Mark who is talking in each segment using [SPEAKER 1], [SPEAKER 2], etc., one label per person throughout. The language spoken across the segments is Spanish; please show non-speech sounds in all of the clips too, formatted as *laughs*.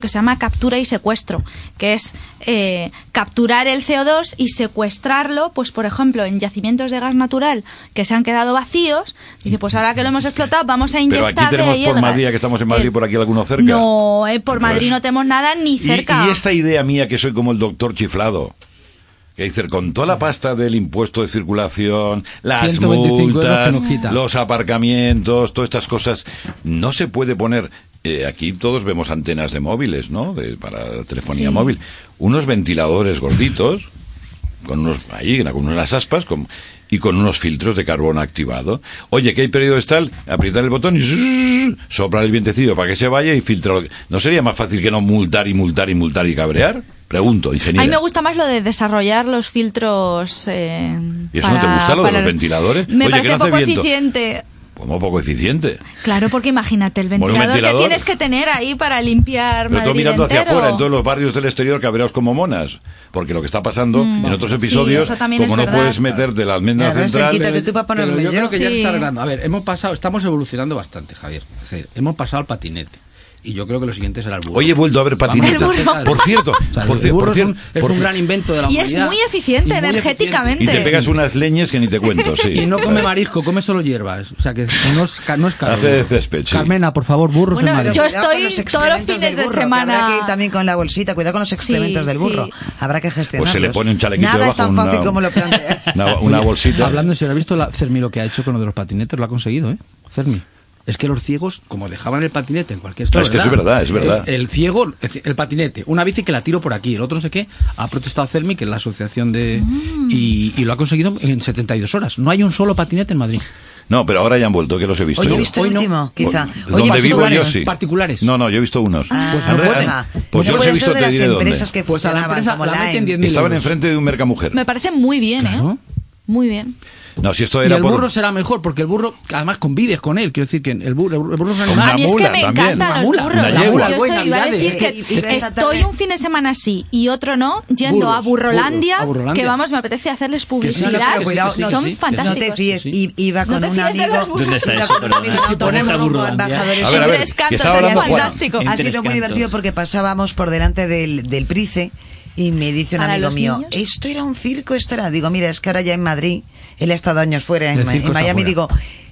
[SPEAKER 1] que se llama captura y secuestro, que es eh, capturar el CO2 y secuestrarlo, pues por ejemplo, en yacimientos de gas natural que se han quedado vacíos, dice, pues ahora que lo hemos explotado, vamos a
[SPEAKER 2] Pero
[SPEAKER 1] inyectar
[SPEAKER 2] aquí tenemos
[SPEAKER 1] de
[SPEAKER 2] por
[SPEAKER 1] hierro.
[SPEAKER 2] Madrid, ya que estamos en Madrid,
[SPEAKER 1] Eh,
[SPEAKER 2] por aquí alguno cerca.
[SPEAKER 1] No, eh, por
[SPEAKER 2] Entonces,
[SPEAKER 1] Madrid no tenemos nada ni
[SPEAKER 2] y-
[SPEAKER 1] cerca.
[SPEAKER 2] Y, esta idea mía que soy como el doctor chiflado. Que dice, con toda la pasta del impuesto de circulación, las
[SPEAKER 3] 125 euros que
[SPEAKER 2] multas,
[SPEAKER 3] nos quita.
[SPEAKER 2] los aparcamientos, todas estas cosas, no se puede poner. eh, aquí todos vemos antenas de móviles, ¿no? De- para telefonía
[SPEAKER 1] Sí.
[SPEAKER 2] móvil. Unos ventiladores gorditos, con unos ahí, con unas aspas con- y con unos filtros de carbono activado. Oye, que hay periodos tal, aprietar el botón y zzzz, soplar el vientecillo para que se vaya y filtra lo que- ¿No sería más fácil que no multar y multar y multar y cabrear? Pregunto, ingeniero.
[SPEAKER 1] A mí me gusta más lo de desarrollar los filtros. eh,
[SPEAKER 2] ¿Y eso no te
[SPEAKER 1] para-
[SPEAKER 2] gusta, lo de
[SPEAKER 1] para-
[SPEAKER 2] los ventiladores?
[SPEAKER 1] Me
[SPEAKER 2] Oye, que
[SPEAKER 1] parece
[SPEAKER 2] no hace
[SPEAKER 1] poco
[SPEAKER 2] viento.
[SPEAKER 1] eficiente.
[SPEAKER 2] Como poco eficiente.
[SPEAKER 1] Claro, porque imagínate el
[SPEAKER 2] Bueno, un
[SPEAKER 1] ventilador, que
[SPEAKER 2] ventilador.
[SPEAKER 1] tienes que tener ahí para limpiar
[SPEAKER 2] Pero todo
[SPEAKER 1] Madrid
[SPEAKER 2] mirando hacia
[SPEAKER 1] entero.
[SPEAKER 2] afuera, en todos los barrios del exterior cabreados como monas. Porque lo que está pasando en otros
[SPEAKER 1] Mm. Sí,
[SPEAKER 2] episodios,
[SPEAKER 1] eso también
[SPEAKER 2] como
[SPEAKER 1] es
[SPEAKER 2] no
[SPEAKER 1] verdad.
[SPEAKER 2] puedes meterte la almendra
[SPEAKER 4] Ya, ves,
[SPEAKER 2] central...
[SPEAKER 4] Quita que tú para ponerlo
[SPEAKER 3] pero yo
[SPEAKER 4] yo.
[SPEAKER 3] creo que ya se
[SPEAKER 1] Sí.
[SPEAKER 3] está arreglando. A ver, hemos pasado, estamos evolucionando bastante, Javier. Es decir, hemos pasado al patinete. Y yo creo que lo siguiente será el burro.
[SPEAKER 2] Hoy he vuelto a ver patinetas.
[SPEAKER 1] El burro.
[SPEAKER 2] Por cierto,
[SPEAKER 3] O sea,
[SPEAKER 2] por,
[SPEAKER 3] el
[SPEAKER 2] cier-
[SPEAKER 3] burro
[SPEAKER 2] por
[SPEAKER 3] es
[SPEAKER 2] cier-
[SPEAKER 3] un, es
[SPEAKER 2] por
[SPEAKER 3] un
[SPEAKER 2] cier-
[SPEAKER 3] gran invento de la
[SPEAKER 1] Y es
[SPEAKER 3] humanidad.
[SPEAKER 1] muy eficiente
[SPEAKER 3] muy
[SPEAKER 1] energéticamente.
[SPEAKER 2] Y te pegas unas leñas que ni te cuento, sí.
[SPEAKER 3] *laughs* Y no come
[SPEAKER 2] Claro.
[SPEAKER 3] marisco, come solo hierbas. O sea que no es, ca- no es caro.
[SPEAKER 2] Hace de césped, sí.
[SPEAKER 3] Carmena, por favor, burros
[SPEAKER 1] Bueno,
[SPEAKER 3] en Madrid.
[SPEAKER 1] yo
[SPEAKER 4] Cuidado con
[SPEAKER 1] estoy
[SPEAKER 4] los
[SPEAKER 1] todos los
[SPEAKER 4] excrementos
[SPEAKER 1] fines
[SPEAKER 4] del
[SPEAKER 1] de
[SPEAKER 4] burro, que
[SPEAKER 1] semana-
[SPEAKER 4] habrá que ir también con la bolsita, cuidado con los excrementos del
[SPEAKER 1] sí.
[SPEAKER 4] burro. Habrá que gestionarlos.
[SPEAKER 2] Pues se le pone un chalequito
[SPEAKER 4] Nada
[SPEAKER 2] debajo,
[SPEAKER 4] es tan
[SPEAKER 2] una-
[SPEAKER 4] fácil como lo planteas.
[SPEAKER 2] *laughs* Una, Ah, una
[SPEAKER 3] Ah, Oye,
[SPEAKER 2] bolsita.
[SPEAKER 3] Hablando, si ahora has visto la Cermi lo que ha hecho con lo de los patinetes, lo ha conseguido, ¿eh? Cermi. Es que los ciegos, como dejaban el patinete en cualquier estado.
[SPEAKER 2] Es que es verdad, es verdad.
[SPEAKER 3] El ciego, el- el patinete, una bici que la tiro por aquí, el otro no sé qué, ha protestado Cermi, que es la asociación de.
[SPEAKER 1] Mm.
[SPEAKER 3] Y, y lo ha conseguido en 72 horas. No hay un solo patinete en Madrid.
[SPEAKER 2] No, pero ahora ya han vuelto, que los he visto.
[SPEAKER 4] Oye,
[SPEAKER 2] yo.
[SPEAKER 4] he visto el
[SPEAKER 3] Hoy no.
[SPEAKER 4] último, quizá.
[SPEAKER 2] Bueno,
[SPEAKER 4] Oye,
[SPEAKER 2] Donde
[SPEAKER 3] particulares,
[SPEAKER 2] vivo yo
[SPEAKER 3] ¿eh?
[SPEAKER 2] sí.
[SPEAKER 3] Particulares.
[SPEAKER 2] No, no, yo he visto unos.
[SPEAKER 4] Ah,
[SPEAKER 3] Pues no
[SPEAKER 2] Andrea,
[SPEAKER 3] puede.
[SPEAKER 2] ah, pues
[SPEAKER 4] No
[SPEAKER 2] yo los
[SPEAKER 4] puede
[SPEAKER 2] he visto,
[SPEAKER 4] ser de
[SPEAKER 2] te
[SPEAKER 4] las
[SPEAKER 2] diré dónde.
[SPEAKER 4] empresas que
[SPEAKER 3] Pues a la
[SPEAKER 4] funcionaban
[SPEAKER 3] empresa
[SPEAKER 4] como
[SPEAKER 3] la
[SPEAKER 4] Lime.
[SPEAKER 3] meten 10.000
[SPEAKER 2] Estaban
[SPEAKER 3] euros.
[SPEAKER 2] enfrente de un mercamujer.
[SPEAKER 1] Me parece muy bien, ¿eh?
[SPEAKER 3] Claro.
[SPEAKER 1] Muy bien.
[SPEAKER 2] No, si esto
[SPEAKER 3] Y
[SPEAKER 2] era
[SPEAKER 3] el
[SPEAKER 2] por...
[SPEAKER 3] burro será mejor, porque el burro, además convives con él. Quiero decir que el burro, el burro es un
[SPEAKER 2] Con
[SPEAKER 3] animal.
[SPEAKER 1] a mí es que
[SPEAKER 2] mula
[SPEAKER 1] me
[SPEAKER 2] también.
[SPEAKER 1] encantan
[SPEAKER 3] Una
[SPEAKER 1] los
[SPEAKER 3] mula,
[SPEAKER 1] burros.
[SPEAKER 2] una
[SPEAKER 1] yo soy,
[SPEAKER 2] yegua.
[SPEAKER 1] iba a decir
[SPEAKER 4] Buena Navidad,
[SPEAKER 1] que
[SPEAKER 4] eh.
[SPEAKER 1] estoy un fin de semana así y otro no, yendo
[SPEAKER 3] Burros,
[SPEAKER 1] a, Burrolandia,
[SPEAKER 3] burros, a Burrolandia.
[SPEAKER 1] que vamos, me apetece hacerles
[SPEAKER 3] sí, no,
[SPEAKER 1] publicidad.
[SPEAKER 3] no, pero
[SPEAKER 4] cuidado, no,
[SPEAKER 1] Son
[SPEAKER 3] sí, sí, sí.
[SPEAKER 4] No
[SPEAKER 1] fantásticos.
[SPEAKER 4] te fíes,
[SPEAKER 3] Sí, sí.
[SPEAKER 4] i- iba
[SPEAKER 1] No
[SPEAKER 4] con
[SPEAKER 1] te
[SPEAKER 4] un
[SPEAKER 1] fíes de
[SPEAKER 4] amigo.
[SPEAKER 1] los burros.
[SPEAKER 5] ¿Dónde está
[SPEAKER 4] iba
[SPEAKER 5] eso?
[SPEAKER 4] con un amigo
[SPEAKER 5] Perdona.
[SPEAKER 4] en
[SPEAKER 5] Si
[SPEAKER 4] autobús
[SPEAKER 3] pones la
[SPEAKER 4] como
[SPEAKER 3] burbuja.
[SPEAKER 2] A
[SPEAKER 4] embajadores.
[SPEAKER 2] ver, a ver,
[SPEAKER 1] Entre
[SPEAKER 2] que
[SPEAKER 1] escantos,
[SPEAKER 2] estaba hablando
[SPEAKER 1] es
[SPEAKER 2] Juan.
[SPEAKER 1] fantástico.
[SPEAKER 5] En
[SPEAKER 4] Ha
[SPEAKER 5] tres
[SPEAKER 4] sido muy
[SPEAKER 5] cantos.
[SPEAKER 4] divertido porque pasábamos por delante del, del Price y me dice un
[SPEAKER 1] ¿Para
[SPEAKER 4] amigo
[SPEAKER 1] los
[SPEAKER 4] mío,
[SPEAKER 1] niños?
[SPEAKER 4] esto era un circo, esto era... Digo, mira, es que ahora ya en Madrid, él ha estado años fuera, en,
[SPEAKER 3] El
[SPEAKER 4] Ma-
[SPEAKER 3] circo
[SPEAKER 4] en
[SPEAKER 3] está
[SPEAKER 4] Miami,
[SPEAKER 3] fuera.
[SPEAKER 4] digo,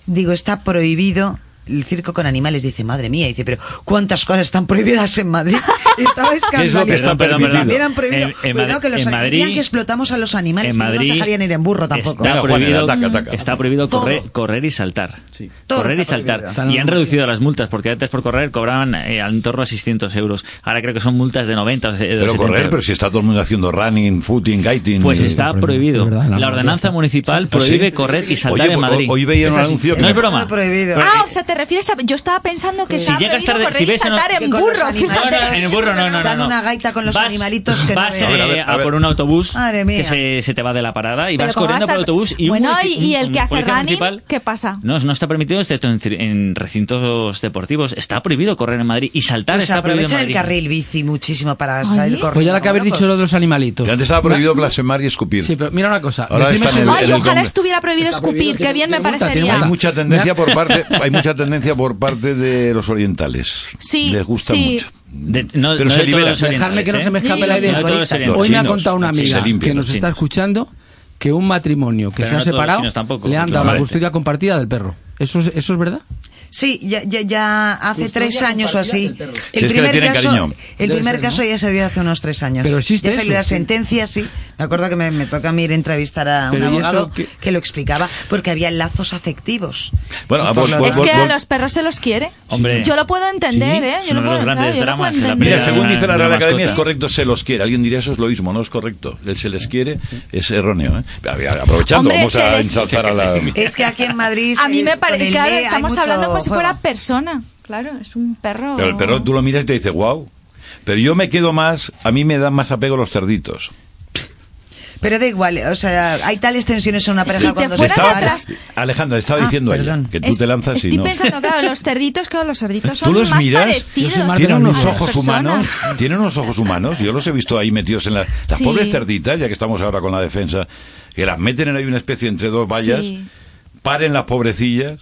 [SPEAKER 4] digo, está prohibido el circo con animales. Dice, madre mía, dice, pero ¿cuántas cosas están prohibidas en Madrid? *laughs* Y Estaba
[SPEAKER 2] es lo que
[SPEAKER 4] escandalizado.
[SPEAKER 2] está
[SPEAKER 5] Perdón, perdón,
[SPEAKER 2] permitido?
[SPEAKER 5] perdón.
[SPEAKER 4] Hubieran prohibido.
[SPEAKER 5] En- en
[SPEAKER 4] Cuidado
[SPEAKER 5] Madrid-
[SPEAKER 4] que los
[SPEAKER 5] en
[SPEAKER 4] animales-
[SPEAKER 5] Madrid-
[SPEAKER 4] dirían que explotamos a los animales,
[SPEAKER 5] en
[SPEAKER 4] que no nos
[SPEAKER 5] Madrid
[SPEAKER 4] dejarían ir en burro tampoco.
[SPEAKER 5] Está
[SPEAKER 2] Venga, Juan,
[SPEAKER 5] prohibido,
[SPEAKER 2] ataca, ataca.
[SPEAKER 5] Está prohibido
[SPEAKER 4] Todo.
[SPEAKER 5] correr, correr y saltar.
[SPEAKER 3] Sí.
[SPEAKER 4] Todo
[SPEAKER 5] Correr y
[SPEAKER 4] está
[SPEAKER 5] saltar.
[SPEAKER 4] prohibido.
[SPEAKER 3] Está en la
[SPEAKER 5] Y han
[SPEAKER 3] normativa.
[SPEAKER 5] reducido las multas, porque antes por correr cobraban eh, en torno a 600 euros. Ahora creo que son multas de 90 o de
[SPEAKER 2] Pero
[SPEAKER 5] 70
[SPEAKER 2] correr,
[SPEAKER 5] euros.
[SPEAKER 2] pero si está todo el mundo haciendo running, footing, kiting...
[SPEAKER 5] Pues
[SPEAKER 2] eh,
[SPEAKER 5] está
[SPEAKER 3] prohibido,
[SPEAKER 5] prohibido.
[SPEAKER 3] es verdad, la
[SPEAKER 5] La
[SPEAKER 3] normativa
[SPEAKER 5] ordenanza
[SPEAKER 3] está.
[SPEAKER 5] municipal
[SPEAKER 2] ¿Ah, sí?
[SPEAKER 5] prohíbe correr y saltar
[SPEAKER 2] Oye,
[SPEAKER 5] en
[SPEAKER 2] ho-
[SPEAKER 5] Madrid.
[SPEAKER 2] Hoy veía en un
[SPEAKER 4] Es así.
[SPEAKER 2] anuncio que...
[SPEAKER 5] No es broma.
[SPEAKER 4] Está prohibido.
[SPEAKER 5] Pero-
[SPEAKER 1] Ah, o sea, te refieres a... Yo estaba pensando que
[SPEAKER 5] Si
[SPEAKER 1] estaba
[SPEAKER 5] llegas
[SPEAKER 1] prohibido
[SPEAKER 5] tarde-
[SPEAKER 1] correr
[SPEAKER 5] si
[SPEAKER 1] y
[SPEAKER 5] ves en-
[SPEAKER 1] saltar
[SPEAKER 4] Que
[SPEAKER 1] en
[SPEAKER 4] con los
[SPEAKER 1] burro.
[SPEAKER 4] animales-
[SPEAKER 1] fíjate.
[SPEAKER 5] No, no, en el burro no, no, no.
[SPEAKER 4] Dan
[SPEAKER 5] no.
[SPEAKER 4] una gaita con los
[SPEAKER 5] Vas-
[SPEAKER 4] animalitos que no
[SPEAKER 5] Vas
[SPEAKER 4] veas.
[SPEAKER 5] eh,
[SPEAKER 2] A ver, a ver, a
[SPEAKER 5] a
[SPEAKER 2] ver.
[SPEAKER 5] por un autobús
[SPEAKER 4] Madre mía.
[SPEAKER 5] que se, se te va de la parada y
[SPEAKER 1] Pero
[SPEAKER 5] vas
[SPEAKER 1] como
[SPEAKER 5] corriendo
[SPEAKER 1] va a
[SPEAKER 5] por el
[SPEAKER 1] estar-
[SPEAKER 5] autobús y un
[SPEAKER 1] Bueno,
[SPEAKER 5] municip-
[SPEAKER 1] y- y el
[SPEAKER 5] un
[SPEAKER 1] que hace
[SPEAKER 5] policía
[SPEAKER 1] running,
[SPEAKER 5] municipal-
[SPEAKER 1] ¿qué pasa?
[SPEAKER 5] No, no está permitido excepto en, cir- en recintos deportivos. Está prohibido correr en Madrid y saltar
[SPEAKER 4] Pues
[SPEAKER 5] está prohibido en
[SPEAKER 4] aprovechan el
[SPEAKER 5] Madrid.
[SPEAKER 4] carril bici muchísimo para
[SPEAKER 1] ¿eh?
[SPEAKER 4] salir corriendo.
[SPEAKER 3] Pues ya la que habéis
[SPEAKER 4] como
[SPEAKER 3] dicho lo
[SPEAKER 4] locos.
[SPEAKER 3] de los animalitos.
[SPEAKER 2] Que antes estaba prohibido blasfemar y escupir.
[SPEAKER 3] Sí, pero mira una cosa.
[SPEAKER 2] Ahora
[SPEAKER 3] decime
[SPEAKER 2] están
[SPEAKER 3] si-
[SPEAKER 2] en el-
[SPEAKER 1] Ay,
[SPEAKER 2] en el
[SPEAKER 1] ojalá
[SPEAKER 2] hombre.
[SPEAKER 1] estuviera prohibido
[SPEAKER 3] Está prohibido,
[SPEAKER 1] escupir,
[SPEAKER 3] tiene-
[SPEAKER 1] qué bien me
[SPEAKER 3] tiene multa, tiene
[SPEAKER 1] parecería.
[SPEAKER 2] Hay
[SPEAKER 3] multa.
[SPEAKER 2] mucha tendencia por
[SPEAKER 4] *laughs*
[SPEAKER 2] parte, hay mucha tendencia por parte de los orientales.
[SPEAKER 1] Sí,
[SPEAKER 2] les gusta
[SPEAKER 1] sí.
[SPEAKER 2] mucho.
[SPEAKER 5] De- no,
[SPEAKER 2] Pero
[SPEAKER 5] no
[SPEAKER 2] se
[SPEAKER 5] de todos
[SPEAKER 2] liberan.
[SPEAKER 5] los
[SPEAKER 3] Dejarme que no
[SPEAKER 5] orientales,
[SPEAKER 3] se me
[SPEAKER 5] ¿eh?
[SPEAKER 3] escape la
[SPEAKER 5] No de
[SPEAKER 3] idea.
[SPEAKER 5] todos los orientales.
[SPEAKER 3] Hoy me ha
[SPEAKER 2] chinos,
[SPEAKER 3] contado una
[SPEAKER 2] los chinos
[SPEAKER 3] amiga
[SPEAKER 2] se limpian,
[SPEAKER 3] que nos
[SPEAKER 5] los
[SPEAKER 3] está
[SPEAKER 5] chinos.
[SPEAKER 3] escuchando que un matrimonio que
[SPEAKER 5] Pero
[SPEAKER 3] se
[SPEAKER 5] no
[SPEAKER 3] ha
[SPEAKER 5] todos los
[SPEAKER 3] separado
[SPEAKER 5] chinos tampoco,
[SPEAKER 3] le han dado la
[SPEAKER 2] claramente.
[SPEAKER 3] custodia compartida del perro. ¿Eso es, eso es verdad?
[SPEAKER 4] Sí, ya, ya, ya hace
[SPEAKER 3] Custodia
[SPEAKER 4] tres años o así.
[SPEAKER 3] compartida del perro.
[SPEAKER 2] Si es que le tienen
[SPEAKER 4] caso,
[SPEAKER 2] cariño.
[SPEAKER 4] el
[SPEAKER 3] Debe
[SPEAKER 4] primer
[SPEAKER 3] ser, ¿no?
[SPEAKER 4] caso ya se dio hace unos tres años.
[SPEAKER 3] Pero existe
[SPEAKER 4] ya salió
[SPEAKER 3] eso,
[SPEAKER 4] la
[SPEAKER 3] sí.
[SPEAKER 4] sentencia, sí. Me acuerdo que me, me toca a mí ir a entrevistar a un
[SPEAKER 3] Pero ¿y eso
[SPEAKER 4] abogado
[SPEAKER 3] qué?
[SPEAKER 4] que lo explicaba porque había lazos afectivos.
[SPEAKER 2] Bueno,
[SPEAKER 4] Y
[SPEAKER 2] ah,
[SPEAKER 4] por
[SPEAKER 2] vol-
[SPEAKER 4] lo
[SPEAKER 2] vol-
[SPEAKER 1] Es
[SPEAKER 2] vol-
[SPEAKER 1] que a
[SPEAKER 2] vol-
[SPEAKER 1] los perros se los quiere.
[SPEAKER 5] Hombre.
[SPEAKER 1] Yo lo puedo entender,
[SPEAKER 5] Sí,
[SPEAKER 1] ¿eh?
[SPEAKER 5] es
[SPEAKER 1] Yo
[SPEAKER 5] uno
[SPEAKER 1] lo puedo
[SPEAKER 5] de los grandes
[SPEAKER 1] entender, yo lo puedo
[SPEAKER 5] dramas de la
[SPEAKER 1] entender.
[SPEAKER 2] Mira,
[SPEAKER 5] Mira,
[SPEAKER 2] según dice la
[SPEAKER 5] una
[SPEAKER 2] Real Academia,
[SPEAKER 5] mascota.
[SPEAKER 2] es correcto se los quiere. Alguien diría eso es lo mismo, no es correcto. El se les quiere es erróneo. ¿eh? A ver, Aprovechando,
[SPEAKER 1] Hombre,
[SPEAKER 2] vamos
[SPEAKER 1] se
[SPEAKER 2] a
[SPEAKER 1] les-
[SPEAKER 2] ensalzar a la.
[SPEAKER 4] Es que aquí en Madrid...
[SPEAKER 1] A mí
[SPEAKER 4] eh,
[SPEAKER 1] me
[SPEAKER 4] con el
[SPEAKER 1] parece, claro,
[SPEAKER 4] D hay
[SPEAKER 1] estamos
[SPEAKER 4] mucho
[SPEAKER 1] hablando como si
[SPEAKER 4] juego.
[SPEAKER 1] fuera persona. Claro, es un perro.
[SPEAKER 2] Pero el perro tú lo miras y te dice, wow. Pero yo me quedo más, a mí me dan más apego los cerditos.
[SPEAKER 4] Pero da igual, o sea, hay tales tensiones en una pareja
[SPEAKER 1] Si te
[SPEAKER 4] cuando
[SPEAKER 1] fueras
[SPEAKER 4] se
[SPEAKER 2] Estaba-
[SPEAKER 4] separan.
[SPEAKER 1] atrás-
[SPEAKER 2] Alejandra, estaba
[SPEAKER 4] Ah,
[SPEAKER 2] diciendo a ella
[SPEAKER 4] perdón.
[SPEAKER 2] que tú
[SPEAKER 1] Es-
[SPEAKER 2] te lanzas y
[SPEAKER 1] Estoy
[SPEAKER 2] no.
[SPEAKER 1] pensando, claro, los cerditos, claro, los cerditos son
[SPEAKER 2] Tú los
[SPEAKER 1] más
[SPEAKER 2] miras,
[SPEAKER 3] Yo soy
[SPEAKER 1] parecidos.
[SPEAKER 3] más
[SPEAKER 2] tienen
[SPEAKER 3] de la
[SPEAKER 2] unos
[SPEAKER 3] vida.
[SPEAKER 2] ojos humanos, tienen unos ojos humanos. Yo los he visto ahí metidos en la- las
[SPEAKER 1] Sí.
[SPEAKER 2] pobres cerditas, ya que estamos ahora con la defensa, que las meten en ahí una especie entre dos vallas,
[SPEAKER 1] Sí.
[SPEAKER 2] paren las pobrecillas,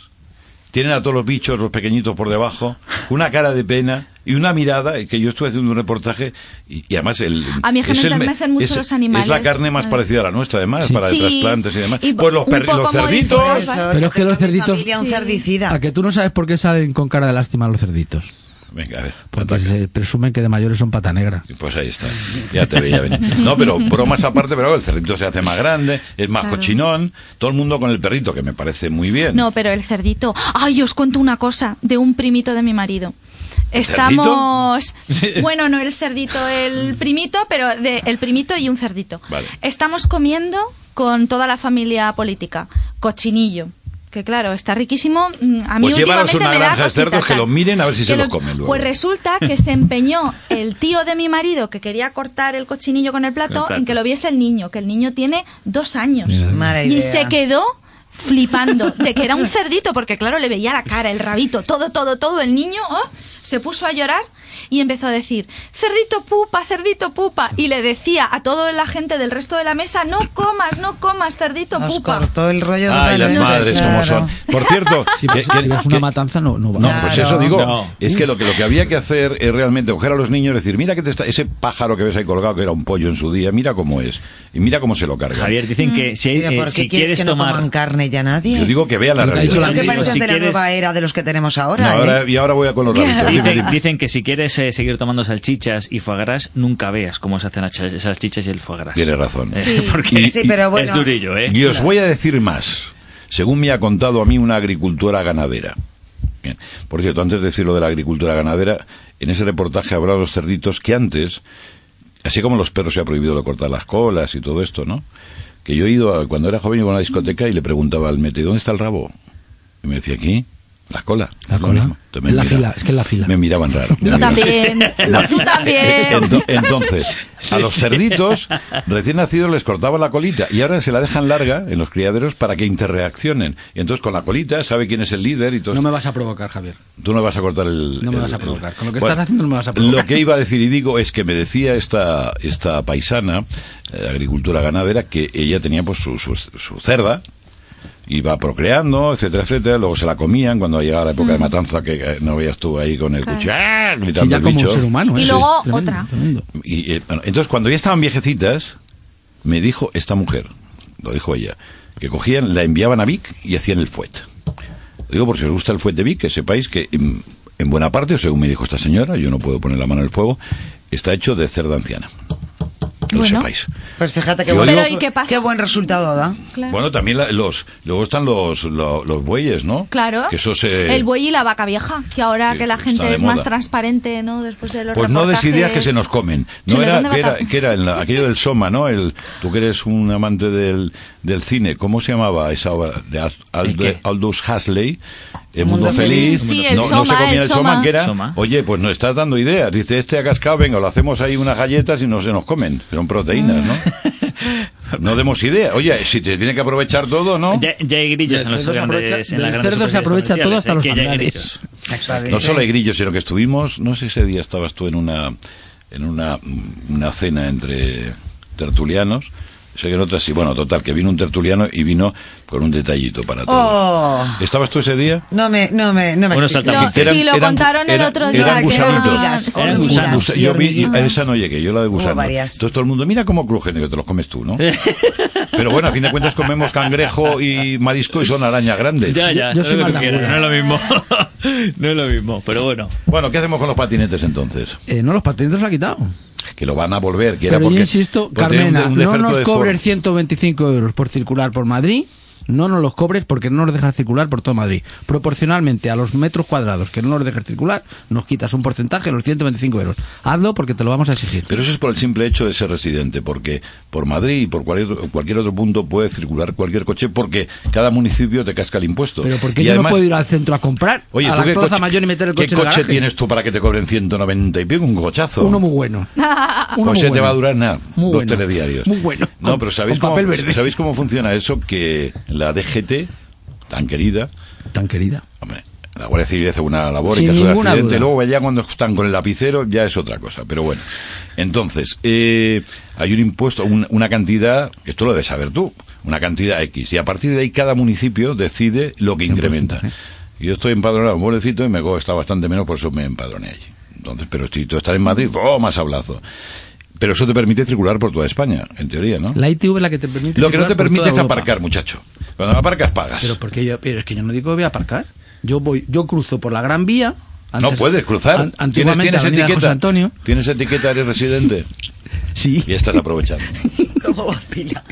[SPEAKER 2] tienen a todos los bichos, los pequeñitos por debajo, una cara de pena. y una mirada, que yo estuve haciendo un reportaje, y, y además el...
[SPEAKER 1] A mí es que me
[SPEAKER 2] el me-
[SPEAKER 1] enternecen mucho
[SPEAKER 2] es-
[SPEAKER 1] los animales.
[SPEAKER 2] Es la carne más
[SPEAKER 1] Ay.
[SPEAKER 2] parecida a la nuestra, además, para
[SPEAKER 1] Sí.
[SPEAKER 2] el trasplantes y demás.
[SPEAKER 1] Y
[SPEAKER 2] pues los,
[SPEAKER 1] un
[SPEAKER 2] per-
[SPEAKER 1] poco
[SPEAKER 2] los cerditos...
[SPEAKER 1] modificados.
[SPEAKER 3] Pero
[SPEAKER 4] yo
[SPEAKER 3] es que
[SPEAKER 4] tengo
[SPEAKER 3] los
[SPEAKER 4] en mi
[SPEAKER 3] cerditos-
[SPEAKER 4] familia un
[SPEAKER 1] Sí.
[SPEAKER 4] cerdicida.
[SPEAKER 3] A que tú no sabes por qué salen con cara de lástima los cerditos.
[SPEAKER 2] Venga, a ver.
[SPEAKER 5] Pues
[SPEAKER 3] Porque se presumen que de mayores son pata negra.
[SPEAKER 2] Pues ahí está, ya te veía venir. No, pero bromas aparte, pero el cerrito se hace más grande, es más
[SPEAKER 1] Claro.
[SPEAKER 2] cochinón, todo el mundo con el perrito, que me parece muy bien.
[SPEAKER 1] No, pero el cerdito. Ay, os cuento una cosa de un primito de mi marido. Estamos. Bueno, no el cerdito, el primito, pero de el primito y un cerdito.
[SPEAKER 2] Vale.
[SPEAKER 1] Estamos comiendo con toda la familia política. Cochinillo. Que claro, está riquísimo. Mm, A mí
[SPEAKER 2] Pues llevaros
[SPEAKER 1] últimamente
[SPEAKER 2] una
[SPEAKER 1] me da
[SPEAKER 2] granja de cerdos
[SPEAKER 1] cosita,
[SPEAKER 2] que
[SPEAKER 1] tal.
[SPEAKER 2] los miren a ver si
[SPEAKER 1] Que
[SPEAKER 2] se los comen luego.
[SPEAKER 1] Pues resulta que se empeñó el tío de mi marido que quería cortar el cochinillo con el plato,
[SPEAKER 5] Con el plato.
[SPEAKER 1] en que lo viese el niño, que el niño tiene dos años.
[SPEAKER 3] Mira.
[SPEAKER 4] Mala idea.
[SPEAKER 1] Y se quedó flipando de que era un cerdito, porque claro, le veía la cara, el rabito, todo, todo, todo. El niño oh, se puso a llorar y empezó a decir, cerdito pupa, cerdito pupa. Y le decía a toda la gente del resto de la mesa, no comas, no comas, cerdito
[SPEAKER 4] Nos
[SPEAKER 1] pupa.
[SPEAKER 4] cortó el rollo
[SPEAKER 2] Ay, las
[SPEAKER 4] totalmente,
[SPEAKER 2] madres
[SPEAKER 4] claro.
[SPEAKER 2] como son. Por
[SPEAKER 3] *laughs*
[SPEAKER 2] cierto,
[SPEAKER 3] Si
[SPEAKER 2] que-
[SPEAKER 3] ves, si
[SPEAKER 2] que-
[SPEAKER 3] ves
[SPEAKER 2] que-
[SPEAKER 3] una matanza, no, no va.
[SPEAKER 2] No,
[SPEAKER 4] Claro.
[SPEAKER 2] pues eso digo,
[SPEAKER 5] No.
[SPEAKER 2] es que lo, que lo que había que hacer es realmente coger a los niños y decir, mira que te está, ese pájaro que ves ahí colgado que era un pollo en su día, mira cómo es, y mira cómo se lo carga.
[SPEAKER 5] Javier, dicen que si,
[SPEAKER 4] Mira,
[SPEAKER 5] eh,
[SPEAKER 4] ¿por qué
[SPEAKER 5] si
[SPEAKER 4] quieres,
[SPEAKER 5] quieres
[SPEAKER 4] que no
[SPEAKER 5] tomar...
[SPEAKER 4] coman carne ya nadie?
[SPEAKER 2] Yo digo que vea la
[SPEAKER 3] Lo que ha dicho
[SPEAKER 2] realidad.
[SPEAKER 4] Creo que
[SPEAKER 5] Digo,
[SPEAKER 4] pareces
[SPEAKER 5] si
[SPEAKER 4] de la
[SPEAKER 5] quieres-
[SPEAKER 4] nueva era de los que tenemos
[SPEAKER 2] No,
[SPEAKER 4] ahora.
[SPEAKER 2] ahora-
[SPEAKER 4] ¿eh?
[SPEAKER 2] y ahora voy a con
[SPEAKER 1] *laughs*
[SPEAKER 2] los rabitos. Dime,
[SPEAKER 5] Dicen,
[SPEAKER 2] dime.
[SPEAKER 5] dicen que si quieres eh, seguir tomando salchichas y foie gras, nunca veas cómo se hacen las ch- salchichas y el foie gras. Eh,
[SPEAKER 2] Tiene razón.
[SPEAKER 5] *laughs*
[SPEAKER 1] Sí.
[SPEAKER 5] Porque
[SPEAKER 4] Sí, pero bueno.
[SPEAKER 5] es durillo, ¿eh?
[SPEAKER 2] Y os voy a decir más. Según me ha contado a mí una agricultora ganadera. Bien. Por cierto, antes de decir lo de la agricultura ganadera, en ese reportaje hablaba de los cerditos que antes, así como los perros se ha prohibido lo de cortar las colas y todo esto, ¿no? Que yo he ido, a- cuando era joven, iba a una discoteca y le preguntaba al mete, ¿dónde está el rabo? Y me decía, aquí, las colas.
[SPEAKER 3] La
[SPEAKER 2] Es lo
[SPEAKER 3] cola.
[SPEAKER 2] mismo. Entonces me
[SPEAKER 3] En la
[SPEAKER 2] mira-
[SPEAKER 3] fila, es que en la fila.
[SPEAKER 2] Me miraban raro.
[SPEAKER 1] Tú también,
[SPEAKER 2] *laughs*
[SPEAKER 1] tú también.
[SPEAKER 2] Eh, Ento- entonces, a los cerditos recién nacidos les cortaba la colita y ahora se la dejan larga en los criaderos para que interreaccionen. Y entonces con la colita sabe quién es el líder y todo.
[SPEAKER 3] No
[SPEAKER 2] esto.
[SPEAKER 3] me vas a provocar, Javier.
[SPEAKER 2] Tú no vas a cortar el.
[SPEAKER 3] No me
[SPEAKER 2] el-
[SPEAKER 3] vas a
[SPEAKER 2] el-
[SPEAKER 3] provocar. Con lo que estás haciendo no me vas a
[SPEAKER 2] Lo
[SPEAKER 3] provocar.
[SPEAKER 2] que iba a decir y digo es que me decía esta, esta paisana, eh, agricultura ganadera, que ella tenía pues su, su, su cerda, iba procreando, etcétera, etcétera. Luego se la comían cuando llegaba la época de matanza, que eh, no veías tú ahí con el
[SPEAKER 1] Mm. Claro.
[SPEAKER 2] cuchillo, ¡ah! gritando
[SPEAKER 3] Sí, ya
[SPEAKER 2] el
[SPEAKER 3] como
[SPEAKER 2] bicho.
[SPEAKER 3] un ser humano. ¿eh?
[SPEAKER 1] Y luego
[SPEAKER 3] Tremendo,
[SPEAKER 1] otra.
[SPEAKER 3] tremendo.
[SPEAKER 2] Y, eh, bueno, entonces, cuando ya estaban viejecitas, me dijo esta mujer, lo dijo ella, que cogían, la enviaban a Vic y hacían el fuet. Lo digo por si os gusta el fuet de Vic, que sepáis que en, en buena parte, según me dijo esta señora, yo no puedo poner la mano en el fuego, está hecho de cerda anciana. Que Lo
[SPEAKER 1] Bueno.
[SPEAKER 2] sepáis.
[SPEAKER 4] Pues fíjate qué
[SPEAKER 2] Yo
[SPEAKER 4] buen,
[SPEAKER 2] digo-
[SPEAKER 1] Pero, ¿y qué pasa?
[SPEAKER 4] buen resultado da.
[SPEAKER 1] Claro.
[SPEAKER 2] Bueno, también la- los, luego están los, lo- los bueyes, ¿no?
[SPEAKER 1] Claro.
[SPEAKER 2] Que eso se...
[SPEAKER 1] El buey y la vaca vieja, que ahora
[SPEAKER 2] Sí,
[SPEAKER 1] que la
[SPEAKER 2] está
[SPEAKER 1] gente
[SPEAKER 2] de
[SPEAKER 1] es
[SPEAKER 2] moda.
[SPEAKER 1] más transparente, ¿no? Después de los
[SPEAKER 2] Pues no
[SPEAKER 1] reportajes.
[SPEAKER 2] decidías que se nos comen. No
[SPEAKER 1] Chuletón
[SPEAKER 2] era
[SPEAKER 1] de
[SPEAKER 2] que era,
[SPEAKER 1] vaca.
[SPEAKER 2] que era en la- aquello del Soma, ¿no? El, tú que eres un amante del, del cine, ¿cómo se llamaba esa obra de Al- Al-
[SPEAKER 5] qué?
[SPEAKER 2] Aldous Huxley? El mundo,
[SPEAKER 4] Mundo
[SPEAKER 2] feliz.
[SPEAKER 4] Feliz.
[SPEAKER 1] Sí,
[SPEAKER 2] no,
[SPEAKER 1] el
[SPEAKER 2] no se
[SPEAKER 1] Soma,
[SPEAKER 2] comía el,
[SPEAKER 1] el
[SPEAKER 2] Soma,
[SPEAKER 1] Soma.
[SPEAKER 2] que era.
[SPEAKER 5] Soma.
[SPEAKER 2] Oye, pues nos estás dando ideas. Dice, este ha cascado, venga, lo hacemos ahí unas galletas y no se nos comen. Son proteínas, ¿no?
[SPEAKER 5] *laughs*
[SPEAKER 2] No demos idea. Oye, si te tiene que aprovechar todo, ¿no?
[SPEAKER 5] Ya, ya hay grillos
[SPEAKER 3] Del
[SPEAKER 5] en los
[SPEAKER 3] cerdo se
[SPEAKER 5] grandes...
[SPEAKER 3] aprovecha-
[SPEAKER 5] en las
[SPEAKER 3] del cerdo
[SPEAKER 5] grandes
[SPEAKER 3] se
[SPEAKER 5] superficies
[SPEAKER 3] aprovecha todo hasta los
[SPEAKER 5] comerciales, ¿eh? Que ya hay
[SPEAKER 3] andares.
[SPEAKER 5] grillos.
[SPEAKER 2] No solo hay grillos, sino que estuvimos, no sé si ese día estabas tú en una en una, una cena entre tertulianos, sé que en otra sí, bueno, total, que vino un tertuliano y vino con un detallito para todos.
[SPEAKER 4] Oh,
[SPEAKER 2] ¿Estabas tú ese día?
[SPEAKER 4] no me, no me, no me.
[SPEAKER 5] Bueno,
[SPEAKER 4] expliques.
[SPEAKER 5] saltamos.
[SPEAKER 1] Lo- sí, lo contaron el
[SPEAKER 2] eran-
[SPEAKER 1] otro día,
[SPEAKER 2] Eran
[SPEAKER 4] que eran-
[SPEAKER 2] gusanitos. gusan-
[SPEAKER 4] Eran hormigas,
[SPEAKER 2] gusan-
[SPEAKER 4] y
[SPEAKER 2] yo vi,
[SPEAKER 4] hormigas.
[SPEAKER 2] a esa no llegué, yo la de gusanos.
[SPEAKER 4] varias.
[SPEAKER 2] Entonces todo el mundo, mira cómo crujen, digo, te los comes tú, ¿no? Pero bueno, a fin de cuentas comemos cangrejo y marisco y son arañas grandes.
[SPEAKER 5] Ya, ya,
[SPEAKER 3] Yo- yo soy
[SPEAKER 5] lo que
[SPEAKER 3] más
[SPEAKER 5] quiero,
[SPEAKER 3] lagunar.
[SPEAKER 5] no es lo mismo. no es lo mismo, *laughs* pero bueno.
[SPEAKER 2] Bueno, ¿qué hacemos con los patinetes entonces?
[SPEAKER 3] Eh, no, los patentes lo ha quitado.
[SPEAKER 2] Que lo van a volver, que era
[SPEAKER 3] Pero
[SPEAKER 2] porque...
[SPEAKER 3] yo insisto,
[SPEAKER 2] porque tenía un-
[SPEAKER 3] Carmena,
[SPEAKER 2] un
[SPEAKER 3] no
[SPEAKER 2] defecto
[SPEAKER 3] nos
[SPEAKER 2] de
[SPEAKER 3] cobres
[SPEAKER 2] forma.
[SPEAKER 3] 125 euros por circular por Madrid. No nos los cobres porque no nos dejas circular por todo Madrid. Proporcionalmente a los metros cuadrados que no nos dejas circular, nos quitas un porcentaje de los 125 euros. Hazlo porque te lo vamos a exigir.
[SPEAKER 2] Pero eso es por el simple hecho de ser residente, porque por Madrid y por cualquier otro, cualquier otro punto puede circular cualquier coche porque cada municipio te casca el impuesto.
[SPEAKER 3] Pero porque
[SPEAKER 2] Y
[SPEAKER 3] yo no
[SPEAKER 2] además-
[SPEAKER 3] puedo ir al centro a comprar
[SPEAKER 2] Oye,
[SPEAKER 3] a
[SPEAKER 2] ¿tú
[SPEAKER 3] la
[SPEAKER 2] qué
[SPEAKER 3] plaza
[SPEAKER 2] coche,
[SPEAKER 3] mayor y meter el
[SPEAKER 2] qué
[SPEAKER 3] coche en el garaje?
[SPEAKER 2] tienes tú para que te cobren 190 y pico? Un cochazo.
[SPEAKER 3] Uno muy
[SPEAKER 2] *laughs*
[SPEAKER 3] bueno. Uno
[SPEAKER 2] pues
[SPEAKER 3] muy
[SPEAKER 2] ese te
[SPEAKER 3] bueno.
[SPEAKER 2] va a durar nada,
[SPEAKER 3] Muy
[SPEAKER 2] dos
[SPEAKER 3] bueno.
[SPEAKER 2] telediarios.
[SPEAKER 3] Muy bueno.
[SPEAKER 2] No,
[SPEAKER 3] Con-
[SPEAKER 2] pero ¿sabéis
[SPEAKER 3] con
[SPEAKER 2] cómo,
[SPEAKER 3] papel verde.
[SPEAKER 2] ¿sabéis cómo funciona eso? Que la DGT, tan querida,
[SPEAKER 3] Tan querida.
[SPEAKER 2] Hombre, la Guardia Civil hace una labor
[SPEAKER 3] Sin
[SPEAKER 2] en caso de
[SPEAKER 3] ninguna
[SPEAKER 2] accidente.
[SPEAKER 3] duda.
[SPEAKER 2] Luego, ya cuando están con el lapicero, ya es otra cosa. Pero bueno, entonces, eh, hay un impuesto, un- una cantidad, esto lo debes saber tú, una cantidad X. Y a partir de ahí, cada municipio decide lo que incrementa.
[SPEAKER 3] porcentaje.
[SPEAKER 2] Y Yo estoy empadronado en un pueblecito y me co- está bastante menos, por eso me empadroné allí. Entonces, pero si tú estás en Madrid, ¡oh, más sablazo! Pero eso te permite circular por toda España, en teoría, ¿no?
[SPEAKER 3] La ITV es la que te permite.
[SPEAKER 2] Lo que no
[SPEAKER 3] circular
[SPEAKER 2] te
[SPEAKER 3] por
[SPEAKER 2] permite
[SPEAKER 3] toda
[SPEAKER 2] es
[SPEAKER 3] Europa.
[SPEAKER 2] aparcar, muchacho. Cuando aparcas, pagas.
[SPEAKER 3] Pero porque yo, pero es que yo no digo que voy a aparcar. Yo voy, yo cruzo por la Gran Vía.
[SPEAKER 2] no
[SPEAKER 3] antes-
[SPEAKER 2] puedes cruzar.
[SPEAKER 3] an-
[SPEAKER 2] tienes
[SPEAKER 3] antiguamente
[SPEAKER 2] tienes
[SPEAKER 3] Avenida
[SPEAKER 2] etiqueta.
[SPEAKER 3] José Antonio.
[SPEAKER 2] Tienes etiqueta, eres residente.
[SPEAKER 3] Sí.
[SPEAKER 2] Y estás aprovechando.
[SPEAKER 4] *laughs* ¿Cómo vacila?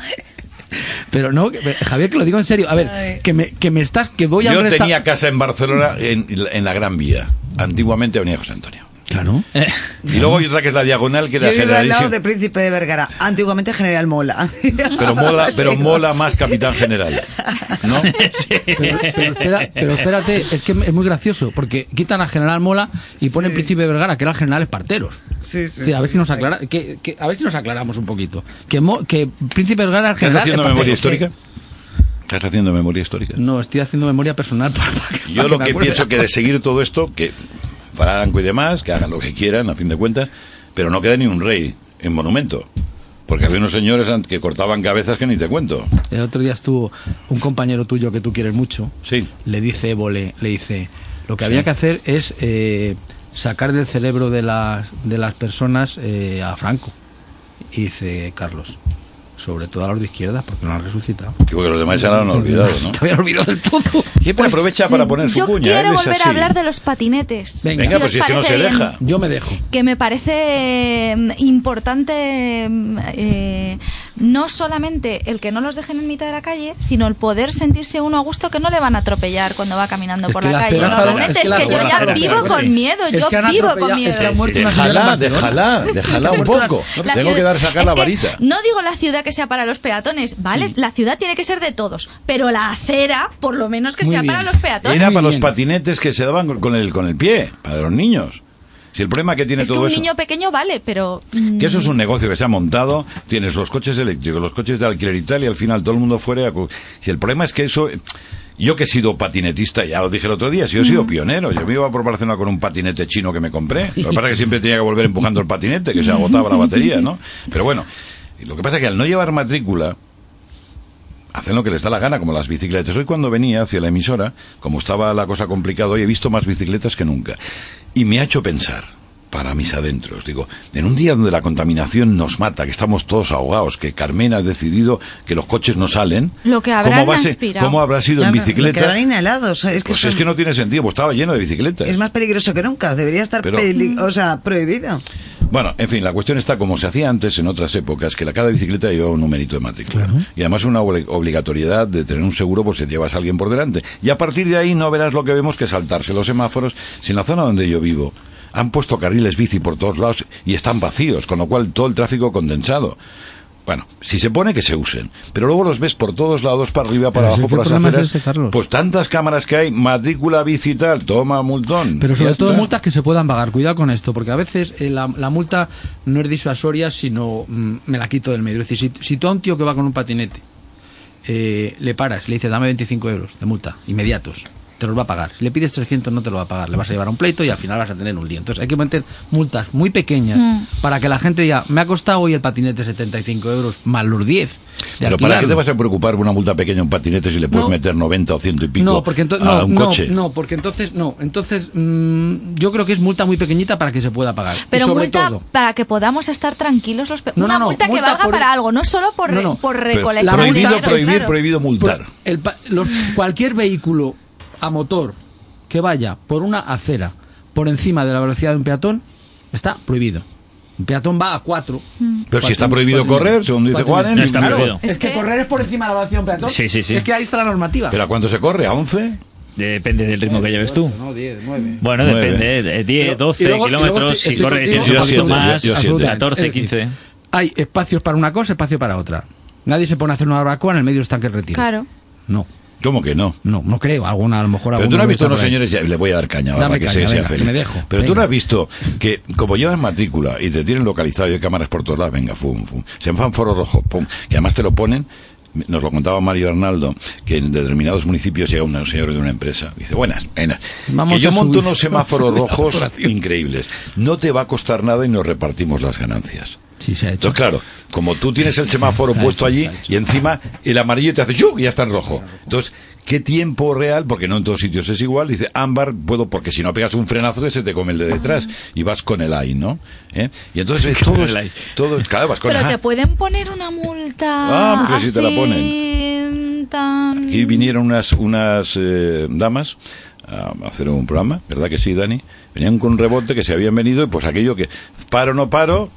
[SPEAKER 3] Pero no, que- Javier, que lo digo en serio. A ver, que me, que me estás, que *laughs* voy a
[SPEAKER 2] Yo
[SPEAKER 3] un resta-
[SPEAKER 2] tenía casa en Barcelona, en, en la Gran Vía. Antiguamente Avenida José Antonio.
[SPEAKER 3] Claro.
[SPEAKER 2] Y luego hay otra que es la diagonal, que
[SPEAKER 4] Yo
[SPEAKER 2] era
[SPEAKER 4] vivo al lado
[SPEAKER 2] Generalísimo.
[SPEAKER 4] de Príncipe de Vergara, antiguamente General Mola.
[SPEAKER 2] *laughs* Pero
[SPEAKER 4] *laughs*
[SPEAKER 2] mola, pero
[SPEAKER 4] Sí,
[SPEAKER 2] mola
[SPEAKER 4] sí.
[SPEAKER 2] más Capitán General. ¿No?
[SPEAKER 3] *laughs* Pero, pero espera- pero espérate, es que es muy gracioso, porque quitan a General Mola y ponen
[SPEAKER 4] Sí.
[SPEAKER 3] Príncipe de Vergara, que era General Esparteros.
[SPEAKER 4] Sí, sí,
[SPEAKER 3] Sí, a ver
[SPEAKER 4] sí,
[SPEAKER 3] si nos
[SPEAKER 4] sí.
[SPEAKER 3] aclara, que, que- a ver si nos aclaramos un poquito. Que, Mo- que Príncipe de Vergara era
[SPEAKER 2] ¿Estás
[SPEAKER 3] General
[SPEAKER 2] haciendo
[SPEAKER 3] Esparteros.
[SPEAKER 2] memoria histórica? ¿Estás haciendo memoria histórica?
[SPEAKER 3] No, estoy haciendo memoria personal. para- para
[SPEAKER 2] Yo lo
[SPEAKER 3] me
[SPEAKER 2] que
[SPEAKER 3] acuerde.
[SPEAKER 2] pienso que de seguir todo esto, que Franco y demás, que hagan lo que quieran, a fin de cuentas, pero no queda ni un rey en monumento. Porque había unos señores an- que cortaban cabezas que ni te cuento.
[SPEAKER 3] El otro día estuvo un compañero tuyo que tú quieres mucho.
[SPEAKER 2] Sí.
[SPEAKER 3] Le dice Évole, le dice, lo que había que hacer es eh, sacar del cerebro de las, de las personas eh, a Franco. Y dice Carlos, sobre todo a los de izquierda, porque no han resucitado.
[SPEAKER 2] Digo que los demás ya lo han olvidado,
[SPEAKER 3] *laughs*
[SPEAKER 2] ¿no?
[SPEAKER 3] Te había olvidado del todo.
[SPEAKER 2] Siempre
[SPEAKER 1] Pues
[SPEAKER 2] aprovecha
[SPEAKER 1] sí,
[SPEAKER 2] para poner su
[SPEAKER 1] Yo
[SPEAKER 2] puña.
[SPEAKER 1] quiero
[SPEAKER 2] él es
[SPEAKER 1] volver
[SPEAKER 2] así.
[SPEAKER 1] a hablar de los patinetes.
[SPEAKER 3] Venga.
[SPEAKER 2] Venga,
[SPEAKER 1] Si
[SPEAKER 2] pues
[SPEAKER 1] os
[SPEAKER 2] si es que no
[SPEAKER 1] parece
[SPEAKER 2] se
[SPEAKER 1] bien.
[SPEAKER 2] deja.
[SPEAKER 3] Yo me dejo.
[SPEAKER 1] que me parece mm, importante mm, eh, no solamente el que no los dejen en mitad de la calle, sino el poder sentirse uno a gusto que no le van a atropellar cuando va caminando
[SPEAKER 3] Es
[SPEAKER 1] por
[SPEAKER 3] que
[SPEAKER 1] la
[SPEAKER 3] la
[SPEAKER 1] calle.
[SPEAKER 3] acera
[SPEAKER 5] está-
[SPEAKER 1] Normalmente
[SPEAKER 5] es que
[SPEAKER 1] es
[SPEAKER 5] la
[SPEAKER 1] que yo
[SPEAKER 5] acera
[SPEAKER 1] ya
[SPEAKER 5] está-
[SPEAKER 1] vivo
[SPEAKER 5] sí.
[SPEAKER 1] con miedo,
[SPEAKER 3] Es
[SPEAKER 1] yo
[SPEAKER 3] que han
[SPEAKER 1] vivo
[SPEAKER 3] atropellado-
[SPEAKER 1] con miedo.
[SPEAKER 3] es que han muerto una señora
[SPEAKER 2] Déjala,
[SPEAKER 3] en Barcelona.
[SPEAKER 2] déjala,
[SPEAKER 1] *laughs*
[SPEAKER 2] déjala un poco.
[SPEAKER 1] La
[SPEAKER 2] Tengo
[SPEAKER 1] ciudad-
[SPEAKER 2] que dar sacar la
[SPEAKER 1] es que
[SPEAKER 2] varita.
[SPEAKER 1] No digo la ciudad que sea para los peatones, ¿vale? La ciudad tiene que ser de todos, pero la acera, por lo menos que
[SPEAKER 3] Muy
[SPEAKER 1] sea
[SPEAKER 3] bien.
[SPEAKER 1] para los peatones.
[SPEAKER 2] Era
[SPEAKER 3] Muy
[SPEAKER 2] para los
[SPEAKER 3] bien.
[SPEAKER 2] patinetes que se daban con el, con el pie, para los niños. Si el problema que tiene
[SPEAKER 1] Es que
[SPEAKER 2] todo
[SPEAKER 1] un
[SPEAKER 2] eso.
[SPEAKER 1] niño pequeño vale, pero mm,
[SPEAKER 2] Que eso es un negocio que se ha montado, tienes los coches eléctricos, los coches de alquiler y tal, y al final todo el mundo fuera. a cu- Si el problema es que eso. Yo que he sido patinetista, ya lo dije el otro día, si yo he sido pionero, yo me iba por Barcelona con un patinete chino que me compré. Lo que pasa es que siempre tenía que volver empujando el patinete, que se agotaba la batería, ¿no? Pero bueno, y lo que pasa es que al no llevar matrícula, hacen lo que les da la gana, como las bicicletas. Hoy cuando venía hacia la emisora, como estaba la cosa complicada, hoy he visto más bicicletas que nunca. Y me ha hecho pensar, para mis adentros, digo, en un día donde la contaminación nos mata, que estamos todos ahogados, que Carmen ha decidido que los coches no salen,
[SPEAKER 1] Lo que habrán
[SPEAKER 2] ¿cómo, va a ser-
[SPEAKER 1] aspirado.
[SPEAKER 2] cómo habrá sido en
[SPEAKER 4] Claro,
[SPEAKER 2] bicicleta?
[SPEAKER 4] quedarán inhalados. Es que,
[SPEAKER 2] Pues
[SPEAKER 4] son-
[SPEAKER 2] es que no tiene sentido, pues estaba lleno de bicicletas.
[SPEAKER 4] es más peligroso que nunca. Debería estar
[SPEAKER 2] Pero-
[SPEAKER 4] peli- o sea, prohibido.
[SPEAKER 2] Bueno, en fin, la cuestión está como se hacía antes en otras épocas, que la cada bicicleta llevaba un numerito de matrícula. Y además una obli- obligatoriedad de tener un seguro por si llevas a alguien por delante. Y a partir de ahí no verás lo que vemos que saltarse los semáforos. Si en la zona donde yo vivo han puesto carriles bici por todos lados y están vacíos, con lo cual todo el tráfico condensado. Bueno, si se pone que se usen, pero luego los ves por todos lados, para arriba, para
[SPEAKER 3] Pero
[SPEAKER 2] abajo,
[SPEAKER 3] si es que
[SPEAKER 2] por
[SPEAKER 3] el
[SPEAKER 2] las
[SPEAKER 3] problema es
[SPEAKER 2] aceras.
[SPEAKER 3] ese, Carlos.
[SPEAKER 2] pues tantas cámaras que hay, matrícula bici y tal, toma multón.
[SPEAKER 3] Pero sobre
[SPEAKER 2] Mm. Ya
[SPEAKER 3] todo
[SPEAKER 2] está.
[SPEAKER 3] multas que se puedan pagar. Cuidado con esto, porque a veces eh, la, la multa no es disuasoria, sino mm, me la quito del medio. Es decir, si, si tú a un tío que va con un patinete eh, le paras, le dices dame 25 euros de multa, inmediatos, te los va a pagar. Si le pides 300 no te lo va a pagar, le vas a llevar a un pleito y al final vas a tener un lío. Entonces hay que meter multas muy pequeñas para que la gente diga, me ha costado hoy el patinete 75 euros más los 10. de
[SPEAKER 2] Pero ¿para qué te
[SPEAKER 3] alquilarlo".
[SPEAKER 2] vas a preocupar por una multa pequeña en un patinete si le puedes
[SPEAKER 3] No.
[SPEAKER 2] meter 90 o 100 y pico
[SPEAKER 3] No, porque entonces
[SPEAKER 2] a
[SPEAKER 3] no,
[SPEAKER 2] un
[SPEAKER 3] no,
[SPEAKER 2] coche?
[SPEAKER 3] no, porque entonces no, entonces mm, yo creo que es multa muy pequeñita para que se pueda pagar. Y
[SPEAKER 1] Pero
[SPEAKER 3] sobre
[SPEAKER 1] multa
[SPEAKER 3] todo-
[SPEAKER 1] para que podamos estar tranquilos los pe-
[SPEAKER 3] No,
[SPEAKER 1] una
[SPEAKER 3] no, no,
[SPEAKER 1] multa,
[SPEAKER 3] multa
[SPEAKER 1] que valga
[SPEAKER 3] por-
[SPEAKER 1] para algo, no solo por,
[SPEAKER 3] No,
[SPEAKER 1] re-
[SPEAKER 3] no.
[SPEAKER 1] por
[SPEAKER 2] Pero
[SPEAKER 1] recolectar
[SPEAKER 3] la
[SPEAKER 2] prohibido,
[SPEAKER 1] dinero,
[SPEAKER 3] multa-
[SPEAKER 2] prohibir,
[SPEAKER 1] claro.
[SPEAKER 2] prohibido multar.
[SPEAKER 3] Pues, el pa- los- cualquier vehículo a motor que vaya por una acera por encima de la velocidad de un peatón está prohibido. Un peatón va a 4.
[SPEAKER 2] Pero si está prohibido correr, según dice Juan, ¿eh?
[SPEAKER 5] No, está prohibido.
[SPEAKER 1] Mm. Es
[SPEAKER 3] Es que
[SPEAKER 1] que-
[SPEAKER 3] correr es por encima de la velocidad de un peatón.
[SPEAKER 5] Sí, sí, sí.
[SPEAKER 3] Es que ahí está la normativa.
[SPEAKER 2] ¿Pero a cuánto se corre? ¿A 11?
[SPEAKER 5] Depende del ritmo que lleves tú.
[SPEAKER 3] Ocho, No, 10, 9.
[SPEAKER 5] Bueno,
[SPEAKER 2] Nueve.
[SPEAKER 5] depende, eh,
[SPEAKER 3] Pero-
[SPEAKER 5] 10,
[SPEAKER 3] y
[SPEAKER 5] 12
[SPEAKER 3] luego- y luego
[SPEAKER 5] kilómetros,
[SPEAKER 3] estoy-
[SPEAKER 5] si
[SPEAKER 3] estoy
[SPEAKER 5] corres
[SPEAKER 3] contigo-
[SPEAKER 5] un
[SPEAKER 2] Yo
[SPEAKER 5] poquito
[SPEAKER 2] siete,
[SPEAKER 5] más,
[SPEAKER 2] yo- yo siete.
[SPEAKER 5] 14,
[SPEAKER 3] Es decir,
[SPEAKER 5] 15.
[SPEAKER 3] Hay espacios para una cosa, espacio para otra. Nadie se pone a hacer una barbacoa en el medio del estanque del retiro.
[SPEAKER 1] Claro.
[SPEAKER 3] No,
[SPEAKER 2] ¿Cómo que no?
[SPEAKER 3] no, no creo. Alguna, a lo mejor
[SPEAKER 2] Pero tú
[SPEAKER 3] alguna
[SPEAKER 2] no has
[SPEAKER 3] debe
[SPEAKER 2] visto
[SPEAKER 3] estar
[SPEAKER 2] unos
[SPEAKER 3] por ahí.
[SPEAKER 2] señores, ya, le voy a dar caña ahora para
[SPEAKER 3] Dame
[SPEAKER 2] que se-
[SPEAKER 3] caña,
[SPEAKER 2] sea
[SPEAKER 3] venga,
[SPEAKER 2] feliz.
[SPEAKER 3] que me dejo.
[SPEAKER 2] Pero tú
[SPEAKER 3] Venga.
[SPEAKER 2] no has visto que como llevas matrícula y te tienen localizado y hay cámaras por todos lados, venga, fum, fum, se enfan foro rojo, pum, que además te lo ponen. Nos lo contaba Mario Arnaldo, que en determinados municipios llega un señor de una empresa. Dice, buenas, buenas.
[SPEAKER 3] Vamos
[SPEAKER 2] que yo
[SPEAKER 3] a
[SPEAKER 2] monto
[SPEAKER 3] subir. *laughs*
[SPEAKER 2] unos semáforos rojos
[SPEAKER 3] Corporación.
[SPEAKER 2] increíbles. No te va a costar nada y nos repartimos las ganancias.
[SPEAKER 3] Sí, se ha hecho.
[SPEAKER 2] Entonces, claro, como tú tienes el
[SPEAKER 5] *laughs*
[SPEAKER 2] semáforo puesto allí y encima el amarillo te hace ¡chu! y ya está en rojo. Entonces, ¿qué tiempo real? Porque no en todos sitios es igual. Dice ámbar, puedo, porque si no pegas un frenazo que se te come el de detrás y vas con el AI, ¿no? ¿Eh? Y
[SPEAKER 5] *laughs*
[SPEAKER 2] entonces
[SPEAKER 5] Con
[SPEAKER 2] todo,
[SPEAKER 5] el
[SPEAKER 2] es-
[SPEAKER 5] AI.
[SPEAKER 2] todo, es- claro, vas con
[SPEAKER 1] Pero
[SPEAKER 2] ajá.
[SPEAKER 1] te pueden poner una multa.
[SPEAKER 2] Ah, porque si te la
[SPEAKER 1] así, tan-
[SPEAKER 2] Aquí vinieron unas, unas eh, damas a hacer un programa, ¿verdad que sí, Dani? Venían con un rebote que se habían venido y pues aquello que paro no paro,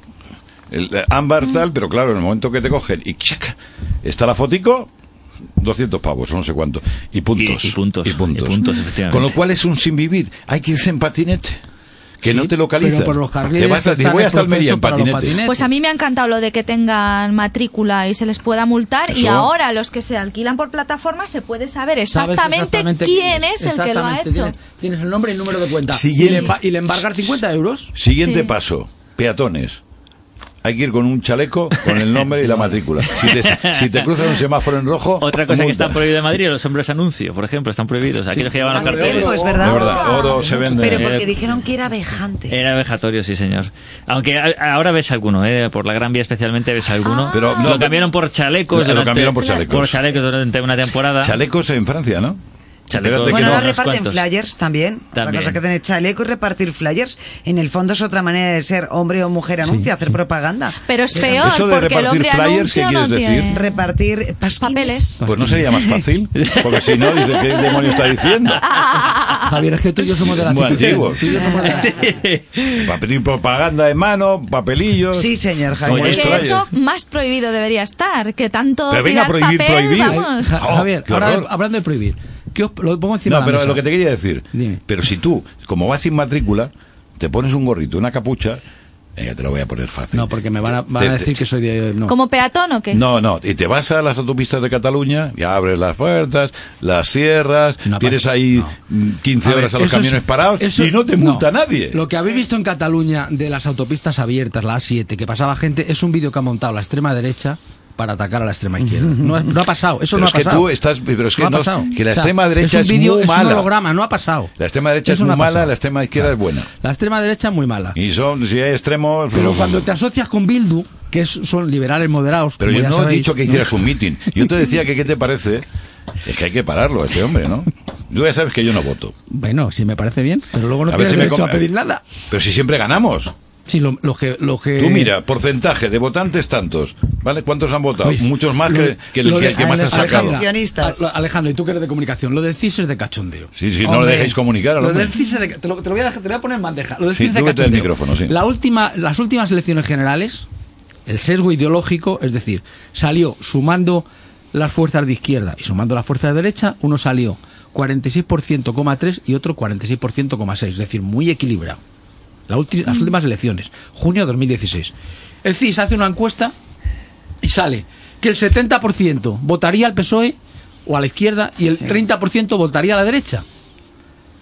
[SPEAKER 2] el eh, ámbar tal, pero claro, en el momento que te cogen y ¡chac! está la fotico, 200 pavos, o no sé cuánto, y puntos.
[SPEAKER 5] Y- y puntos,
[SPEAKER 2] Y puntos,
[SPEAKER 5] y puntos, efectivamente.
[SPEAKER 2] Con lo cual es un sin vivir, hay que irse en patinete. Que
[SPEAKER 3] Sí,
[SPEAKER 2] no te localiza.
[SPEAKER 3] pero por los carriles
[SPEAKER 2] Te vas a-
[SPEAKER 3] están
[SPEAKER 2] digo, voy
[SPEAKER 3] en
[SPEAKER 2] hasta Almería en
[SPEAKER 3] proceso para los
[SPEAKER 2] patinete.
[SPEAKER 3] patinetes.
[SPEAKER 1] Pues a mí me ha encantado lo de que tengan matrícula y se les pueda multar. Y
[SPEAKER 2] Eso.
[SPEAKER 1] ahora los que se alquilan por plataforma se puede saber
[SPEAKER 3] Sabes
[SPEAKER 1] exactamente, quién es el que lo ha
[SPEAKER 3] exactamente,
[SPEAKER 1] hecho.
[SPEAKER 3] Tienes, tienes el nombre y el número de cuenta.
[SPEAKER 2] Siguiente.
[SPEAKER 3] Y le, emba- y le embargar 50 euros.
[SPEAKER 2] Siguiente
[SPEAKER 1] Sí.
[SPEAKER 2] paso, peatones. Hay que ir con un chaleco, con el nombre
[SPEAKER 5] *laughs*
[SPEAKER 2] y la matrícula. Si te, si te cruzan un semáforo en rojo,
[SPEAKER 5] Otra cosa que
[SPEAKER 2] multa.
[SPEAKER 5] está prohibida en Madrid, los hombres anuncio, por ejemplo, están prohibidos. Aquellos que llevan los
[SPEAKER 4] Hace
[SPEAKER 5] carteles.
[SPEAKER 4] tiempo,
[SPEAKER 3] Oh,
[SPEAKER 4] es
[SPEAKER 2] De
[SPEAKER 4] verdad.
[SPEAKER 2] verdad, oro se vende.
[SPEAKER 4] Pero
[SPEAKER 5] Eh,
[SPEAKER 4] porque dijeron que era vejante.
[SPEAKER 5] Era vejatorio, sí, señor. Aunque a- ahora ves alguno, ¿eh? por la Gran Vía especialmente ves alguno.
[SPEAKER 2] Pero no-
[SPEAKER 5] lo cambiaron por chalecos.
[SPEAKER 2] Lo
[SPEAKER 5] durante-
[SPEAKER 2] cambiaron por chalecos.
[SPEAKER 5] Por chalecos durante una temporada.
[SPEAKER 2] Chalecos en Francia, ¿no?
[SPEAKER 5] Chalecos.
[SPEAKER 2] Espérate que
[SPEAKER 4] Bueno,
[SPEAKER 2] no.
[SPEAKER 4] ahora
[SPEAKER 5] unos
[SPEAKER 4] reparten
[SPEAKER 5] cuantos.
[SPEAKER 4] flyers también. La
[SPEAKER 5] También.
[SPEAKER 4] cosa que tener chaleco y repartir flyers. En el fondo es otra manera de ser hombre o mujer anuncio, hacer propaganda.
[SPEAKER 1] Pero es peor
[SPEAKER 2] Eso de
[SPEAKER 1] porque el
[SPEAKER 2] repartir
[SPEAKER 1] hombre
[SPEAKER 2] flyers, ¿qué
[SPEAKER 1] anuncio no
[SPEAKER 2] quieres decir?
[SPEAKER 1] tiene.
[SPEAKER 4] Repartir pasquines.
[SPEAKER 1] Papeles.
[SPEAKER 2] Pues no sería más fácil, porque si no, dice, ¿qué demonio está diciendo?
[SPEAKER 3] Javier, es que tú y yo somos de la
[SPEAKER 2] Muy antiguo.
[SPEAKER 3] Tú y yo somos de la-
[SPEAKER 1] *laughs*
[SPEAKER 2] Papel, propaganda de mano, papelillos.
[SPEAKER 4] Sí, señor
[SPEAKER 2] Oye,
[SPEAKER 4] Javier.
[SPEAKER 2] esto-
[SPEAKER 1] Que
[SPEAKER 2] Flyers.
[SPEAKER 1] eso más prohibido debería estar, que tanto
[SPEAKER 2] Pero venga,
[SPEAKER 1] tirar
[SPEAKER 2] prohibir,
[SPEAKER 1] papel,
[SPEAKER 2] prohibir.
[SPEAKER 1] vamos.
[SPEAKER 3] Ja-
[SPEAKER 2] Oh,
[SPEAKER 3] Javier,
[SPEAKER 2] qué
[SPEAKER 3] ahora
[SPEAKER 2] horror.
[SPEAKER 3] hablando de prohibir. ¿Qué os- lo pongo encima
[SPEAKER 2] No,
[SPEAKER 3] de la
[SPEAKER 2] pero
[SPEAKER 3] mesa?
[SPEAKER 2] lo que te quería decir,
[SPEAKER 3] Dime.
[SPEAKER 2] pero si tú, como vas sin matrícula, te pones un gorrito, una capucha, venga, te lo voy a poner fácil.
[SPEAKER 3] No, porque me van a, van
[SPEAKER 2] Te-
[SPEAKER 3] a
[SPEAKER 2] te-
[SPEAKER 3] decir que soy de... No.
[SPEAKER 1] ¿Como peatón o qué?
[SPEAKER 2] No, no, y te vas a las autopistas de Cataluña y abres las puertas, las cierras,
[SPEAKER 3] Una
[SPEAKER 2] tienes
[SPEAKER 3] pa-
[SPEAKER 2] ahí
[SPEAKER 3] no.
[SPEAKER 2] mm, 15
[SPEAKER 3] A ver,
[SPEAKER 2] horas a los
[SPEAKER 3] eso es-
[SPEAKER 2] camiones parados
[SPEAKER 3] eso-
[SPEAKER 2] y no te multa nadie.
[SPEAKER 3] Lo que habéis visto en Cataluña de las autopistas abiertas, la A7, que pasaba gente, es un vídeo que ha montado la extrema derecha para atacar a la extrema izquierda. No, ha- no ha pasado, eso
[SPEAKER 2] Pero
[SPEAKER 3] no
[SPEAKER 2] es
[SPEAKER 3] ha
[SPEAKER 2] que
[SPEAKER 3] pasado.
[SPEAKER 2] tú estás- pero es que
[SPEAKER 3] ha
[SPEAKER 2] no-
[SPEAKER 3] pasado.
[SPEAKER 2] que la extrema derecha es
[SPEAKER 3] un vídeo-
[SPEAKER 2] muy
[SPEAKER 3] Es
[SPEAKER 2] mala.
[SPEAKER 3] un holograma, no ha pasado.
[SPEAKER 2] La extrema derecha
[SPEAKER 3] Eso
[SPEAKER 2] es muy
[SPEAKER 3] no ha
[SPEAKER 2] mala,
[SPEAKER 3] pasado.
[SPEAKER 2] la extrema izquierda
[SPEAKER 3] Claro.
[SPEAKER 2] es buena.
[SPEAKER 3] La extrema derecha es muy mala.
[SPEAKER 2] Y son, si hay extremos...
[SPEAKER 3] Pero
[SPEAKER 2] pues,
[SPEAKER 3] cuando te asocias con Bildu, que es- son liberales moderados,
[SPEAKER 2] Pero
[SPEAKER 3] como
[SPEAKER 2] yo
[SPEAKER 3] ya
[SPEAKER 2] no he
[SPEAKER 3] sabéis,
[SPEAKER 2] dicho que
[SPEAKER 3] ¿no?
[SPEAKER 2] hicieras un meeting. Yo te decía que qué te parece. Es que hay que pararlo a este hombre, ¿no? Tú ya sabes que yo no voto.
[SPEAKER 3] Bueno, si me parece bien, pero luego no
[SPEAKER 2] a ver
[SPEAKER 3] tienes
[SPEAKER 2] si me
[SPEAKER 3] derecho
[SPEAKER 2] com- eh.
[SPEAKER 3] a pedir nada. Eh.
[SPEAKER 2] Pero si siempre ganamos.
[SPEAKER 3] Sí, lo, lo que, lo que...
[SPEAKER 2] Tú mira, porcentaje de votantes tantos, ¿vale? ¿Cuántos han votado?
[SPEAKER 3] Oye,
[SPEAKER 2] Muchos más
[SPEAKER 3] lo-
[SPEAKER 2] que, que el
[SPEAKER 3] lo
[SPEAKER 2] que,
[SPEAKER 3] de-
[SPEAKER 2] el que más has sacado.
[SPEAKER 4] Alejandra. Guionistas.
[SPEAKER 3] A- Alejandro, y tú que eres de comunicación, lo decís es de cachondeo.
[SPEAKER 2] Sí, sí, no lo dejéis comunicar al
[SPEAKER 3] lo
[SPEAKER 2] hombre.
[SPEAKER 3] del CIS es de ca- te, lo, te lo voy a dejar- te lo voy a poner en bandeja. Lo del
[SPEAKER 2] Sí,
[SPEAKER 3] CIS es de
[SPEAKER 2] tú vete del
[SPEAKER 3] cachondeo.
[SPEAKER 2] micrófono, sí.
[SPEAKER 3] La última, las últimas elecciones generales, el sesgo ideológico, es decir, salió sumando las fuerzas de izquierda y sumando las fuerzas de derecha, uno salió 46,3 y otro 46,6, es decir, muy equilibrado. La ulti- las últimas elecciones, junio de 2016. El CIS hace una encuesta y sale que el 70% votaría al PSOE o a la izquierda y el 30% votaría a la derecha.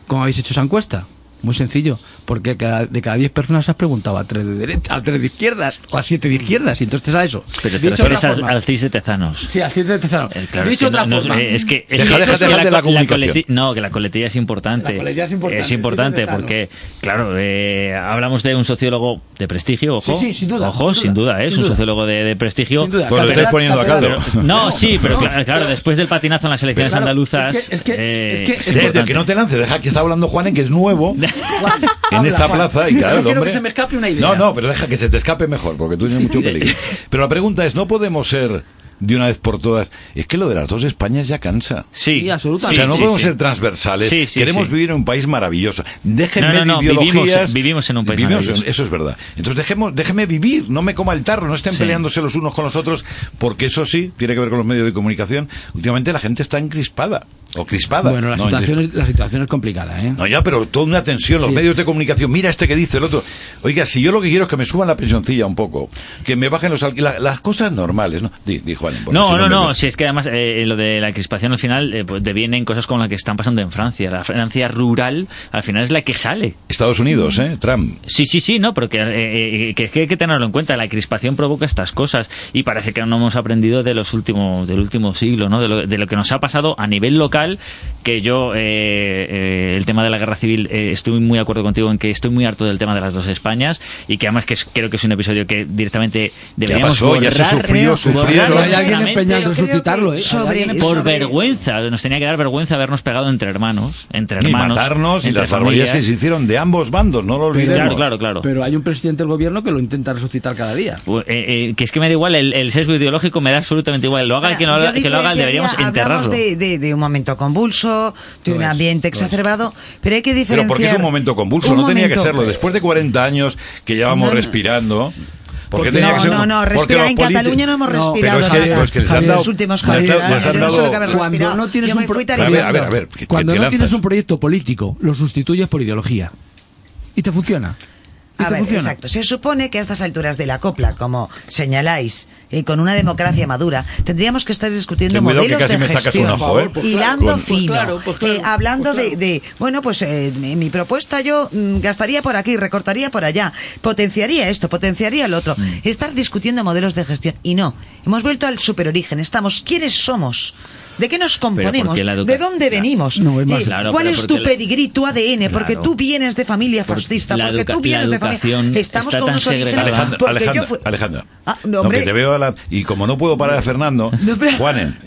[SPEAKER 3] ¿Cómo habéis hecho esa encuesta? Muy sencillo, porque cada- de cada 10 personas has preguntado a 3 de derecha, a 3 de izquierdas o a 7 de izquierdas, y entonces te sale eso.
[SPEAKER 5] Pero
[SPEAKER 3] Dicho
[SPEAKER 5] te
[SPEAKER 3] de
[SPEAKER 5] refieres
[SPEAKER 3] otra
[SPEAKER 5] al,
[SPEAKER 3] forma-
[SPEAKER 5] al CIS de Tezanos.
[SPEAKER 3] Sí, a 7 de Tezanos.
[SPEAKER 5] Eh, claro,
[SPEAKER 3] Dicho
[SPEAKER 5] es que
[SPEAKER 3] de otra
[SPEAKER 5] no- no-
[SPEAKER 3] forma.
[SPEAKER 5] eh, es que, es
[SPEAKER 2] Deja-
[SPEAKER 5] que-
[SPEAKER 2] deja
[SPEAKER 5] es que
[SPEAKER 2] de hablar de la
[SPEAKER 5] co-
[SPEAKER 2] comunicación.
[SPEAKER 5] coleti- no, que la coletilla es importante.
[SPEAKER 3] La coletilla es importante,
[SPEAKER 5] Es importante
[SPEAKER 3] sí, sí,
[SPEAKER 5] porque, claro, eh, hablamos de un sociólogo de prestigio, ojo.
[SPEAKER 3] Sí, sí, sin duda,
[SPEAKER 5] Ojo,
[SPEAKER 3] sin
[SPEAKER 5] sin duda,
[SPEAKER 3] duda,
[SPEAKER 5] ¿eh? es
[SPEAKER 3] sin
[SPEAKER 5] un
[SPEAKER 3] duda.
[SPEAKER 5] sociólogo de, de prestigio.
[SPEAKER 3] Sin duda,
[SPEAKER 2] Pues lo
[SPEAKER 5] Pero-
[SPEAKER 2] estáis poniendo a caldo.
[SPEAKER 3] catedral.
[SPEAKER 5] No, sí, pero
[SPEAKER 3] No.
[SPEAKER 5] cla- claro, después del patinazo en las elecciones
[SPEAKER 3] Pero claro,
[SPEAKER 5] andaluzas.
[SPEAKER 3] es que- es que-
[SPEAKER 5] eh,
[SPEAKER 3] es que-
[SPEAKER 5] es
[SPEAKER 3] es
[SPEAKER 2] De- de
[SPEAKER 5] importante.
[SPEAKER 2] que no te lances, deja que está hablando Juan, en que es
[SPEAKER 5] *laughs*
[SPEAKER 2] nuevo
[SPEAKER 3] Juan,
[SPEAKER 2] en
[SPEAKER 3] habla,
[SPEAKER 2] esta
[SPEAKER 3] Juan.
[SPEAKER 2] plaza y claro,
[SPEAKER 3] Yo
[SPEAKER 2] el
[SPEAKER 3] quiero que
[SPEAKER 2] hombre-
[SPEAKER 3] se me escape una idea.
[SPEAKER 2] No, no, pero deja que se te escape mejor, porque tú tienes mucho peligro. Pero la pregunta es, ¿no podemos ser de una vez por todas? Es que lo de las dos Españas ya cansa.
[SPEAKER 5] Sí,
[SPEAKER 3] Sí, absolutamente.
[SPEAKER 2] o sea, no
[SPEAKER 5] sí,
[SPEAKER 2] podemos
[SPEAKER 5] sí.
[SPEAKER 2] ser transversales.
[SPEAKER 5] Sí, sí,
[SPEAKER 2] Queremos
[SPEAKER 5] sí.
[SPEAKER 2] vivir en un país maravilloso. Déjenme
[SPEAKER 5] No, no, no,
[SPEAKER 2] de ideologías.
[SPEAKER 5] vivimos- vivimos en un país maravilloso.
[SPEAKER 2] Eso es verdad. Entonces, dejemos, déjeme vivir. No me coma el tarro. No estén
[SPEAKER 5] Sí.
[SPEAKER 2] peleándose los unos con los otros. Porque eso sí, tiene que ver con los medios de comunicación. Últimamente la gente está encrispada. O crispada.
[SPEAKER 3] Bueno, la,
[SPEAKER 2] No,
[SPEAKER 3] situación, es, la situación es complicada, ¿eh?
[SPEAKER 2] no, ya, pero toda una tensión, los
[SPEAKER 3] Sí.
[SPEAKER 2] medios de comunicación, mira este que dice el otro. Oiga, si yo lo que quiero es que me suban la pensioncilla un poco, que me bajen los alquileres, las cosas normales, ¿no? Di, di, Juan. porque si
[SPEAKER 5] No, no,
[SPEAKER 2] me-
[SPEAKER 5] no, si es que además eh, lo de la crispación al final eh, pues devienen cosas como la que están pasando en Francia. La Francia rural al final es la que sale.
[SPEAKER 2] Estados Unidos, ¿eh? Trump.
[SPEAKER 5] Sí, sí, sí, no, pero que, eh, eh, que- que hay que tenerlo en cuenta. La crispación provoca estas cosas y parece que no hemos aprendido de los últimos, del último siglo, ¿no? De lo, de lo que nos ha pasado a nivel local brutal que yo eh, eh, el tema de la guerra civil eh, estoy muy de acuerdo contigo en que estoy muy harto del tema de las dos Españas y que además que es- creo que es un episodio que directamente deberíamos
[SPEAKER 2] pasó, ya se
[SPEAKER 5] borrar,
[SPEAKER 2] sufrió, sufrieron.
[SPEAKER 5] borrar
[SPEAKER 3] Hay alguien
[SPEAKER 5] directamente.
[SPEAKER 3] empeñado
[SPEAKER 4] Pero
[SPEAKER 3] en
[SPEAKER 4] creo que
[SPEAKER 3] suscitarlo, ¿eh? Hay
[SPEAKER 4] sobre-
[SPEAKER 3] alguien
[SPEAKER 5] por
[SPEAKER 4] sobre-
[SPEAKER 5] vergüenza, nos tenía que dar vergüenza habernos pegado entre hermanos, entre
[SPEAKER 2] Y
[SPEAKER 5] hermanos,
[SPEAKER 2] matarnos y
[SPEAKER 5] entre
[SPEAKER 2] las barbaridades que
[SPEAKER 5] familias.
[SPEAKER 2] se hicieron de ambos bandos, no lo olvidemos.
[SPEAKER 5] Claro, claro, claro.
[SPEAKER 3] Pero hay un presidente del gobierno que lo intenta resucitar cada día.
[SPEAKER 5] Eh, eh, que es que me da igual, el, el sesgo ideológico me da absolutamente igual. Lo haga el que no
[SPEAKER 4] Ahora,
[SPEAKER 5] haga,
[SPEAKER 4] yo
[SPEAKER 5] que lo haga, el
[SPEAKER 4] diferenciaría-
[SPEAKER 5] deberíamos enterrarlo.
[SPEAKER 4] Hablamos de, de- de un momento convulso, de
[SPEAKER 3] Lo
[SPEAKER 4] un
[SPEAKER 3] es,
[SPEAKER 4] ambiente
[SPEAKER 3] lo es.
[SPEAKER 4] exacerbado, pero hay que diferenciar...
[SPEAKER 2] Pero porque es un momento convulso,
[SPEAKER 4] Un
[SPEAKER 2] no tenía que
[SPEAKER 4] momento-
[SPEAKER 2] serlo. Después de 40 años que ya vamos
[SPEAKER 4] No, no.
[SPEAKER 2] respirando. ¿por qué
[SPEAKER 3] Porque-
[SPEAKER 2] tenía
[SPEAKER 4] no,
[SPEAKER 2] que ser
[SPEAKER 4] no,
[SPEAKER 2] un-
[SPEAKER 4] no,
[SPEAKER 2] porque
[SPEAKER 4] respira
[SPEAKER 2] los
[SPEAKER 4] en
[SPEAKER 2] politi-
[SPEAKER 4] Cataluña no hemos
[SPEAKER 3] No,
[SPEAKER 4] respirado.
[SPEAKER 2] pero es que-
[SPEAKER 4] nada.
[SPEAKER 2] pues que les han
[SPEAKER 4] En
[SPEAKER 2] dado-
[SPEAKER 4] los últimos
[SPEAKER 2] les han
[SPEAKER 4] Javier,
[SPEAKER 2] dado- les
[SPEAKER 4] yo
[SPEAKER 2] han
[SPEAKER 4] no sé lo que
[SPEAKER 2] dado-
[SPEAKER 4] haber
[SPEAKER 3] Cuando
[SPEAKER 4] respirado.
[SPEAKER 3] no tienes
[SPEAKER 4] Yo me
[SPEAKER 3] un pro-
[SPEAKER 4] fui
[SPEAKER 3] A ver,
[SPEAKER 2] a ver, a
[SPEAKER 4] tariando.
[SPEAKER 2] ver, a ver. que-
[SPEAKER 3] Cuando
[SPEAKER 2] que
[SPEAKER 3] no
[SPEAKER 2] lanzas.
[SPEAKER 3] tienes un proyecto político, lo sustituyes por ideología. Y te funciona. Y
[SPEAKER 4] A
[SPEAKER 3] te
[SPEAKER 4] ver,
[SPEAKER 3] funciona.
[SPEAKER 4] exacto. Se supone que a estas alturas de la copla, como señaláis, y con una democracia madura, tendríamos que estar discutiendo
[SPEAKER 2] Ten cuidado que
[SPEAKER 4] modelos
[SPEAKER 2] casi
[SPEAKER 4] de
[SPEAKER 2] me sacas
[SPEAKER 4] gestión,
[SPEAKER 2] un ojo, ¿eh?
[SPEAKER 3] Pues claro,
[SPEAKER 4] hilando
[SPEAKER 2] pues
[SPEAKER 4] fino,
[SPEAKER 3] claro, pues claro,
[SPEAKER 4] eh, hablando
[SPEAKER 3] pues
[SPEAKER 4] de,
[SPEAKER 3] claro.
[SPEAKER 4] de, bueno, pues eh, mi mi propuesta yo mm, gastaría por aquí, recortaría por allá, potenciaría esto, potenciaría lo otro. Estar discutiendo modelos de gestión y no, hemos vuelto al superorigen. Estamos, ¿quiénes somos? ¿De qué nos componemos?
[SPEAKER 5] porque la educa-
[SPEAKER 4] ¿De dónde
[SPEAKER 5] Claro.
[SPEAKER 4] venimos?
[SPEAKER 3] No, es más-
[SPEAKER 4] Eh,
[SPEAKER 5] Claro,
[SPEAKER 4] ¿Cuál
[SPEAKER 5] pero
[SPEAKER 4] es tu
[SPEAKER 5] porque la-
[SPEAKER 4] pedigrí, tu ADN? Porque
[SPEAKER 5] Claro.
[SPEAKER 4] tú vienes de familia
[SPEAKER 5] Porque
[SPEAKER 4] fascista,
[SPEAKER 5] la
[SPEAKER 4] porque
[SPEAKER 5] educa-
[SPEAKER 4] tú vienes
[SPEAKER 5] la
[SPEAKER 4] de
[SPEAKER 5] educación
[SPEAKER 4] familia. Estamos
[SPEAKER 5] está
[SPEAKER 4] con
[SPEAKER 5] tan
[SPEAKER 4] unos orígenes.
[SPEAKER 5] segregada.
[SPEAKER 2] Alejandra,
[SPEAKER 4] porque yo
[SPEAKER 2] Alejandra,
[SPEAKER 4] fui-
[SPEAKER 2] Alejandra.
[SPEAKER 4] Ah, no,
[SPEAKER 2] No,
[SPEAKER 4] hombre.
[SPEAKER 2] que te veo a la- Y como no puedo parar a Fernando,
[SPEAKER 4] No, hombre.
[SPEAKER 2] Juanen,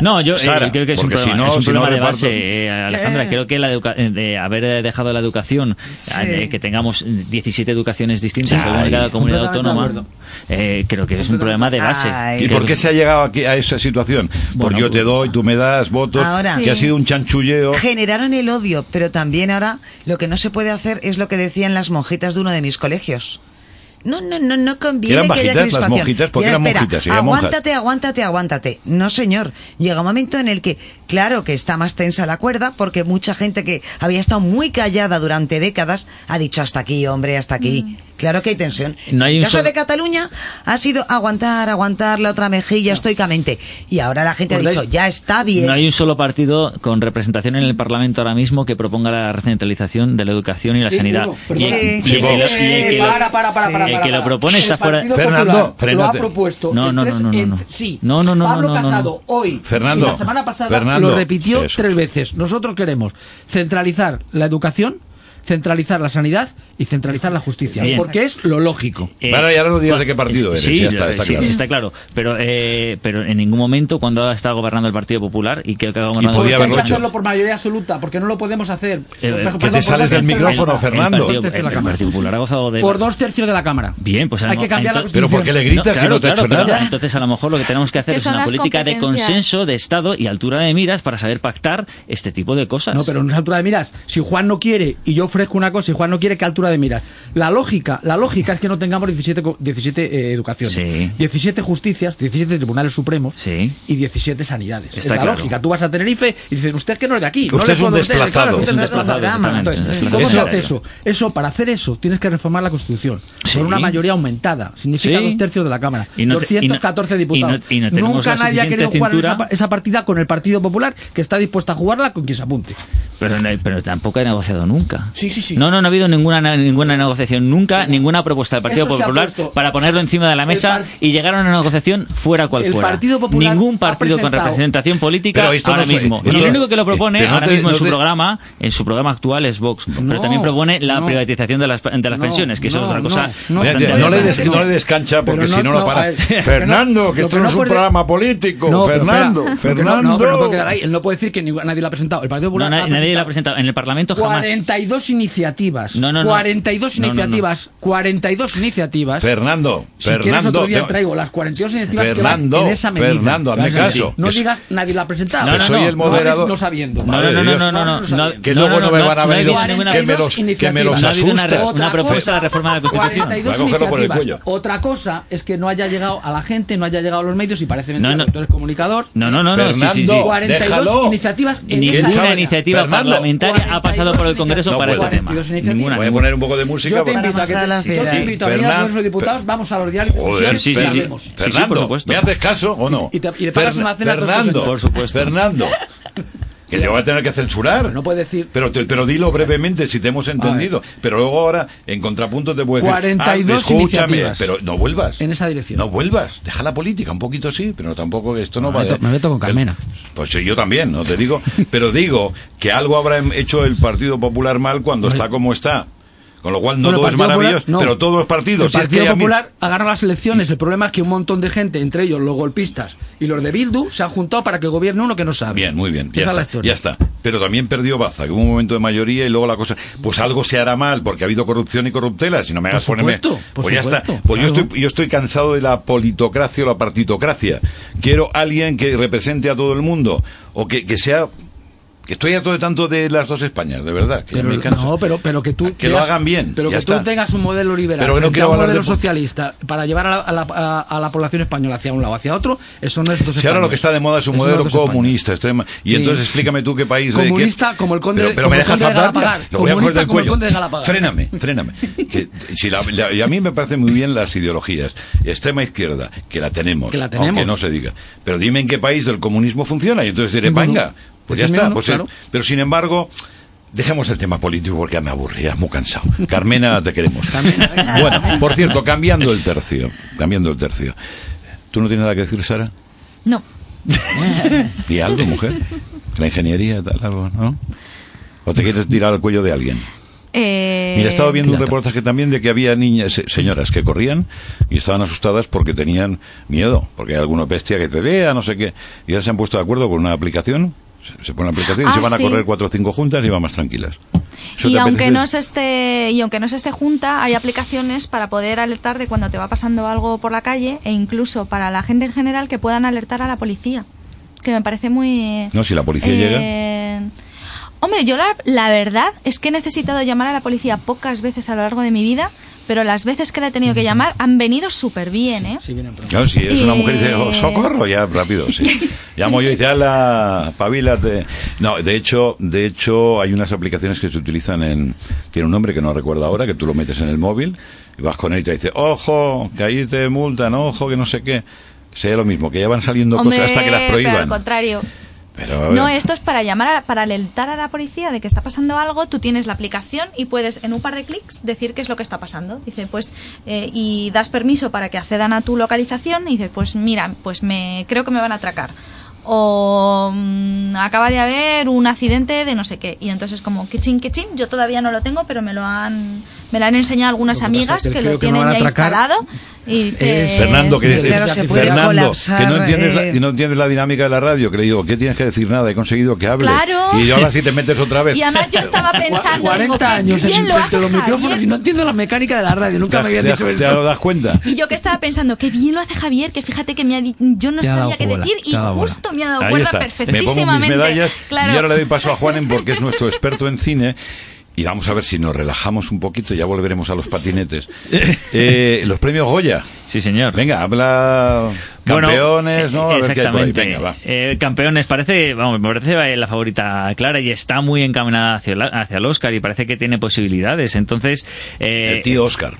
[SPEAKER 5] No, yo eh,
[SPEAKER 2] Sara,
[SPEAKER 5] creo que es un
[SPEAKER 2] porque si
[SPEAKER 5] problema,
[SPEAKER 2] no-
[SPEAKER 5] es un
[SPEAKER 2] si no
[SPEAKER 5] problema de
[SPEAKER 2] reparto-
[SPEAKER 5] base, eh, Alejandra.
[SPEAKER 4] ¿Qué?
[SPEAKER 5] Creo que la educa- eh, de haber dejado la educación,
[SPEAKER 4] Sí.
[SPEAKER 5] eh, que tengamos 17 educaciones distintas
[SPEAKER 2] Sí.
[SPEAKER 5] según cada comunidad
[SPEAKER 3] Completamente de
[SPEAKER 5] autónoma, eh, creo que es un problema de base.
[SPEAKER 4] Ay.
[SPEAKER 2] ¿Y
[SPEAKER 5] Creo
[SPEAKER 2] por qué
[SPEAKER 5] que-
[SPEAKER 2] se ha llegado aquí a esa situación?
[SPEAKER 5] Bueno,
[SPEAKER 2] Porque
[SPEAKER 3] pues,
[SPEAKER 2] yo te doy, tú me das votos,
[SPEAKER 4] Ahora.
[SPEAKER 2] que
[SPEAKER 1] Sí.
[SPEAKER 2] ha sido un chanchulleo.
[SPEAKER 4] Generaron el odio, pero también ahora lo que no se puede hacer es lo que decían las monjitas de uno de mis colegios. No, no, no, no conviene
[SPEAKER 2] ¿Eran
[SPEAKER 4] que haya
[SPEAKER 2] bajitas las
[SPEAKER 4] crispación.
[SPEAKER 2] monjitas? ¿Por qué
[SPEAKER 4] Y ahora,
[SPEAKER 2] eran
[SPEAKER 4] espera,
[SPEAKER 2] monjitas? Eran monjas.
[SPEAKER 4] aguántate, aguántate, aguántate. No, señor. Llega un momento en el que, claro que está más tensa la cuerda, porque mucha gente que había estado muy callada durante décadas ha dicho hasta aquí, hombre, hasta aquí. Claro que hay tensión.
[SPEAKER 5] Mm. No hay
[SPEAKER 4] el
[SPEAKER 5] un
[SPEAKER 4] caso
[SPEAKER 5] solo-
[SPEAKER 4] de Cataluña ha sido aguantar, aguantar la otra mejilla estoicamente. Y ahora la gente ha
[SPEAKER 3] Pues
[SPEAKER 4] dicho,
[SPEAKER 3] hay-
[SPEAKER 4] ya está bien.
[SPEAKER 5] No hay un solo partido con representación en el Parlamento ahora mismo que proponga la recentralización de la educación y la
[SPEAKER 3] Sí,
[SPEAKER 5] sanidad.
[SPEAKER 3] uno,
[SPEAKER 5] Y-
[SPEAKER 3] perdón.
[SPEAKER 4] Sí.
[SPEAKER 5] y- y- y- y-
[SPEAKER 4] Sí,
[SPEAKER 5] y-
[SPEAKER 3] Para, para, para,
[SPEAKER 4] Sí.
[SPEAKER 3] para,
[SPEAKER 5] El
[SPEAKER 3] para,
[SPEAKER 5] que lo
[SPEAKER 3] para.
[SPEAKER 5] propone está
[SPEAKER 3] El
[SPEAKER 5] fuera-
[SPEAKER 3] Partido
[SPEAKER 2] Fernando,
[SPEAKER 3] Popular Lo ha
[SPEAKER 2] frénate.
[SPEAKER 3] propuesto.
[SPEAKER 5] No,
[SPEAKER 3] en
[SPEAKER 5] no, no,
[SPEAKER 3] tres-
[SPEAKER 5] no, no,
[SPEAKER 3] en-
[SPEAKER 5] no.
[SPEAKER 3] Sí.
[SPEAKER 5] No, no, no, no,
[SPEAKER 3] Pablo
[SPEAKER 5] no, no, no.
[SPEAKER 3] Casado, hoy.
[SPEAKER 2] Fernando,
[SPEAKER 3] y la semana pasada
[SPEAKER 2] Fernando,
[SPEAKER 3] lo repitió
[SPEAKER 2] eso.
[SPEAKER 3] tres veces. Nosotros queremos centralizar la educación, centralizar la sanidad y centralizar la justicia.
[SPEAKER 5] Bien.
[SPEAKER 3] Porque es lo lógico.
[SPEAKER 5] Eh,
[SPEAKER 2] Vale, y ahora no digas de qué
[SPEAKER 5] bueno,
[SPEAKER 2] partido eres,
[SPEAKER 5] Sí,
[SPEAKER 2] ya está, está
[SPEAKER 5] sí,
[SPEAKER 2] claro.
[SPEAKER 5] sí, está claro. Pero, eh, pero en ningún momento cuando ha estado gobernando el Partido Popular y creo que ha
[SPEAKER 2] podía
[SPEAKER 5] gobernado
[SPEAKER 3] Porque
[SPEAKER 5] el
[SPEAKER 3] hay
[SPEAKER 2] haberlo
[SPEAKER 3] que
[SPEAKER 2] hecho.
[SPEAKER 3] hacerlo por mayoría absoluta, porque no lo podemos hacer.
[SPEAKER 5] Eh,
[SPEAKER 3] Por-
[SPEAKER 5] que
[SPEAKER 3] perdón,
[SPEAKER 5] te
[SPEAKER 3] por
[SPEAKER 2] sales
[SPEAKER 3] dos
[SPEAKER 2] del
[SPEAKER 3] tercios de la
[SPEAKER 2] micrófono,
[SPEAKER 3] Cámara.
[SPEAKER 2] Fernando.
[SPEAKER 5] El
[SPEAKER 3] Por dos tercios de
[SPEAKER 5] partido,
[SPEAKER 3] la
[SPEAKER 5] el Partido Popular ha gozado de...
[SPEAKER 3] Por dos tercios de la Cámara.
[SPEAKER 5] Bien, pues a lo
[SPEAKER 3] Hay que
[SPEAKER 5] mejor-
[SPEAKER 3] cambiar la
[SPEAKER 5] entonces-
[SPEAKER 2] Pero ¿por
[SPEAKER 3] Constitución.
[SPEAKER 2] qué le gritas si
[SPEAKER 5] claro,
[SPEAKER 2] no te
[SPEAKER 5] claro,
[SPEAKER 2] ha hecho
[SPEAKER 5] claro.
[SPEAKER 2] nada?
[SPEAKER 5] Entonces a lo mejor lo que tenemos que hacer
[SPEAKER 1] que
[SPEAKER 5] es,
[SPEAKER 1] son
[SPEAKER 5] una
[SPEAKER 1] las
[SPEAKER 5] política de
[SPEAKER 1] competencias.
[SPEAKER 5] consenso, de Estado y altura de miras para saber pactar este tipo de cosas.
[SPEAKER 3] No, pero en una altura de miras. Si Juan no quiere y yo ofrezco una cosa y Juan no quiere, ¿qué altura de miras? La lógica, la lógica es que no tengamos 17, co- 17 eh, educaciones,
[SPEAKER 5] Sí.
[SPEAKER 3] 17 justicias, 17 tribunales supremos
[SPEAKER 5] Sí.
[SPEAKER 3] y 17 sanidades.
[SPEAKER 5] Está
[SPEAKER 3] es la
[SPEAKER 5] claro.
[SPEAKER 3] lógica. Tú vas a Tenerife y dices, usted es que no es de aquí. no
[SPEAKER 2] Usted
[SPEAKER 3] le
[SPEAKER 2] es un
[SPEAKER 3] puedo- usted-
[SPEAKER 2] desplazado.
[SPEAKER 3] claro, usted
[SPEAKER 5] Es un
[SPEAKER 4] Entonces,
[SPEAKER 5] desplazado,
[SPEAKER 4] drama.
[SPEAKER 5] totalmente, es un
[SPEAKER 3] Entonces,
[SPEAKER 5] desplazado.
[SPEAKER 3] Pues, ¿Cómo se
[SPEAKER 2] Eso-
[SPEAKER 3] hace eso? Eso, para hacer eso, tienes que reformar la Constitución.
[SPEAKER 5] Sí.
[SPEAKER 3] Con una mayoría aumentada. Significa
[SPEAKER 5] Sí.
[SPEAKER 3] dos tercios de la Cámara.
[SPEAKER 5] Y no te- y no-
[SPEAKER 3] 214
[SPEAKER 5] y no-
[SPEAKER 3] diputados.
[SPEAKER 5] y no tenemos
[SPEAKER 3] Nunca
[SPEAKER 5] la
[SPEAKER 3] nadie ha querido
[SPEAKER 5] suficiente
[SPEAKER 3] jugar
[SPEAKER 5] cintura.
[SPEAKER 3] esa, pa- esa partida con el Partido Popular, que está dispuesta a jugarla con quien se apunte.
[SPEAKER 5] Pero, no- pero tampoco he negociado nunca.
[SPEAKER 3] Sí, sí, sí.
[SPEAKER 5] No, no, no ha habido ninguna, ninguna negociación nunca, ninguna propuesta del Partido
[SPEAKER 3] Eso se ha
[SPEAKER 5] Popular
[SPEAKER 3] puesto.
[SPEAKER 5] para ponerlo encima de la mesa
[SPEAKER 3] El par-
[SPEAKER 5] y llegar a una negociación fuera cual
[SPEAKER 3] El
[SPEAKER 5] fuera.
[SPEAKER 3] Partido Popular
[SPEAKER 5] Ningún
[SPEAKER 3] ha
[SPEAKER 5] partido con
[SPEAKER 3] presentado-
[SPEAKER 5] representación política
[SPEAKER 2] Pero esto
[SPEAKER 5] ahora
[SPEAKER 2] no se-
[SPEAKER 5] mismo.
[SPEAKER 2] esto-
[SPEAKER 5] y el único que lo propone
[SPEAKER 2] Pero no
[SPEAKER 5] ahora
[SPEAKER 2] te-
[SPEAKER 5] mismo en
[SPEAKER 2] no
[SPEAKER 5] su
[SPEAKER 2] te-
[SPEAKER 5] programa, en su programa actual es Vox,
[SPEAKER 3] No,
[SPEAKER 5] pero también propone la
[SPEAKER 3] no.
[SPEAKER 5] privatización de las, de las
[SPEAKER 3] No,
[SPEAKER 5] pensiones, que eso es
[SPEAKER 3] no,
[SPEAKER 5] otra cosa.
[SPEAKER 3] no,
[SPEAKER 2] Mira,
[SPEAKER 5] bastante
[SPEAKER 2] tío, no, le
[SPEAKER 5] aberrante.
[SPEAKER 2] des, no le des cancha
[SPEAKER 3] *laughs* Pero
[SPEAKER 2] porque
[SPEAKER 3] no-
[SPEAKER 2] si no lo
[SPEAKER 3] no, a
[SPEAKER 2] para.
[SPEAKER 3] ver, que no-
[SPEAKER 2] Fernando, que
[SPEAKER 3] lo
[SPEAKER 2] esto
[SPEAKER 3] que
[SPEAKER 2] no
[SPEAKER 3] no
[SPEAKER 2] es un
[SPEAKER 3] puede-
[SPEAKER 2] programa político.
[SPEAKER 3] No, pero
[SPEAKER 2] Fernando,
[SPEAKER 3] espera, porque
[SPEAKER 2] Fernando.
[SPEAKER 3] No, no, pero no puedo quedar ahí. Él no puede decir que ni- nadie lo ha presentado. El Partido
[SPEAKER 5] No,
[SPEAKER 3] Popular.
[SPEAKER 5] na-
[SPEAKER 3] ha
[SPEAKER 5] nadie la ha
[SPEAKER 3] presentado
[SPEAKER 5] presentado. En el Parlamento jamás.
[SPEAKER 3] 42 iniciativas.
[SPEAKER 5] No, no, no.
[SPEAKER 3] 42
[SPEAKER 5] No, no, no.
[SPEAKER 3] iniciativas. 42 iniciativas.
[SPEAKER 2] Fernando,
[SPEAKER 3] Si quieres
[SPEAKER 2] Fernando.
[SPEAKER 3] otro día
[SPEAKER 2] te-
[SPEAKER 3] traigo las 42 iniciativas
[SPEAKER 2] Fernando,
[SPEAKER 3] que van en esa medida.
[SPEAKER 2] Fernando, hazme
[SPEAKER 3] Gracias.
[SPEAKER 2] caso.
[SPEAKER 3] No
[SPEAKER 2] Que so-
[SPEAKER 3] digas, nadie la ha presentado.
[SPEAKER 5] No,
[SPEAKER 2] que
[SPEAKER 5] no,
[SPEAKER 2] soy
[SPEAKER 5] no.
[SPEAKER 2] el moderador.
[SPEAKER 3] No, no sabiendo.
[SPEAKER 5] No,
[SPEAKER 2] Madre
[SPEAKER 5] no,
[SPEAKER 2] de
[SPEAKER 5] no, no,
[SPEAKER 2] Dios.
[SPEAKER 5] no, no,
[SPEAKER 3] Madre de
[SPEAKER 5] no.
[SPEAKER 3] Dios.
[SPEAKER 2] Que
[SPEAKER 5] no,
[SPEAKER 2] luego
[SPEAKER 5] no,
[SPEAKER 2] no me van a
[SPEAKER 5] no ha
[SPEAKER 2] venir
[SPEAKER 5] habido
[SPEAKER 2] que
[SPEAKER 5] ninguna-
[SPEAKER 2] me los- que me los
[SPEAKER 5] No ha habido una
[SPEAKER 2] asusta.
[SPEAKER 5] re- una propuesta de reforma de la Constitución.
[SPEAKER 2] Voy a cogerlo por el
[SPEAKER 3] iniciativas.
[SPEAKER 2] cuello.
[SPEAKER 3] Otra cosa es que no haya llegado a la gente, no haya llegado a los medios y parece mentira
[SPEAKER 5] No, no.
[SPEAKER 3] que tú eres comunicador.
[SPEAKER 5] No, no, no, no, sí, sí, sí.
[SPEAKER 2] Fernando,
[SPEAKER 3] 42
[SPEAKER 2] déjalo.
[SPEAKER 3] iniciativas en
[SPEAKER 2] Eh, ¿Quién
[SPEAKER 3] esa
[SPEAKER 5] Ninguna
[SPEAKER 2] sabe?
[SPEAKER 5] iniciativa
[SPEAKER 2] Fernando.
[SPEAKER 5] parlamentaria ha pasado por el Congreso
[SPEAKER 2] No
[SPEAKER 5] para este
[SPEAKER 2] puedo.
[SPEAKER 5] tema.
[SPEAKER 3] 42 iniciativas.
[SPEAKER 5] Ninguna.
[SPEAKER 2] Voy a poner un poco de música.
[SPEAKER 3] Yo te
[SPEAKER 2] porque-
[SPEAKER 3] invito a que
[SPEAKER 4] Para pasar las
[SPEAKER 3] yo te
[SPEAKER 4] vidas.
[SPEAKER 3] invito a venir a
[SPEAKER 2] Fernan-
[SPEAKER 3] los diputados,
[SPEAKER 2] Fer-
[SPEAKER 3] vamos a los diarios
[SPEAKER 2] Joder,
[SPEAKER 5] Sí, sí,
[SPEAKER 3] y
[SPEAKER 5] sí.
[SPEAKER 3] hablemos.
[SPEAKER 5] Sí, sí, por
[SPEAKER 2] Fernando,
[SPEAKER 5] supuesto.
[SPEAKER 2] ¿me haces caso o no?
[SPEAKER 3] Y- y te- y le pagas una cena a todos tus
[SPEAKER 2] Fernando,
[SPEAKER 3] *laughs*
[SPEAKER 5] oyentes. Por supuesto.
[SPEAKER 2] Fernando, Que yo voy a tener que censurar.
[SPEAKER 3] No puede decir-
[SPEAKER 2] Pero, te- pero dilo brevemente si te hemos entendido. Pero luego ahora, en contrapunto, te puedo decir.
[SPEAKER 3] 42
[SPEAKER 2] ah, escúchame,
[SPEAKER 3] iniciativas.
[SPEAKER 2] pero no vuelvas.
[SPEAKER 3] En esa dirección.
[SPEAKER 2] No vuelvas. Deja la política, un poquito sí, pero tampoco esto no
[SPEAKER 3] Me
[SPEAKER 2] va
[SPEAKER 3] meto-
[SPEAKER 2] de-
[SPEAKER 3] me meto con Carmena.
[SPEAKER 2] Pues sí, yo también, no te digo. Pero digo que algo habrá em- hecho el Partido Popular mal cuando está como está. Con lo cual no
[SPEAKER 3] Bueno,
[SPEAKER 2] todo es
[SPEAKER 3] Partido Popular,
[SPEAKER 2] maravilloso,
[SPEAKER 3] no.
[SPEAKER 2] pero todos los partidos.
[SPEAKER 3] El
[SPEAKER 2] si es
[SPEAKER 3] Partido
[SPEAKER 2] que a mí-
[SPEAKER 3] Popular ha ganado las elecciones. El problema es que un montón de gente, entre ellos los golpistas y los de Bildu, se han juntado para que gobierne uno que no sabe.
[SPEAKER 2] Bien, muy bien. Ya,
[SPEAKER 3] Esa es
[SPEAKER 2] está,
[SPEAKER 3] la historia.
[SPEAKER 2] ya está. Pero también perdió Baza, que hubo un momento de mayoría y luego la cosa. Pues algo se hará mal, porque ha habido corrupción y corruptela. Si no me
[SPEAKER 3] Por
[SPEAKER 2] hagas ponerme.
[SPEAKER 3] supuesto, por
[SPEAKER 2] pues ya está.
[SPEAKER 3] supuesto,
[SPEAKER 2] Pues yo,
[SPEAKER 3] claro.
[SPEAKER 2] estoy, yo estoy cansado de la politocracia o la partitocracia. Quiero alguien que represente a todo el mundo. O que, que sea. que Estoy harto de tanto de las dos Españas, de verdad. Que ya
[SPEAKER 3] Pero,
[SPEAKER 2] me canso.
[SPEAKER 3] no, pero, pero que tú.
[SPEAKER 2] Que lo hagan bien,
[SPEAKER 3] Pero
[SPEAKER 2] ya
[SPEAKER 3] que
[SPEAKER 2] está.
[SPEAKER 3] tú tengas un modelo liberal.
[SPEAKER 2] Pero que no
[SPEAKER 3] frente
[SPEAKER 2] quiero
[SPEAKER 3] a un
[SPEAKER 2] hablar de
[SPEAKER 3] modelo
[SPEAKER 2] po-
[SPEAKER 3] socialista para llevar a la, a la- a- a la población española hacia un lado hacia otro, eso no es dos
[SPEAKER 2] Si ahora
[SPEAKER 3] Españas.
[SPEAKER 2] lo que está de moda es un
[SPEAKER 3] Eso no
[SPEAKER 2] modelo
[SPEAKER 3] dos Españas.
[SPEAKER 2] comunista, extrema. Y
[SPEAKER 3] Sí.
[SPEAKER 2] entonces explícame tú qué país. de qué-
[SPEAKER 3] Comunista como el conde-
[SPEAKER 2] pero, pero
[SPEAKER 3] como
[SPEAKER 2] me
[SPEAKER 3] el
[SPEAKER 2] dejas
[SPEAKER 3] conde de
[SPEAKER 2] hablar.
[SPEAKER 3] Galapagar.
[SPEAKER 2] Lo voy a coger
[SPEAKER 3] Comunista
[SPEAKER 2] del
[SPEAKER 3] como el
[SPEAKER 2] cuello.
[SPEAKER 3] conde de Galapagar.
[SPEAKER 2] Fréname,
[SPEAKER 3] *laughs*
[SPEAKER 2] fréname. Que- si la- la- y a mí me parecen muy bien las ideologías. Extrema izquierda, que la tenemos.
[SPEAKER 3] Que la tenemos.
[SPEAKER 2] Aunque no se diga. Pero dime en qué país del comunismo funciona. Y entonces diré,
[SPEAKER 3] Ninguno.
[SPEAKER 2] venga. Pues ya
[SPEAKER 3] Pues
[SPEAKER 2] está.
[SPEAKER 3] ninguno,
[SPEAKER 2] pues,
[SPEAKER 3] claro.
[SPEAKER 2] Pero sin embargo. Dejemos el tema político porque ya me aburre, ya muy cansado. Carmena, te queremos.
[SPEAKER 3] Carmena,
[SPEAKER 2] bueno, por cierto, cambiando el tercio. Cambiando el tercio. ¿Tú no tienes nada que decir, Sara?
[SPEAKER 1] No.
[SPEAKER 2] ¿Y algo, mujer? La ingeniería, tal, algo, ¿no? ¿O te quieres tirar al cuello de alguien?
[SPEAKER 1] Eh,
[SPEAKER 2] Mira, he estado viendo un
[SPEAKER 3] Plata.
[SPEAKER 2] reportaje también de que había niñas, se- señoras que corrían y estaban asustadas porque tenían miedo, porque hay alguna bestia que te vea, no sé qué. Y ahora se han puesto de acuerdo con una aplicación, se, se pone la aplicación y
[SPEAKER 1] Ah,
[SPEAKER 2] se van a
[SPEAKER 1] sí.
[SPEAKER 2] correr cuatro o cinco juntas y van más tranquilas. ¿Eso
[SPEAKER 1] Y
[SPEAKER 2] te
[SPEAKER 1] aunque,
[SPEAKER 2] apetece?
[SPEAKER 1] no se esté, y aunque no se esté junta, hay aplicaciones para poder alertar de cuando te va pasando algo por la calle e incluso para la gente en general que puedan alertar a la policía. Que me parece muy...
[SPEAKER 2] No, si la policía
[SPEAKER 1] Eh, llega... Hombre, yo la, la verdad es que he necesitado llamar a la policía pocas veces a lo largo de mi vida, pero las veces que la he tenido que llamar han venido súper bien, ¿eh?
[SPEAKER 3] Sí, vienen pronto.
[SPEAKER 2] Claro, si es una mujer y dice,
[SPEAKER 1] Eh.
[SPEAKER 2] "Oh, socorro, ya rápido, sí. Llamo yo y dice, ala, pavílate. No, de hecho, de hecho, hay unas aplicaciones que se utilizan en, tiene un nombre que no recuerdo ahora, que tú lo metes en el móvil y vas con él y te dice, ojo, que ahí te multan, ojo, que no sé qué. Sea lo mismo, que ya van saliendo
[SPEAKER 1] Hombre,
[SPEAKER 2] cosas pues, hasta que las
[SPEAKER 1] Pero al
[SPEAKER 2] prohíban.
[SPEAKER 1] contrario.
[SPEAKER 2] Pero, a ver,
[SPEAKER 1] No, esto es para llamar, a- para alertar a la policía de que está pasando algo. Tú tienes la aplicación y puedes en un par de clics decir qué es lo que está pasando. Dice, pues, eh, y das permiso para que accedan a tu localización y dices, pues mira, pues me creo que me van a atracar. O mm, acaba de haber un accidente de no sé qué. Y entonces como, kichín, kichín, yo todavía no lo tengo, pero me lo han, me lo han enseñado algunas
[SPEAKER 3] Lo que pasa
[SPEAKER 1] amigas que,
[SPEAKER 3] es que el
[SPEAKER 1] lo
[SPEAKER 3] creo que me
[SPEAKER 1] tienen
[SPEAKER 3] van a
[SPEAKER 1] ya
[SPEAKER 3] atracar
[SPEAKER 1] instalado. Y dices,
[SPEAKER 3] es-
[SPEAKER 2] Fernando, que,
[SPEAKER 4] Sí,
[SPEAKER 2] es-
[SPEAKER 4] claro,
[SPEAKER 2] es-
[SPEAKER 4] se puede
[SPEAKER 2] Fernando,
[SPEAKER 4] colapsar,
[SPEAKER 2] que no entiendes, la,
[SPEAKER 4] eh.
[SPEAKER 2] que no entiendes la dinámica de la radio, que le digo, ¿qué tienes que decir? Nada, he conseguido que hable.
[SPEAKER 1] Claro.
[SPEAKER 2] Y ahora sí te metes otra vez.
[SPEAKER 1] *laughs* Y además
[SPEAKER 2] *laughs*
[SPEAKER 1] yo estaba pensando, digo,
[SPEAKER 3] 40 años
[SPEAKER 1] ¿quién
[SPEAKER 3] en
[SPEAKER 1] lo hace,
[SPEAKER 3] los micrófonos
[SPEAKER 1] Javier?
[SPEAKER 3] y no entiendo la mecánica de la radio. Nunca me
[SPEAKER 2] ¿Te,
[SPEAKER 3] habían
[SPEAKER 2] te-
[SPEAKER 3] dicho
[SPEAKER 2] te
[SPEAKER 3] esto.
[SPEAKER 2] das cuenta?
[SPEAKER 1] Y yo que estaba pensando, qué bien lo hace Javier, que fíjate que me ha di- yo no
[SPEAKER 3] Te ha
[SPEAKER 1] sabía
[SPEAKER 3] dado
[SPEAKER 1] qué
[SPEAKER 3] bola,
[SPEAKER 1] decir y
[SPEAKER 3] te ha dado bola.
[SPEAKER 1] justo me ha dado
[SPEAKER 2] Ahí
[SPEAKER 1] cuerda
[SPEAKER 2] está. Me pongo mis
[SPEAKER 1] perfectísimamente.
[SPEAKER 2] medallas
[SPEAKER 1] claro.
[SPEAKER 2] y ahora le doy paso a Juanen
[SPEAKER 1] *laughs*
[SPEAKER 2] porque es nuestro experto en cine. Y vamos a ver si nos relajamos un poquito, ya volveremos a los patinetes. Eh, los premios Goya.
[SPEAKER 5] Sí, señor.
[SPEAKER 2] Venga, habla
[SPEAKER 5] Bueno,
[SPEAKER 2] campeones, ¿no? A
[SPEAKER 5] eh,
[SPEAKER 2] ver qué hay por ahí.
[SPEAKER 5] Exactamente.
[SPEAKER 2] Venga, va.
[SPEAKER 5] Eh, campeones, parece, vamos, me parece eh, la favorita clara y está muy encaminada hacia, la- hacia el Oscar y parece que tiene posibilidades. Entonces, eh,
[SPEAKER 2] El tío Oscar.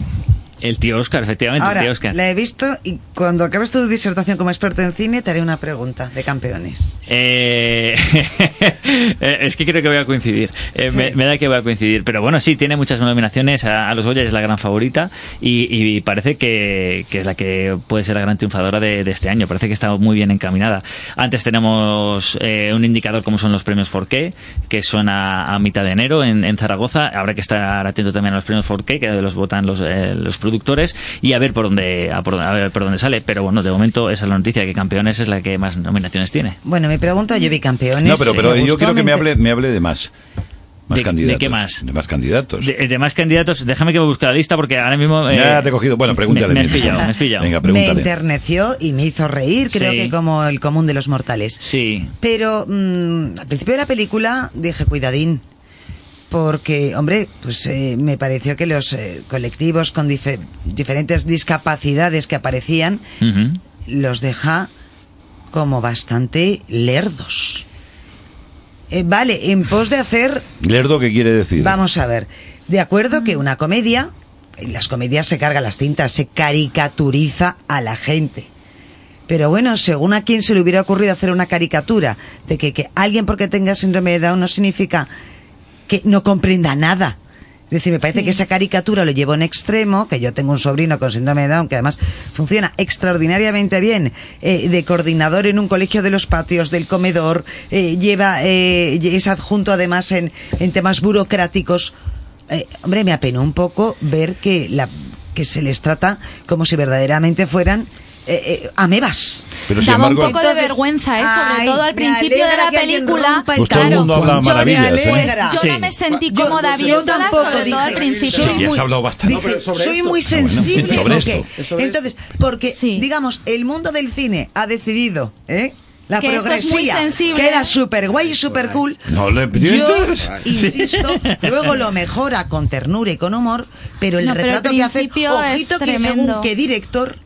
[SPEAKER 5] el tío Oscar, efectivamente, el
[SPEAKER 4] Ahora,
[SPEAKER 5] tío Oscar.
[SPEAKER 4] la he visto y cuando acabes tu disertación como experto en cine te haré una pregunta de campeones.
[SPEAKER 5] Eh, *laughs* eh, es que creo que voy a coincidir. Eh, me, me da que voy a coincidir. Pero bueno, sí, tiene muchas nominaciones. A, a los Goya es la gran favorita y, y parece que, que es la que puede ser la gran triunfadora de, de este año. Parece que está muy bien encaminada. Antes tenemos eh, un indicador como son los premios 4K, que son a, a mitad de enero en, en Zaragoza. Habrá que estar atento también a los premios 4K, que los votan los, eh, los productores, y a ver por dónde, a por- a ver por dónde sale. Pero bueno, de momento esa es la noticia, que Campeones es la que más nominaciones tiene.
[SPEAKER 4] Bueno, mi pregunta, yo vi campeones.
[SPEAKER 2] No, pero, pero
[SPEAKER 4] me
[SPEAKER 2] yo
[SPEAKER 4] gustó,
[SPEAKER 2] quiero que me
[SPEAKER 4] inter-
[SPEAKER 2] hable, me hable de más. Más
[SPEAKER 5] ¿De- de
[SPEAKER 2] candidatos.
[SPEAKER 5] qué más?
[SPEAKER 2] De más candidatos.
[SPEAKER 5] De, de más candidatos, déjame que me busque la lista porque ahora mismo. eh,
[SPEAKER 2] Ya te he cogido. Bueno, pregúntale,
[SPEAKER 5] Me, me has
[SPEAKER 2] mientras.
[SPEAKER 5] pillado, me has pillado.
[SPEAKER 2] Venga,
[SPEAKER 4] Me
[SPEAKER 2] pregúntale.
[SPEAKER 4] enterneció y me hizo reír, creo
[SPEAKER 5] Sí.
[SPEAKER 4] que como el común de los mortales.
[SPEAKER 5] Sí.
[SPEAKER 4] Pero mm, al principio de la película dije, cuidadín. Porque, hombre, pues eh, me pareció que los eh, colectivos con dife- diferentes discapacidades que aparecían
[SPEAKER 5] Ujú.
[SPEAKER 4] los deja como bastante lerdos. Eh, vale, en pos de hacer
[SPEAKER 2] Lerdo, ¿qué quiere decir?
[SPEAKER 4] Vamos a ver. De acuerdo que una comedia, en las comedias se cargan las tintas, se caricaturiza a la gente. Pero bueno, según a quién se le hubiera ocurrido hacer una caricatura de que, que alguien porque tenga síndrome de Down no significa que no comprenda nada. Es decir, me parece
[SPEAKER 1] Sí.
[SPEAKER 4] que esa caricatura lo llevó a un extremo, que yo tengo un sobrino con síndrome de Down, que además funciona extraordinariamente bien, eh, de coordinador en un colegio de los patios, del comedor, eh, lleva, eh, y es adjunto además en, en temas burocráticos. Eh, hombre, me apenó un poco ver que, la, que se les trata como si verdaderamente fueran eh, eh, amebas.
[SPEAKER 2] Pero sin
[SPEAKER 1] Daba
[SPEAKER 2] embargo,
[SPEAKER 1] un poco de
[SPEAKER 4] Entonces,
[SPEAKER 1] vergüenza, ¿eh? sobre
[SPEAKER 4] ay,
[SPEAKER 1] todo al
[SPEAKER 4] me
[SPEAKER 1] principio de
[SPEAKER 4] alegra
[SPEAKER 1] la
[SPEAKER 4] que alguien
[SPEAKER 1] película.
[SPEAKER 4] rompa el
[SPEAKER 2] Pues todo el
[SPEAKER 1] claro,
[SPEAKER 2] mundo habla
[SPEAKER 1] yo-
[SPEAKER 2] maravillas,
[SPEAKER 1] Pues,
[SPEAKER 2] ¿eh?
[SPEAKER 1] yo
[SPEAKER 5] Sí.
[SPEAKER 1] no me sentí
[SPEAKER 4] Yo-
[SPEAKER 1] cómoda
[SPEAKER 4] yo
[SPEAKER 1] viéndola,
[SPEAKER 4] tampoco
[SPEAKER 1] sobre todo
[SPEAKER 4] dije.
[SPEAKER 1] al principio.
[SPEAKER 2] Sí, ya has hablado bastante.
[SPEAKER 4] dije,
[SPEAKER 2] No,
[SPEAKER 3] pero sobre
[SPEAKER 4] soy
[SPEAKER 3] esto.
[SPEAKER 4] muy
[SPEAKER 2] bueno,
[SPEAKER 4] sensible.
[SPEAKER 2] sobre
[SPEAKER 4] ok.
[SPEAKER 2] esto.
[SPEAKER 3] Es sobre
[SPEAKER 4] Entonces, porque,
[SPEAKER 1] Sí.
[SPEAKER 4] digamos, el mundo del cine ha decidido, ¿eh? La
[SPEAKER 1] Que esto es muy
[SPEAKER 4] progresía,
[SPEAKER 1] sensible.
[SPEAKER 4] que era súper guay y súper cool.
[SPEAKER 2] No le
[SPEAKER 4] Yo,
[SPEAKER 2] pides.
[SPEAKER 4] insisto, luego lo mejora con ternura y con humor, pero el
[SPEAKER 1] No, pero el
[SPEAKER 4] retrato que hace,
[SPEAKER 1] principio es
[SPEAKER 4] ojito que según
[SPEAKER 1] tremendo.
[SPEAKER 4] qué director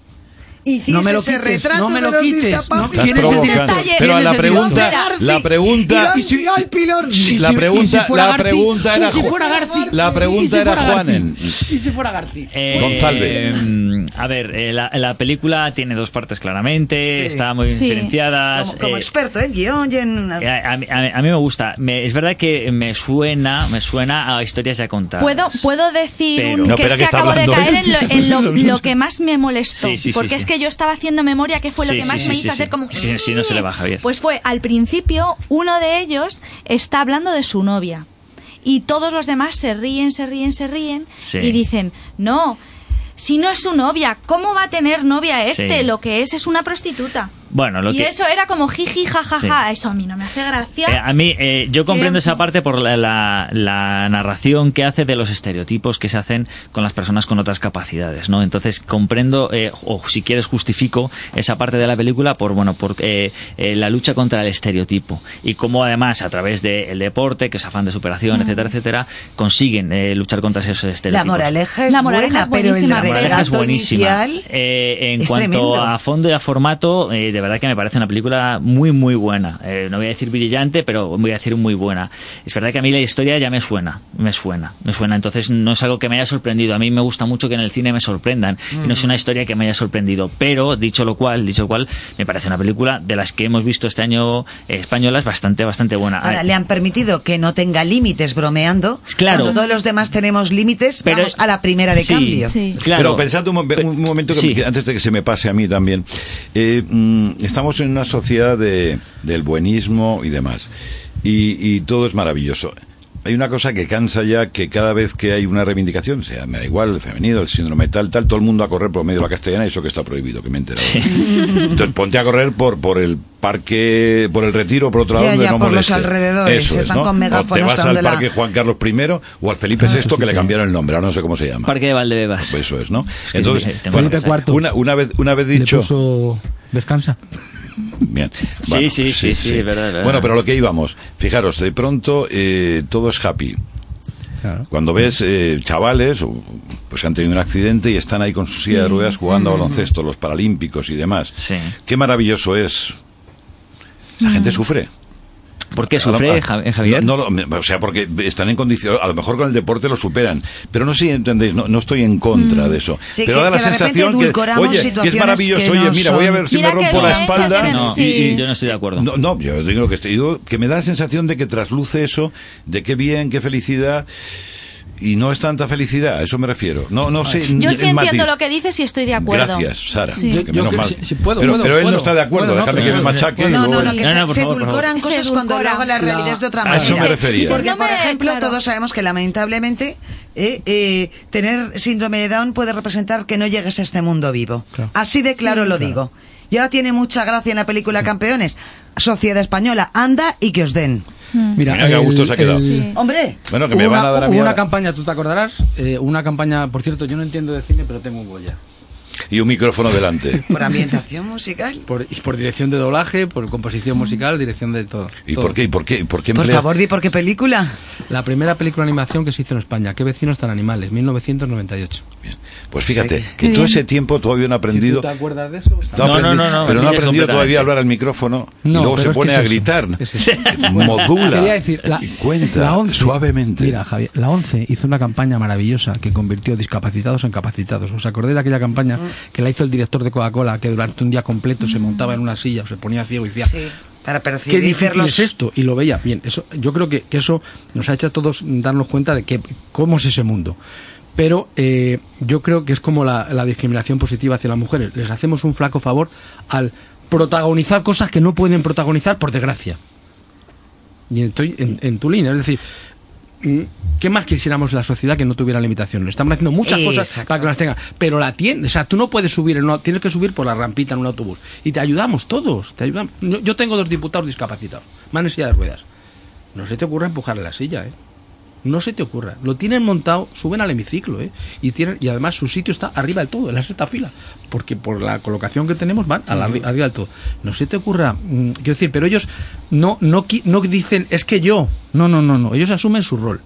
[SPEAKER 4] hiciese
[SPEAKER 3] No me lo
[SPEAKER 4] ese
[SPEAKER 3] quites,
[SPEAKER 4] retrato
[SPEAKER 3] no me
[SPEAKER 4] de
[SPEAKER 3] lo
[SPEAKER 4] los
[SPEAKER 3] quites,
[SPEAKER 4] discapaces.
[SPEAKER 3] no
[SPEAKER 2] Estás
[SPEAKER 3] ¿Quién es el
[SPEAKER 2] provocando.
[SPEAKER 1] director?
[SPEAKER 2] Pero
[SPEAKER 3] ¿Quién
[SPEAKER 2] la
[SPEAKER 3] es el
[SPEAKER 2] pregunta,
[SPEAKER 4] director?
[SPEAKER 2] la pregunta,
[SPEAKER 4] Y si-
[SPEAKER 3] el pilar.
[SPEAKER 2] Sí, la pregunta- la pregunta era Ju- la pregunta era Juanen.
[SPEAKER 3] Y si fuera Garci.
[SPEAKER 5] Eh,
[SPEAKER 2] González.
[SPEAKER 5] mm, a ver, eh, la, la película tiene dos partes claramente,
[SPEAKER 4] Sí.
[SPEAKER 5] está muy bien
[SPEAKER 1] Sí.
[SPEAKER 5] diferenciadas.
[SPEAKER 4] Como, como
[SPEAKER 5] eh,
[SPEAKER 4] experto en guión y en...
[SPEAKER 5] eh, a, a mí- a mí- a mí me gusta. Me- es verdad que me suena, me suena a historias ya contadas.
[SPEAKER 1] Puedo, puedo decir
[SPEAKER 5] Pero-
[SPEAKER 1] un-
[SPEAKER 5] No,
[SPEAKER 1] que
[SPEAKER 2] espera,
[SPEAKER 1] es
[SPEAKER 2] que
[SPEAKER 1] que
[SPEAKER 2] está
[SPEAKER 1] acabo de
[SPEAKER 2] hablando
[SPEAKER 1] caer
[SPEAKER 2] él.
[SPEAKER 1] en, lo,
[SPEAKER 5] *laughs*
[SPEAKER 1] en lo- lo que más me molestó.
[SPEAKER 5] Sí, sí, sí,
[SPEAKER 1] porque es
[SPEAKER 5] sí.
[SPEAKER 1] que yo estaba haciendo memoria que fue
[SPEAKER 5] Sí,
[SPEAKER 1] lo que
[SPEAKER 5] sí,
[SPEAKER 1] más
[SPEAKER 5] sí,
[SPEAKER 1] me
[SPEAKER 5] sí,
[SPEAKER 1] hizo
[SPEAKER 5] sí.
[SPEAKER 1] hacer como.
[SPEAKER 5] Sí, sí, no se le baja bien.
[SPEAKER 1] Pues fue al principio, uno de ellos está hablando de su novia. Y todos los demás se ríen, se ríen, se ríen.
[SPEAKER 5] Sí.
[SPEAKER 1] Y dicen, no. Si no es su novia, ¿cómo va a tener novia este?
[SPEAKER 5] Sí.
[SPEAKER 1] Lo que es es una prostituta.
[SPEAKER 5] Bueno, lo
[SPEAKER 1] y
[SPEAKER 5] que-
[SPEAKER 1] eso era como jiji, jajaja.
[SPEAKER 5] Sí.
[SPEAKER 1] Eso a mí no me hace gracia.
[SPEAKER 5] Eh, a mí, eh, yo comprendo
[SPEAKER 1] Eh,
[SPEAKER 5] esa parte por la, la- la narración que hace de los estereotipos que se hacen con las personas con otras capacidades, ¿no? Entonces comprendo, eh, o si quieres justifico esa parte de la película por, bueno, por eh, eh, la lucha contra el estereotipo y cómo además a través del deporte, que es afán de superación, etcétera, etcétera, consiguen eh, luchar contra esos
[SPEAKER 4] La
[SPEAKER 5] estereotipos.
[SPEAKER 4] moraleja es
[SPEAKER 1] La moraleja
[SPEAKER 4] buena,
[SPEAKER 1] es
[SPEAKER 4] pero el
[SPEAKER 1] buenísima,
[SPEAKER 5] La moraleja
[SPEAKER 4] relato
[SPEAKER 5] es buenísima.
[SPEAKER 4] inicial...
[SPEAKER 5] Eh, en
[SPEAKER 4] es
[SPEAKER 5] cuanto
[SPEAKER 4] tremendo.
[SPEAKER 5] a fondo y a formato, eh, de verdad que me parece una película muy, muy buena. Eh, no voy a decir brillante, pero voy a decir muy buena. Es verdad que a mí la historia ya me suena, me suena, me suena. Entonces no es algo que me haya sorprendido. A mí me gusta mucho que en el cine me sorprendan. Y
[SPEAKER 4] Mm.
[SPEAKER 5] no es una historia que me haya sorprendido. Pero, dicho lo cual, dicho lo cual, me parece una película de las que hemos visto este año eh, españolas bastante, bastante buena.
[SPEAKER 4] Ahora,
[SPEAKER 5] Ay,
[SPEAKER 4] le han permitido que no tenga límites bromeando.
[SPEAKER 5] eh, Claro.
[SPEAKER 4] Cuando todos los demás tenemos límites,
[SPEAKER 5] pero-
[SPEAKER 4] vamos a la primera de
[SPEAKER 5] Sí,
[SPEAKER 4] cambio.
[SPEAKER 1] Sí.
[SPEAKER 5] claro.
[SPEAKER 2] Pero pensando un, mo-
[SPEAKER 5] Pe-
[SPEAKER 2] un momento que-
[SPEAKER 5] sí. *laughs*
[SPEAKER 2] que antes de que se me pase a mí también, eh, mm, estamos en una sociedad de, del buenismo y demás, y, y todo es maravilloso. Hay una cosa que cansa ya que cada vez que hay una reivindicación, sea me da igual el femenino, el síndrome tal, tal, todo el mundo a correr por medio de la castellana y eso que está prohibido, que me he enterado. Entonces ponte a correr por por el parque, por el retiro, por otro lado,
[SPEAKER 4] Ya,
[SPEAKER 2] donde
[SPEAKER 4] ya,
[SPEAKER 2] no
[SPEAKER 4] por los
[SPEAKER 2] moleste.
[SPEAKER 4] alrededores,
[SPEAKER 2] Eso es,
[SPEAKER 4] están
[SPEAKER 2] ¿no?
[SPEAKER 4] con
[SPEAKER 2] O te
[SPEAKER 4] megáfonos
[SPEAKER 2] vas al
[SPEAKER 4] dando la- Ah,
[SPEAKER 2] parque Juan Carlos I o al Felipe VI que le cambiaron el nombre, ahora no sé cómo se llama.
[SPEAKER 5] Parque de Valdebebas.
[SPEAKER 2] Pues eso es, ¿no?
[SPEAKER 5] que
[SPEAKER 2] Entonces,
[SPEAKER 5] tengo- tengo
[SPEAKER 2] fue-
[SPEAKER 5] que
[SPEAKER 3] Felipe IV.
[SPEAKER 2] una, una vez, una vez
[SPEAKER 3] Le
[SPEAKER 2] dicho.
[SPEAKER 3] puso... Descansa.
[SPEAKER 2] Bien.
[SPEAKER 5] Sí, sí, sí, sí, es verdad, es verdad.
[SPEAKER 2] Bueno, pero a lo que íbamos. Fijaros, de pronto eh, todo es happy.
[SPEAKER 3] Claro.
[SPEAKER 2] Cuando ves eh, chavales o, pues que han tenido un accidente y están ahí con sus silla de ruedas jugando a baloncesto, los paralímpicos y demás.
[SPEAKER 5] Sí. Mm.
[SPEAKER 2] Qué maravilloso es. La gente sufre.
[SPEAKER 5] ¿Por qué
[SPEAKER 2] A
[SPEAKER 5] sufre
[SPEAKER 2] lo- a-
[SPEAKER 5] Ja- eh, Javier?
[SPEAKER 2] ah, No, no lo- o sea, porque están en condición, a lo mejor con el deporte lo superan, pero no sé si entendéis, no, no estoy en contra de eso.
[SPEAKER 4] Mm. Sí,
[SPEAKER 2] pero
[SPEAKER 4] que-
[SPEAKER 2] da la
[SPEAKER 4] que de repente
[SPEAKER 2] sensación que,
[SPEAKER 4] edulcoramos
[SPEAKER 2] oye, que es
[SPEAKER 4] situaciones
[SPEAKER 2] maravilloso,
[SPEAKER 4] que
[SPEAKER 2] oye,
[SPEAKER 4] no
[SPEAKER 2] mira, voy a ver si
[SPEAKER 1] Mira
[SPEAKER 2] me
[SPEAKER 1] qué
[SPEAKER 2] rompo la
[SPEAKER 1] bien,
[SPEAKER 2] espalda.
[SPEAKER 1] que
[SPEAKER 5] No,
[SPEAKER 1] Sí.
[SPEAKER 5] y- y yo no estoy de acuerdo.
[SPEAKER 2] No, no, yo digo que, estoy, digo que me da la sensación de que trasluce eso, de qué bien, qué felicidad, y no es tanta felicidad, a eso me refiero. No, no sé.
[SPEAKER 1] Yo
[SPEAKER 2] el
[SPEAKER 1] sí entiendo
[SPEAKER 2] matiz.
[SPEAKER 1] lo que dices y estoy de acuerdo.
[SPEAKER 2] Gracias, Sara.
[SPEAKER 1] Sí.
[SPEAKER 2] que
[SPEAKER 3] Yo- yo
[SPEAKER 2] menos
[SPEAKER 3] que-
[SPEAKER 2] mal.
[SPEAKER 3] si- si puedo,
[SPEAKER 2] pero,
[SPEAKER 3] puedo,
[SPEAKER 2] pero él
[SPEAKER 3] puedo,
[SPEAKER 2] no está de acuerdo,
[SPEAKER 3] puedo, no,
[SPEAKER 2] déjame que
[SPEAKER 3] pero-
[SPEAKER 2] me machaque. y
[SPEAKER 3] puedo,
[SPEAKER 4] No,
[SPEAKER 2] luego-
[SPEAKER 4] no, no, que
[SPEAKER 5] No,
[SPEAKER 4] se,
[SPEAKER 5] no, por
[SPEAKER 4] se
[SPEAKER 5] favor, por
[SPEAKER 4] edulcoran
[SPEAKER 1] favor.
[SPEAKER 4] cosas
[SPEAKER 1] Se
[SPEAKER 4] cuando
[SPEAKER 1] edulcora.
[SPEAKER 4] luego la
[SPEAKER 1] La-
[SPEAKER 4] realidad es de otra
[SPEAKER 2] A
[SPEAKER 4] manera.
[SPEAKER 2] eso me refería.
[SPEAKER 4] Porque,
[SPEAKER 1] No me-
[SPEAKER 4] por ejemplo,
[SPEAKER 1] claro.
[SPEAKER 4] todos sabemos que lamentablemente eh, eh, tener síndrome de Down puede representar que no llegues a este mundo vivo.
[SPEAKER 3] Claro.
[SPEAKER 4] Así de claro lo digo. Y ahora tiene mucha gracia en la película Campeones. Sociedad Española, anda y que os den.
[SPEAKER 2] Mira qué a gusto se ha quedado.
[SPEAKER 1] Sí.
[SPEAKER 4] Hombre,
[SPEAKER 2] Bueno, que me
[SPEAKER 3] Hubo
[SPEAKER 2] van a
[SPEAKER 3] una-
[SPEAKER 2] dar a
[SPEAKER 3] hubo
[SPEAKER 2] mí
[SPEAKER 3] una
[SPEAKER 2] ahora-
[SPEAKER 3] campaña, tú te acordarás, eh, una campaña, por cierto, yo no entiendo de cine, pero tengo un Goya.
[SPEAKER 2] y un micrófono delante.
[SPEAKER 4] por ambientación musical.
[SPEAKER 3] Por, y por dirección de doblaje, por composición musical, dirección de todo.
[SPEAKER 2] ¿Y
[SPEAKER 3] todo.
[SPEAKER 2] por qué? ¿Y por qué? ¿Por qué
[SPEAKER 4] Por
[SPEAKER 2] empleas-
[SPEAKER 4] favor, di por qué película.
[SPEAKER 3] La primera película de animación que se hizo en España, ¿Qué vecinos tan animales? 1998.
[SPEAKER 2] Bien. Pues fíjate,
[SPEAKER 4] Sí.
[SPEAKER 2] que todo ese tiempo todavía no ha aprendido...
[SPEAKER 3] ¿Tú te acuerdas de eso?
[SPEAKER 2] No, ha
[SPEAKER 5] No, no,
[SPEAKER 2] aprendi-
[SPEAKER 5] no, no,
[SPEAKER 2] pero no ha
[SPEAKER 5] pillas
[SPEAKER 2] aprendido todavía a
[SPEAKER 5] completamente.
[SPEAKER 2] hablar al micrófono
[SPEAKER 3] No,
[SPEAKER 2] y luego
[SPEAKER 3] pero
[SPEAKER 2] se
[SPEAKER 3] es
[SPEAKER 2] pone
[SPEAKER 3] que es
[SPEAKER 2] a
[SPEAKER 3] eso,
[SPEAKER 2] gritar.
[SPEAKER 3] es eso.
[SPEAKER 2] *laughs* Modula.
[SPEAKER 3] Quería decir, la,
[SPEAKER 2] y cuenta
[SPEAKER 3] la 11,
[SPEAKER 2] suavemente.
[SPEAKER 3] Mira, Javier, la 11 hizo una campaña maravillosa que convirtió discapacitados en capacitados. ¿Os acordáis de aquella campaña que la hizo el director de Coca-Cola que durante un día completo se montaba en una silla o se ponía ciego y decía,
[SPEAKER 4] Sí, para
[SPEAKER 3] qué
[SPEAKER 4] percibir
[SPEAKER 3] difícil
[SPEAKER 4] los-
[SPEAKER 3] es esto y lo veía bien eso yo creo que, que eso nos ha hecho a todos darnos cuenta de que cómo es ese mundo pero eh, yo creo que es como la, la discriminación positiva hacia las mujeres les hacemos un flaco favor al protagonizar cosas que no pueden protagonizar por desgracia y estoy en, en tu línea es decir mm, ¿Qué más quisiéramos la sociedad que no tuviera limitaciones? Estamos haciendo muchas cosas
[SPEAKER 4] Exacto.
[SPEAKER 3] para que las tenga, pero la tienda, o sea, tú no puedes subir, en una- tienes que subir por la rampita en un autobús y te ayudamos todos, te ayudamos. Yo, yo tengo dos diputados discapacitados, manos y silla de ruedas. No se te ocurra empujarle la silla, ¿eh? No se te ocurra. Lo tienen montado, suben al hemiciclo, ¿eh? Y, tienen, y además su sitio está arriba del todo, en la sexta fila. Porque por la colocación que tenemos van a la, arri- arriba del todo. No se te ocurra. mm, quiero decir, pero ellos no, no, qui- no dicen, es que yo. No, no, no, no. Ellos asumen su rol.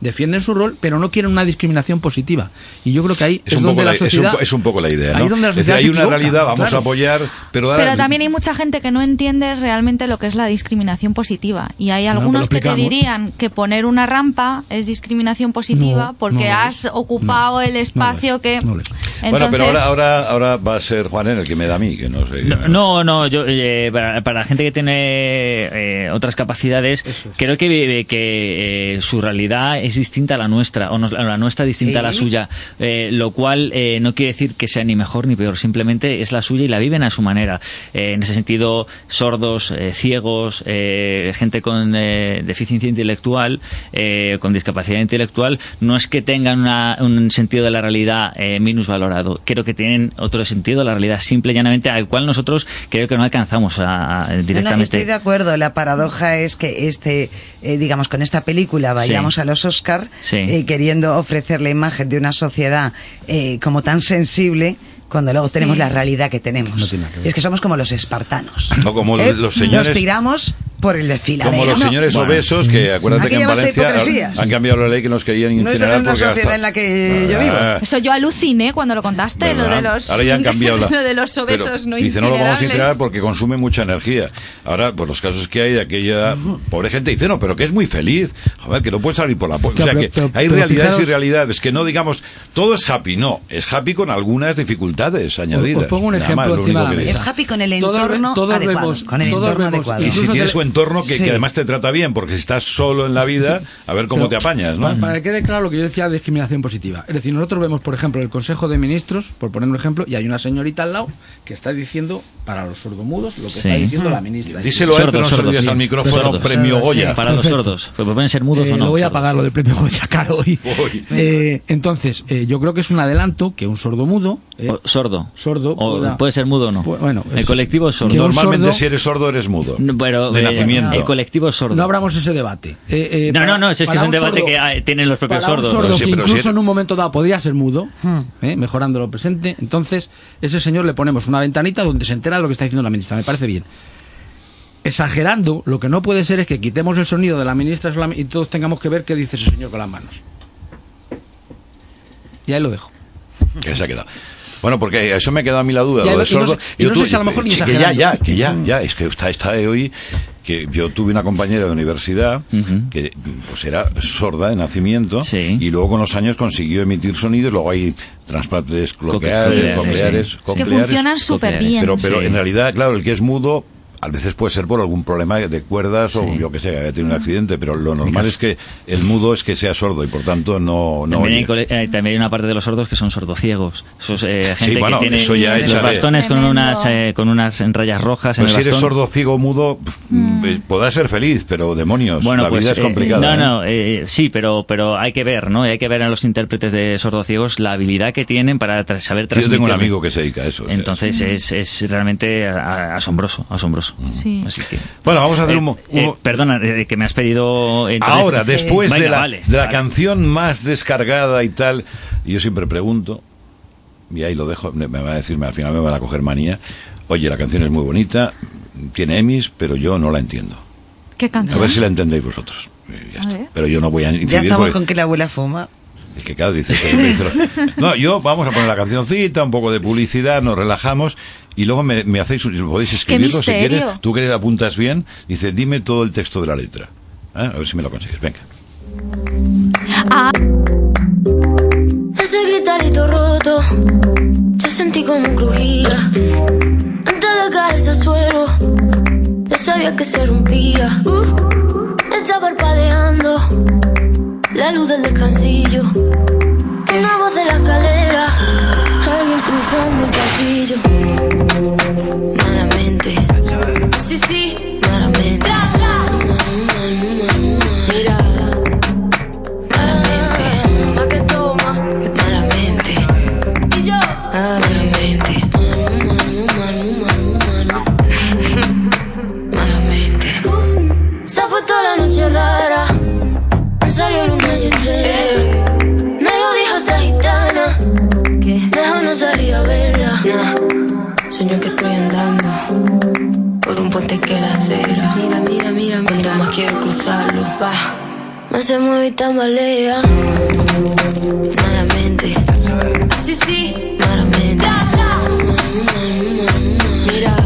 [SPEAKER 3] Defienden su rol, pero no quieren una discriminación positiva. Y yo creo que ahí es,
[SPEAKER 2] Es un,
[SPEAKER 3] donde
[SPEAKER 2] poco la,
[SPEAKER 3] la
[SPEAKER 2] es un
[SPEAKER 3] sociedad.
[SPEAKER 2] po- es un poco la idea,
[SPEAKER 3] ahí
[SPEAKER 2] ¿no?
[SPEAKER 3] es donde la
[SPEAKER 2] Es decir,
[SPEAKER 3] sociedad se
[SPEAKER 2] hay una
[SPEAKER 3] equivoca,
[SPEAKER 2] realidad, vamos
[SPEAKER 3] claro.
[SPEAKER 2] a apoyar, pero, dar-
[SPEAKER 1] Pero también hay mucha gente que no entiende realmente lo que es la discriminación positiva. Y hay
[SPEAKER 3] Bueno,
[SPEAKER 1] algunos
[SPEAKER 3] te lo
[SPEAKER 1] que te
[SPEAKER 3] explicamos.
[SPEAKER 1] dirían que poner una rampa es discriminación positiva
[SPEAKER 3] No,
[SPEAKER 1] porque
[SPEAKER 3] no lo
[SPEAKER 1] has
[SPEAKER 3] es.
[SPEAKER 1] ocupado
[SPEAKER 3] No,
[SPEAKER 1] el
[SPEAKER 3] no lo es.
[SPEAKER 1] espacio que...
[SPEAKER 3] No lo es.
[SPEAKER 2] Bueno, pero
[SPEAKER 1] Entonces-
[SPEAKER 2] ahora, ahora, ahora va a ser Juan en el que me da a mí, que no sé.
[SPEAKER 5] No, no, no, yo, eh, para, para la gente que tiene eh, otras capacidades, creo que, vive- que eh, su realidad es distinta a la nuestra, o nos- a la nuestra distinta a la
[SPEAKER 4] Sí.
[SPEAKER 5] suya, eh, lo cual eh, no quiere decir que sea ni mejor ni peor, simplemente es la suya y la viven a su manera. Eh, en ese sentido, sordos, eh, ciegos, eh, gente con eh, deficiencia intelectual, eh, con discapacidad intelectual, no es que tengan una- un sentido de la realidad eh, minusvalorado, creo que tienen otro sentido de la realidad, simple y llanamente, al cual nosotros creo que no alcanzamos a- a-
[SPEAKER 4] No, no,
[SPEAKER 5] directamente.
[SPEAKER 4] estoy de acuerdo. La paradoja es que este, eh, digamos, con esta película vayamos
[SPEAKER 5] Sí.
[SPEAKER 4] a los Oscar
[SPEAKER 5] Sí.
[SPEAKER 4] eh, queriendo ofrecer la imagen de una sociedad eh, como tan sensible cuando luego tenemos la realidad que tenemos.
[SPEAKER 3] No tiene nada que ver.
[SPEAKER 4] es que somos como los espartanos.
[SPEAKER 2] No, *laughs* como los señores-
[SPEAKER 4] Eh, Nos tiramos por el desfiladero.
[SPEAKER 2] Como los
[SPEAKER 4] No,
[SPEAKER 2] señores
[SPEAKER 5] Bueno.
[SPEAKER 2] obesos que acuérdate
[SPEAKER 4] Aquí
[SPEAKER 2] que en
[SPEAKER 4] ya basta de
[SPEAKER 2] Valencia han,
[SPEAKER 4] hipocresías.
[SPEAKER 2] han cambiado la ley que nos querían
[SPEAKER 4] No es
[SPEAKER 2] incinerar
[SPEAKER 4] en la
[SPEAKER 2] porque
[SPEAKER 4] sociedad
[SPEAKER 2] hasta-
[SPEAKER 4] en la que yo vivo.
[SPEAKER 2] Ah,
[SPEAKER 1] Eso yo aluciné cuando lo contaste,
[SPEAKER 2] ¿verdad?
[SPEAKER 1] lo de los...
[SPEAKER 2] Ahora ya han cambiado
[SPEAKER 1] *laughs*
[SPEAKER 2] la-
[SPEAKER 1] lo de los obesos
[SPEAKER 2] pero
[SPEAKER 1] no
[SPEAKER 2] Dice, no lo vamos a incinerar
[SPEAKER 1] incinerables".
[SPEAKER 2] porque consume mucha energía. Ahora, por los casos que hay de aquella pobre gente, dice, no, pero que es muy feliz. Joder, que no puede salir por la puerta.
[SPEAKER 3] Claro,
[SPEAKER 2] o sea,
[SPEAKER 3] pero-
[SPEAKER 2] que
[SPEAKER 3] pero-
[SPEAKER 2] hay
[SPEAKER 3] pero
[SPEAKER 2] realidades y
[SPEAKER 3] fijaros-
[SPEAKER 2] realidades. Que no digamos, todo es happy. No, es happy con algunas dificultades añadidas.
[SPEAKER 3] Os pongo un
[SPEAKER 2] Nada
[SPEAKER 3] ejemplo
[SPEAKER 2] más, lo único
[SPEAKER 3] encima de la
[SPEAKER 2] que
[SPEAKER 3] mesa.
[SPEAKER 2] digo.
[SPEAKER 4] Es happy con el
[SPEAKER 3] Todos ve-
[SPEAKER 4] entorno
[SPEAKER 3] todos
[SPEAKER 4] adecuado,
[SPEAKER 3] vemos-
[SPEAKER 4] con el
[SPEAKER 3] todos
[SPEAKER 4] entorno
[SPEAKER 3] vemos-
[SPEAKER 4] adecuado.
[SPEAKER 2] Y si
[SPEAKER 3] Incluso
[SPEAKER 2] tienes
[SPEAKER 3] tele-
[SPEAKER 2] su entorno que,
[SPEAKER 4] Sí.
[SPEAKER 2] que además te trata bien, porque si estás solo en la vida, a ver cómo
[SPEAKER 3] Pero,
[SPEAKER 2] te apañas, ¿no?
[SPEAKER 3] pa- Para, que quede claro lo que yo decía de discriminación positiva. Es decir, nosotros vemos, por ejemplo, el Consejo de Ministros, por poner un ejemplo, y hay una señorita al lado que está diciendo para los sordomudos lo que está
[SPEAKER 5] Sí.
[SPEAKER 3] diciendo la ministra.
[SPEAKER 2] Díselo a él,
[SPEAKER 5] Sordos,
[SPEAKER 2] pero no se lo
[SPEAKER 5] sordos,
[SPEAKER 2] digas
[SPEAKER 5] sí.
[SPEAKER 2] al micrófono
[SPEAKER 5] Sordos.
[SPEAKER 2] premio
[SPEAKER 4] Sordos, sí.
[SPEAKER 2] Goya.
[SPEAKER 5] Para los
[SPEAKER 3] Perfecto.
[SPEAKER 5] sordos, pues pueden ser mudos
[SPEAKER 3] Eh,
[SPEAKER 5] o no.
[SPEAKER 3] lo voy a
[SPEAKER 5] sordos.
[SPEAKER 3] pagar lo del premio Goya, caro. hoy.
[SPEAKER 2] *laughs* Uy.
[SPEAKER 3] Eh, entonces, eh, yo creo que es un adelanto que un sordomudo... eh,
[SPEAKER 5] O sordo.
[SPEAKER 3] Sordo,
[SPEAKER 5] O
[SPEAKER 3] pueda-
[SPEAKER 5] puede ser mudo o no.
[SPEAKER 3] Pu- bueno,
[SPEAKER 5] el
[SPEAKER 3] es-
[SPEAKER 5] colectivo es sordo.
[SPEAKER 3] que un
[SPEAKER 2] Normalmente
[SPEAKER 3] sordo-
[SPEAKER 2] si eres sordo eres mudo.
[SPEAKER 5] No, pero,
[SPEAKER 2] de
[SPEAKER 5] eh,
[SPEAKER 2] nacimiento.
[SPEAKER 5] El colectivo es sordo.
[SPEAKER 3] No abramos ese debate. Eh, eh,
[SPEAKER 5] No,
[SPEAKER 3] para-
[SPEAKER 5] no, no, es que es
[SPEAKER 3] para
[SPEAKER 5] un debate que, ah, tienen los propios
[SPEAKER 3] para un
[SPEAKER 5] sordos.
[SPEAKER 3] sordo
[SPEAKER 2] Pero sí,
[SPEAKER 3] que
[SPEAKER 2] pero
[SPEAKER 3] incluso
[SPEAKER 2] sí-
[SPEAKER 3] en un momento dado podría ser mudo,
[SPEAKER 4] Hmm.
[SPEAKER 3] eh, mejorando lo presente. Entonces, ese señor le ponemos una ventanita donde se entera de lo que está diciendo la ministra. Me parece bien. Exagerando, lo que no puede ser es que quitemos el sonido de la ministra solam- y todos tengamos que ver qué dice ese señor con las manos. Y ahí lo dejo.
[SPEAKER 2] Que se ha quedado. Bueno, porque eso me ha quedado a mí la duda. lo
[SPEAKER 3] Ya, y
[SPEAKER 2] de
[SPEAKER 3] no sé-
[SPEAKER 2] sordo.
[SPEAKER 3] y no sé si a lo mejor ni
[SPEAKER 2] sí, que ya, ya,
[SPEAKER 3] exagerando.
[SPEAKER 2] que ya, ya. Es que está, está hoy que yo tuve una compañera de universidad
[SPEAKER 5] Ujú.
[SPEAKER 2] que pues era sorda de nacimiento
[SPEAKER 5] Sí.
[SPEAKER 2] y luego con los años consiguió emitir sonidos. Luego hay trasplantes cocleares,
[SPEAKER 5] sí, sí,
[SPEAKER 2] cocleares,
[SPEAKER 5] sí.
[SPEAKER 1] Que
[SPEAKER 2] cocleares.
[SPEAKER 1] funcionan súper
[SPEAKER 5] Nucleares.
[SPEAKER 1] bien.
[SPEAKER 2] Pero, pero
[SPEAKER 5] Sí.
[SPEAKER 2] en realidad, claro, el que es mudo a veces puede ser por algún problema de cuerdas o
[SPEAKER 5] Sí.
[SPEAKER 2] yo que sé, haya tenido un accidente, pero lo normal es que el mudo es que sea sordo y por tanto no, no
[SPEAKER 5] también, hay,
[SPEAKER 2] oye.
[SPEAKER 5] cole- eh, también hay una parte de los sordos que son sordociegos. Eso es, eh, gente
[SPEAKER 2] bueno,
[SPEAKER 5] que tiene
[SPEAKER 2] eso ya
[SPEAKER 5] los
[SPEAKER 2] échale.
[SPEAKER 5] bastones con
[SPEAKER 1] Tremendo.
[SPEAKER 5] unas, eh, con unas rayas rojas.
[SPEAKER 2] Pues
[SPEAKER 5] en
[SPEAKER 2] si
[SPEAKER 5] el
[SPEAKER 2] eres
[SPEAKER 5] bastón.
[SPEAKER 2] sordo, ciego, mudo, pf, eh, podrás ser feliz, pero demonios, la vida es
[SPEAKER 5] eh,
[SPEAKER 2] complicada.
[SPEAKER 5] no,
[SPEAKER 2] ¿eh?
[SPEAKER 5] no, eh, sí, pero, pero hay que ver, ¿no? Hay que ver a los intérpretes de sordos-ciegos la habilidad que tienen para tra- saber
[SPEAKER 2] Yo
[SPEAKER 5] transmitir.
[SPEAKER 2] tengo un amigo que se dedica a eso. o sea,
[SPEAKER 5] Entonces es, es realmente a- asombroso, asombroso.
[SPEAKER 1] Sí.
[SPEAKER 5] Así que.
[SPEAKER 2] Bueno, vamos a hacer un... mo-
[SPEAKER 5] Eh, eh,
[SPEAKER 2] un-
[SPEAKER 5] perdona, eh, que me has pedido. entonces-
[SPEAKER 2] Ahora, después
[SPEAKER 5] Venga,
[SPEAKER 2] de la,
[SPEAKER 5] vale,
[SPEAKER 2] de la
[SPEAKER 5] vale.
[SPEAKER 2] canción más descargada y tal, yo siempre pregunto, y ahí lo dejo, me me va a decirme, al final me van a coger manía, oye, la canción es muy bonita, tiene emis, pero yo no la entiendo.
[SPEAKER 1] ¿Qué
[SPEAKER 2] A
[SPEAKER 1] canción?
[SPEAKER 2] ver si la entendéis vosotros. Eh, ya
[SPEAKER 1] A
[SPEAKER 2] está.
[SPEAKER 1] ver.
[SPEAKER 2] Pero yo no voy a
[SPEAKER 4] Ya
[SPEAKER 2] incidir
[SPEAKER 4] estamos
[SPEAKER 2] porque-
[SPEAKER 4] con que la abuela fuma.
[SPEAKER 2] Es que claro, dice, esto, dice lo- No, yo vamos a poner la cancioncita, un poco de publicidad, nos relajamos y luego me, me hacéis, un- podéis escribirlo si
[SPEAKER 1] misterio.
[SPEAKER 2] quieres. Tú que le apuntas bien, dice, dime todo el texto de la letra. ¿Eh? A ver si me lo consigues, venga.
[SPEAKER 6] Ese gritarito roto, yo sentí como crujía. Antes de caerse al suelo, ya sabía que se rompía. Uf, está parpadeando la luz del descansillo. Una voz de la escalera, alguien cruzando el pasillo. Malamente, sí, sí, malamente. Muy mal, muy mal, muy mal. Mira. Malamente, más que toma, que malamente. Y yo, malamente. *laughs* Malamente. Uh, Se ha puesto la noche rara. Han salido luna y estrella. Me lo dijo esa gitana. Que mejor no salía a verla. Sueño que estoy andando. Por un puente que la acera. Mira, mira, mira, mira. Cuanto más quiero cruzarlo. Va. Más se mueve y tambalea. Malamente. Así sí. Malamente. Mira.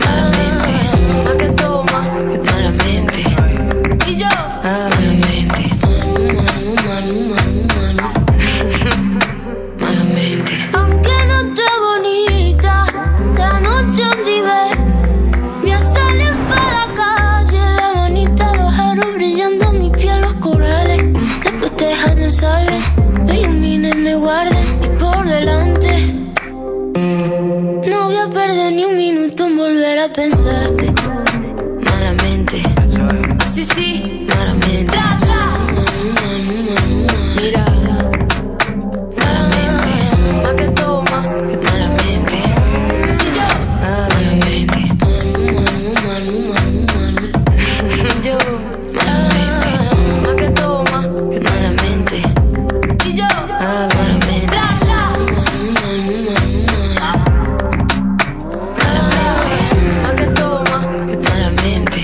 [SPEAKER 6] Malamente. Más que toma. Que malamente. Y yo. Malamente. *laughs* Malamente. Aunque no esté bonita, la noche un día Voy a salir para la calle, la bonita, los aros brillando, mi piel, los corales. Que protejan, me salven, me iluminen, me guarden. Y por delante, no voy a perder ni un minuto en volver a pensarte. Malamente, así sí, malamente. Mira, malamente, más que toma, que malamente. Y yo, malamente. Yo, malamente, más que toma, que malamente. Y yo, malamente. Malamente, más que toma, que malamente.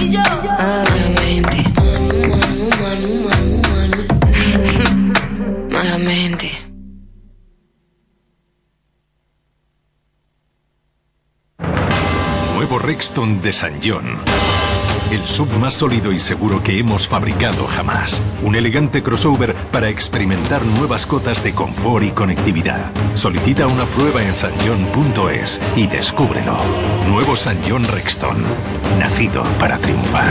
[SPEAKER 6] Y yo, malamente. Malamente.
[SPEAKER 7] Nuevo Rexton de San John. El sub más sólido y seguro que hemos fabricado jamás. Un elegante crossover para experimentar nuevas cotas de confort y conectividad. Solicita una prueba en sanjohn.es y descúbrelo. Nuevo San John Rexton. Nacido para triunfar.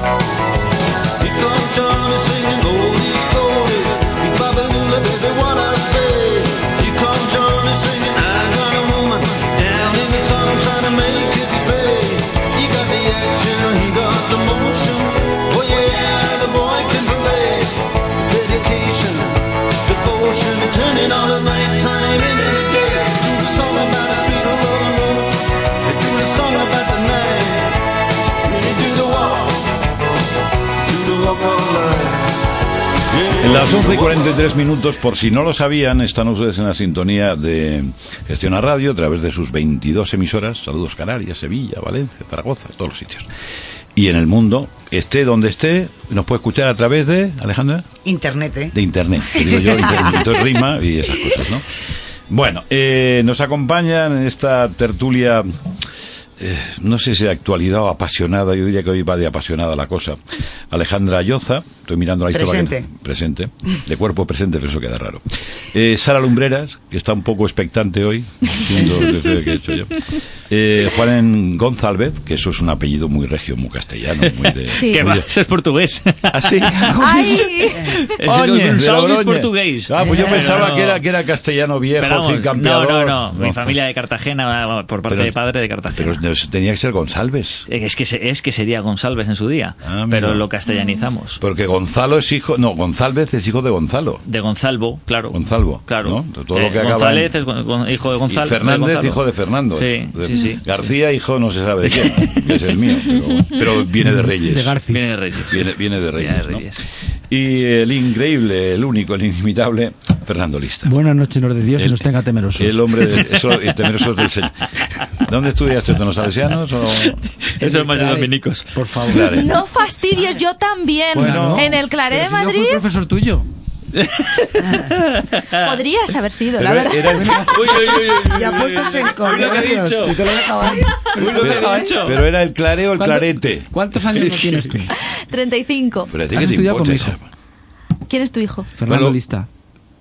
[SPEAKER 8] Here come Johnny singing oldies goldie. He babalula, baby, what I say. Here come Johnny singing, I got a woman down in the tunnel trying to make it pay. He got the action, he got the motion. Oh yeah, the boy can relate. Dedication, devotion, turning all the nighttime into the day. Do the song about a sweet love and woman. Do the song about the night. You do the walk.
[SPEAKER 2] En las 11 y 43 minutos, por si no lo sabían, están ustedes en la sintonía de Gestión a Radio a través de sus 22 emisoras. Saludos Canarias, Sevilla, Valencia, Zaragoza, todos los sitios. Y en el mundo, esté donde esté, nos puede escuchar a través de, Alejandra,
[SPEAKER 4] Internet, ¿eh?
[SPEAKER 2] de Internet. que digo yo, inter- entonces rima y esas cosas, ¿no? Bueno, eh, nos acompañan en esta tertulia, eh, no sé si de actualidad o apasionada, yo diría que hoy va de apasionada la cosa. Alejandra Ayoza, estoy mirando la historia.
[SPEAKER 4] Presente.
[SPEAKER 2] Presente. De cuerpo presente, pero eso queda raro. Eh, Sara Lumbreras, que está un poco expectante hoy, haciendo el deseo que he hecho yo. Eh, Juan González, que eso es un apellido muy regio, muy castellano, muy de...
[SPEAKER 1] Sí.
[SPEAKER 5] Que
[SPEAKER 2] muy
[SPEAKER 5] va,
[SPEAKER 2] de-
[SPEAKER 5] eso
[SPEAKER 2] *laughs*
[SPEAKER 5] es portugués.
[SPEAKER 2] ¿Ah, sí?
[SPEAKER 1] ¡Ay!
[SPEAKER 5] Es el
[SPEAKER 2] Oñe, de
[SPEAKER 5] Gonzalo es
[SPEAKER 2] Logroño.
[SPEAKER 5] portugués.
[SPEAKER 2] Ah, pues yo
[SPEAKER 5] Pero
[SPEAKER 2] pensaba
[SPEAKER 5] no.
[SPEAKER 2] que era que era castellano viejo,
[SPEAKER 5] Pero vamos,
[SPEAKER 2] sin campeador.
[SPEAKER 5] No, no, no. Mi
[SPEAKER 2] No,
[SPEAKER 5] familia de Cartagena, bueno, por parte
[SPEAKER 2] Pero-
[SPEAKER 5] de padre de Cartagena. Eh,
[SPEAKER 2] Pero es- tenía que ser González.
[SPEAKER 5] es que se- es que sería González en su día,
[SPEAKER 2] Ah, mira.
[SPEAKER 5] pero lo castellanizamos.
[SPEAKER 2] Porque Gonzalo es hijo, no, González es hijo de Gonzalo.
[SPEAKER 5] De Gonzalvo, claro.
[SPEAKER 2] Gonzalvo,
[SPEAKER 5] Claro. Eh,
[SPEAKER 2] ¿no? Todo lo que acaba
[SPEAKER 5] González
[SPEAKER 2] en-
[SPEAKER 5] es gon- gon- hijo de
[SPEAKER 2] Y
[SPEAKER 5] González.
[SPEAKER 2] Fernández, hijo de Fernando.
[SPEAKER 5] Sí,
[SPEAKER 2] De-
[SPEAKER 5] sí, sí.
[SPEAKER 2] García, hijo no se sabe de quién, que
[SPEAKER 5] *laughs*
[SPEAKER 2] es el mío. Pero, pero viene de Reyes.
[SPEAKER 3] De García.
[SPEAKER 5] Viene de Reyes.
[SPEAKER 2] Viene, viene de Reyes.
[SPEAKER 5] Viene de
[SPEAKER 2] ¿no?
[SPEAKER 5] Reyes.
[SPEAKER 2] Y el increíble, el único, el inimitable, Fernando Lista.
[SPEAKER 3] Buenas noches, Señor de Dios, y
[SPEAKER 2] El-
[SPEAKER 3] nos tenga temerosos.
[SPEAKER 2] El hombre de, eso, el temerosos del Señor. ¿Dónde estudiaste? ¿En los
[SPEAKER 5] *laughs*
[SPEAKER 2] salesianos? O...
[SPEAKER 5] Eso es más de dominicos.
[SPEAKER 3] Por favor.
[SPEAKER 2] Claro.
[SPEAKER 1] No fastidies, yo también.
[SPEAKER 3] Bueno,
[SPEAKER 1] en el Claré de
[SPEAKER 3] pero si
[SPEAKER 1] Madrid
[SPEAKER 3] fue profesor tuyo.
[SPEAKER 1] podrías haber sido, la
[SPEAKER 2] Pero
[SPEAKER 1] verdad.
[SPEAKER 2] era el-
[SPEAKER 5] Uy, uy, uy, uy, uy,
[SPEAKER 4] Ya
[SPEAKER 5] uy,
[SPEAKER 4] puestos
[SPEAKER 5] uy,
[SPEAKER 4] en
[SPEAKER 5] uy, lo que he
[SPEAKER 4] colores.
[SPEAKER 5] dicho.
[SPEAKER 4] Y te lo he dejado ahí.
[SPEAKER 5] Uy, lo que
[SPEAKER 2] pero,
[SPEAKER 5] he dicho.
[SPEAKER 2] pero era el claré o el
[SPEAKER 3] ¿Cuánto-
[SPEAKER 2] clarete. *laughs*
[SPEAKER 3] ¿Cuántos años no tienes tú?
[SPEAKER 1] *laughs* 35.
[SPEAKER 2] eh, Pero a ti
[SPEAKER 3] Has
[SPEAKER 2] qué te
[SPEAKER 3] estudiado
[SPEAKER 2] importa
[SPEAKER 3] conmigo.
[SPEAKER 2] esa-
[SPEAKER 1] ¿Quién es tu hijo?
[SPEAKER 3] Fernando
[SPEAKER 2] Bueno,
[SPEAKER 3] Lista.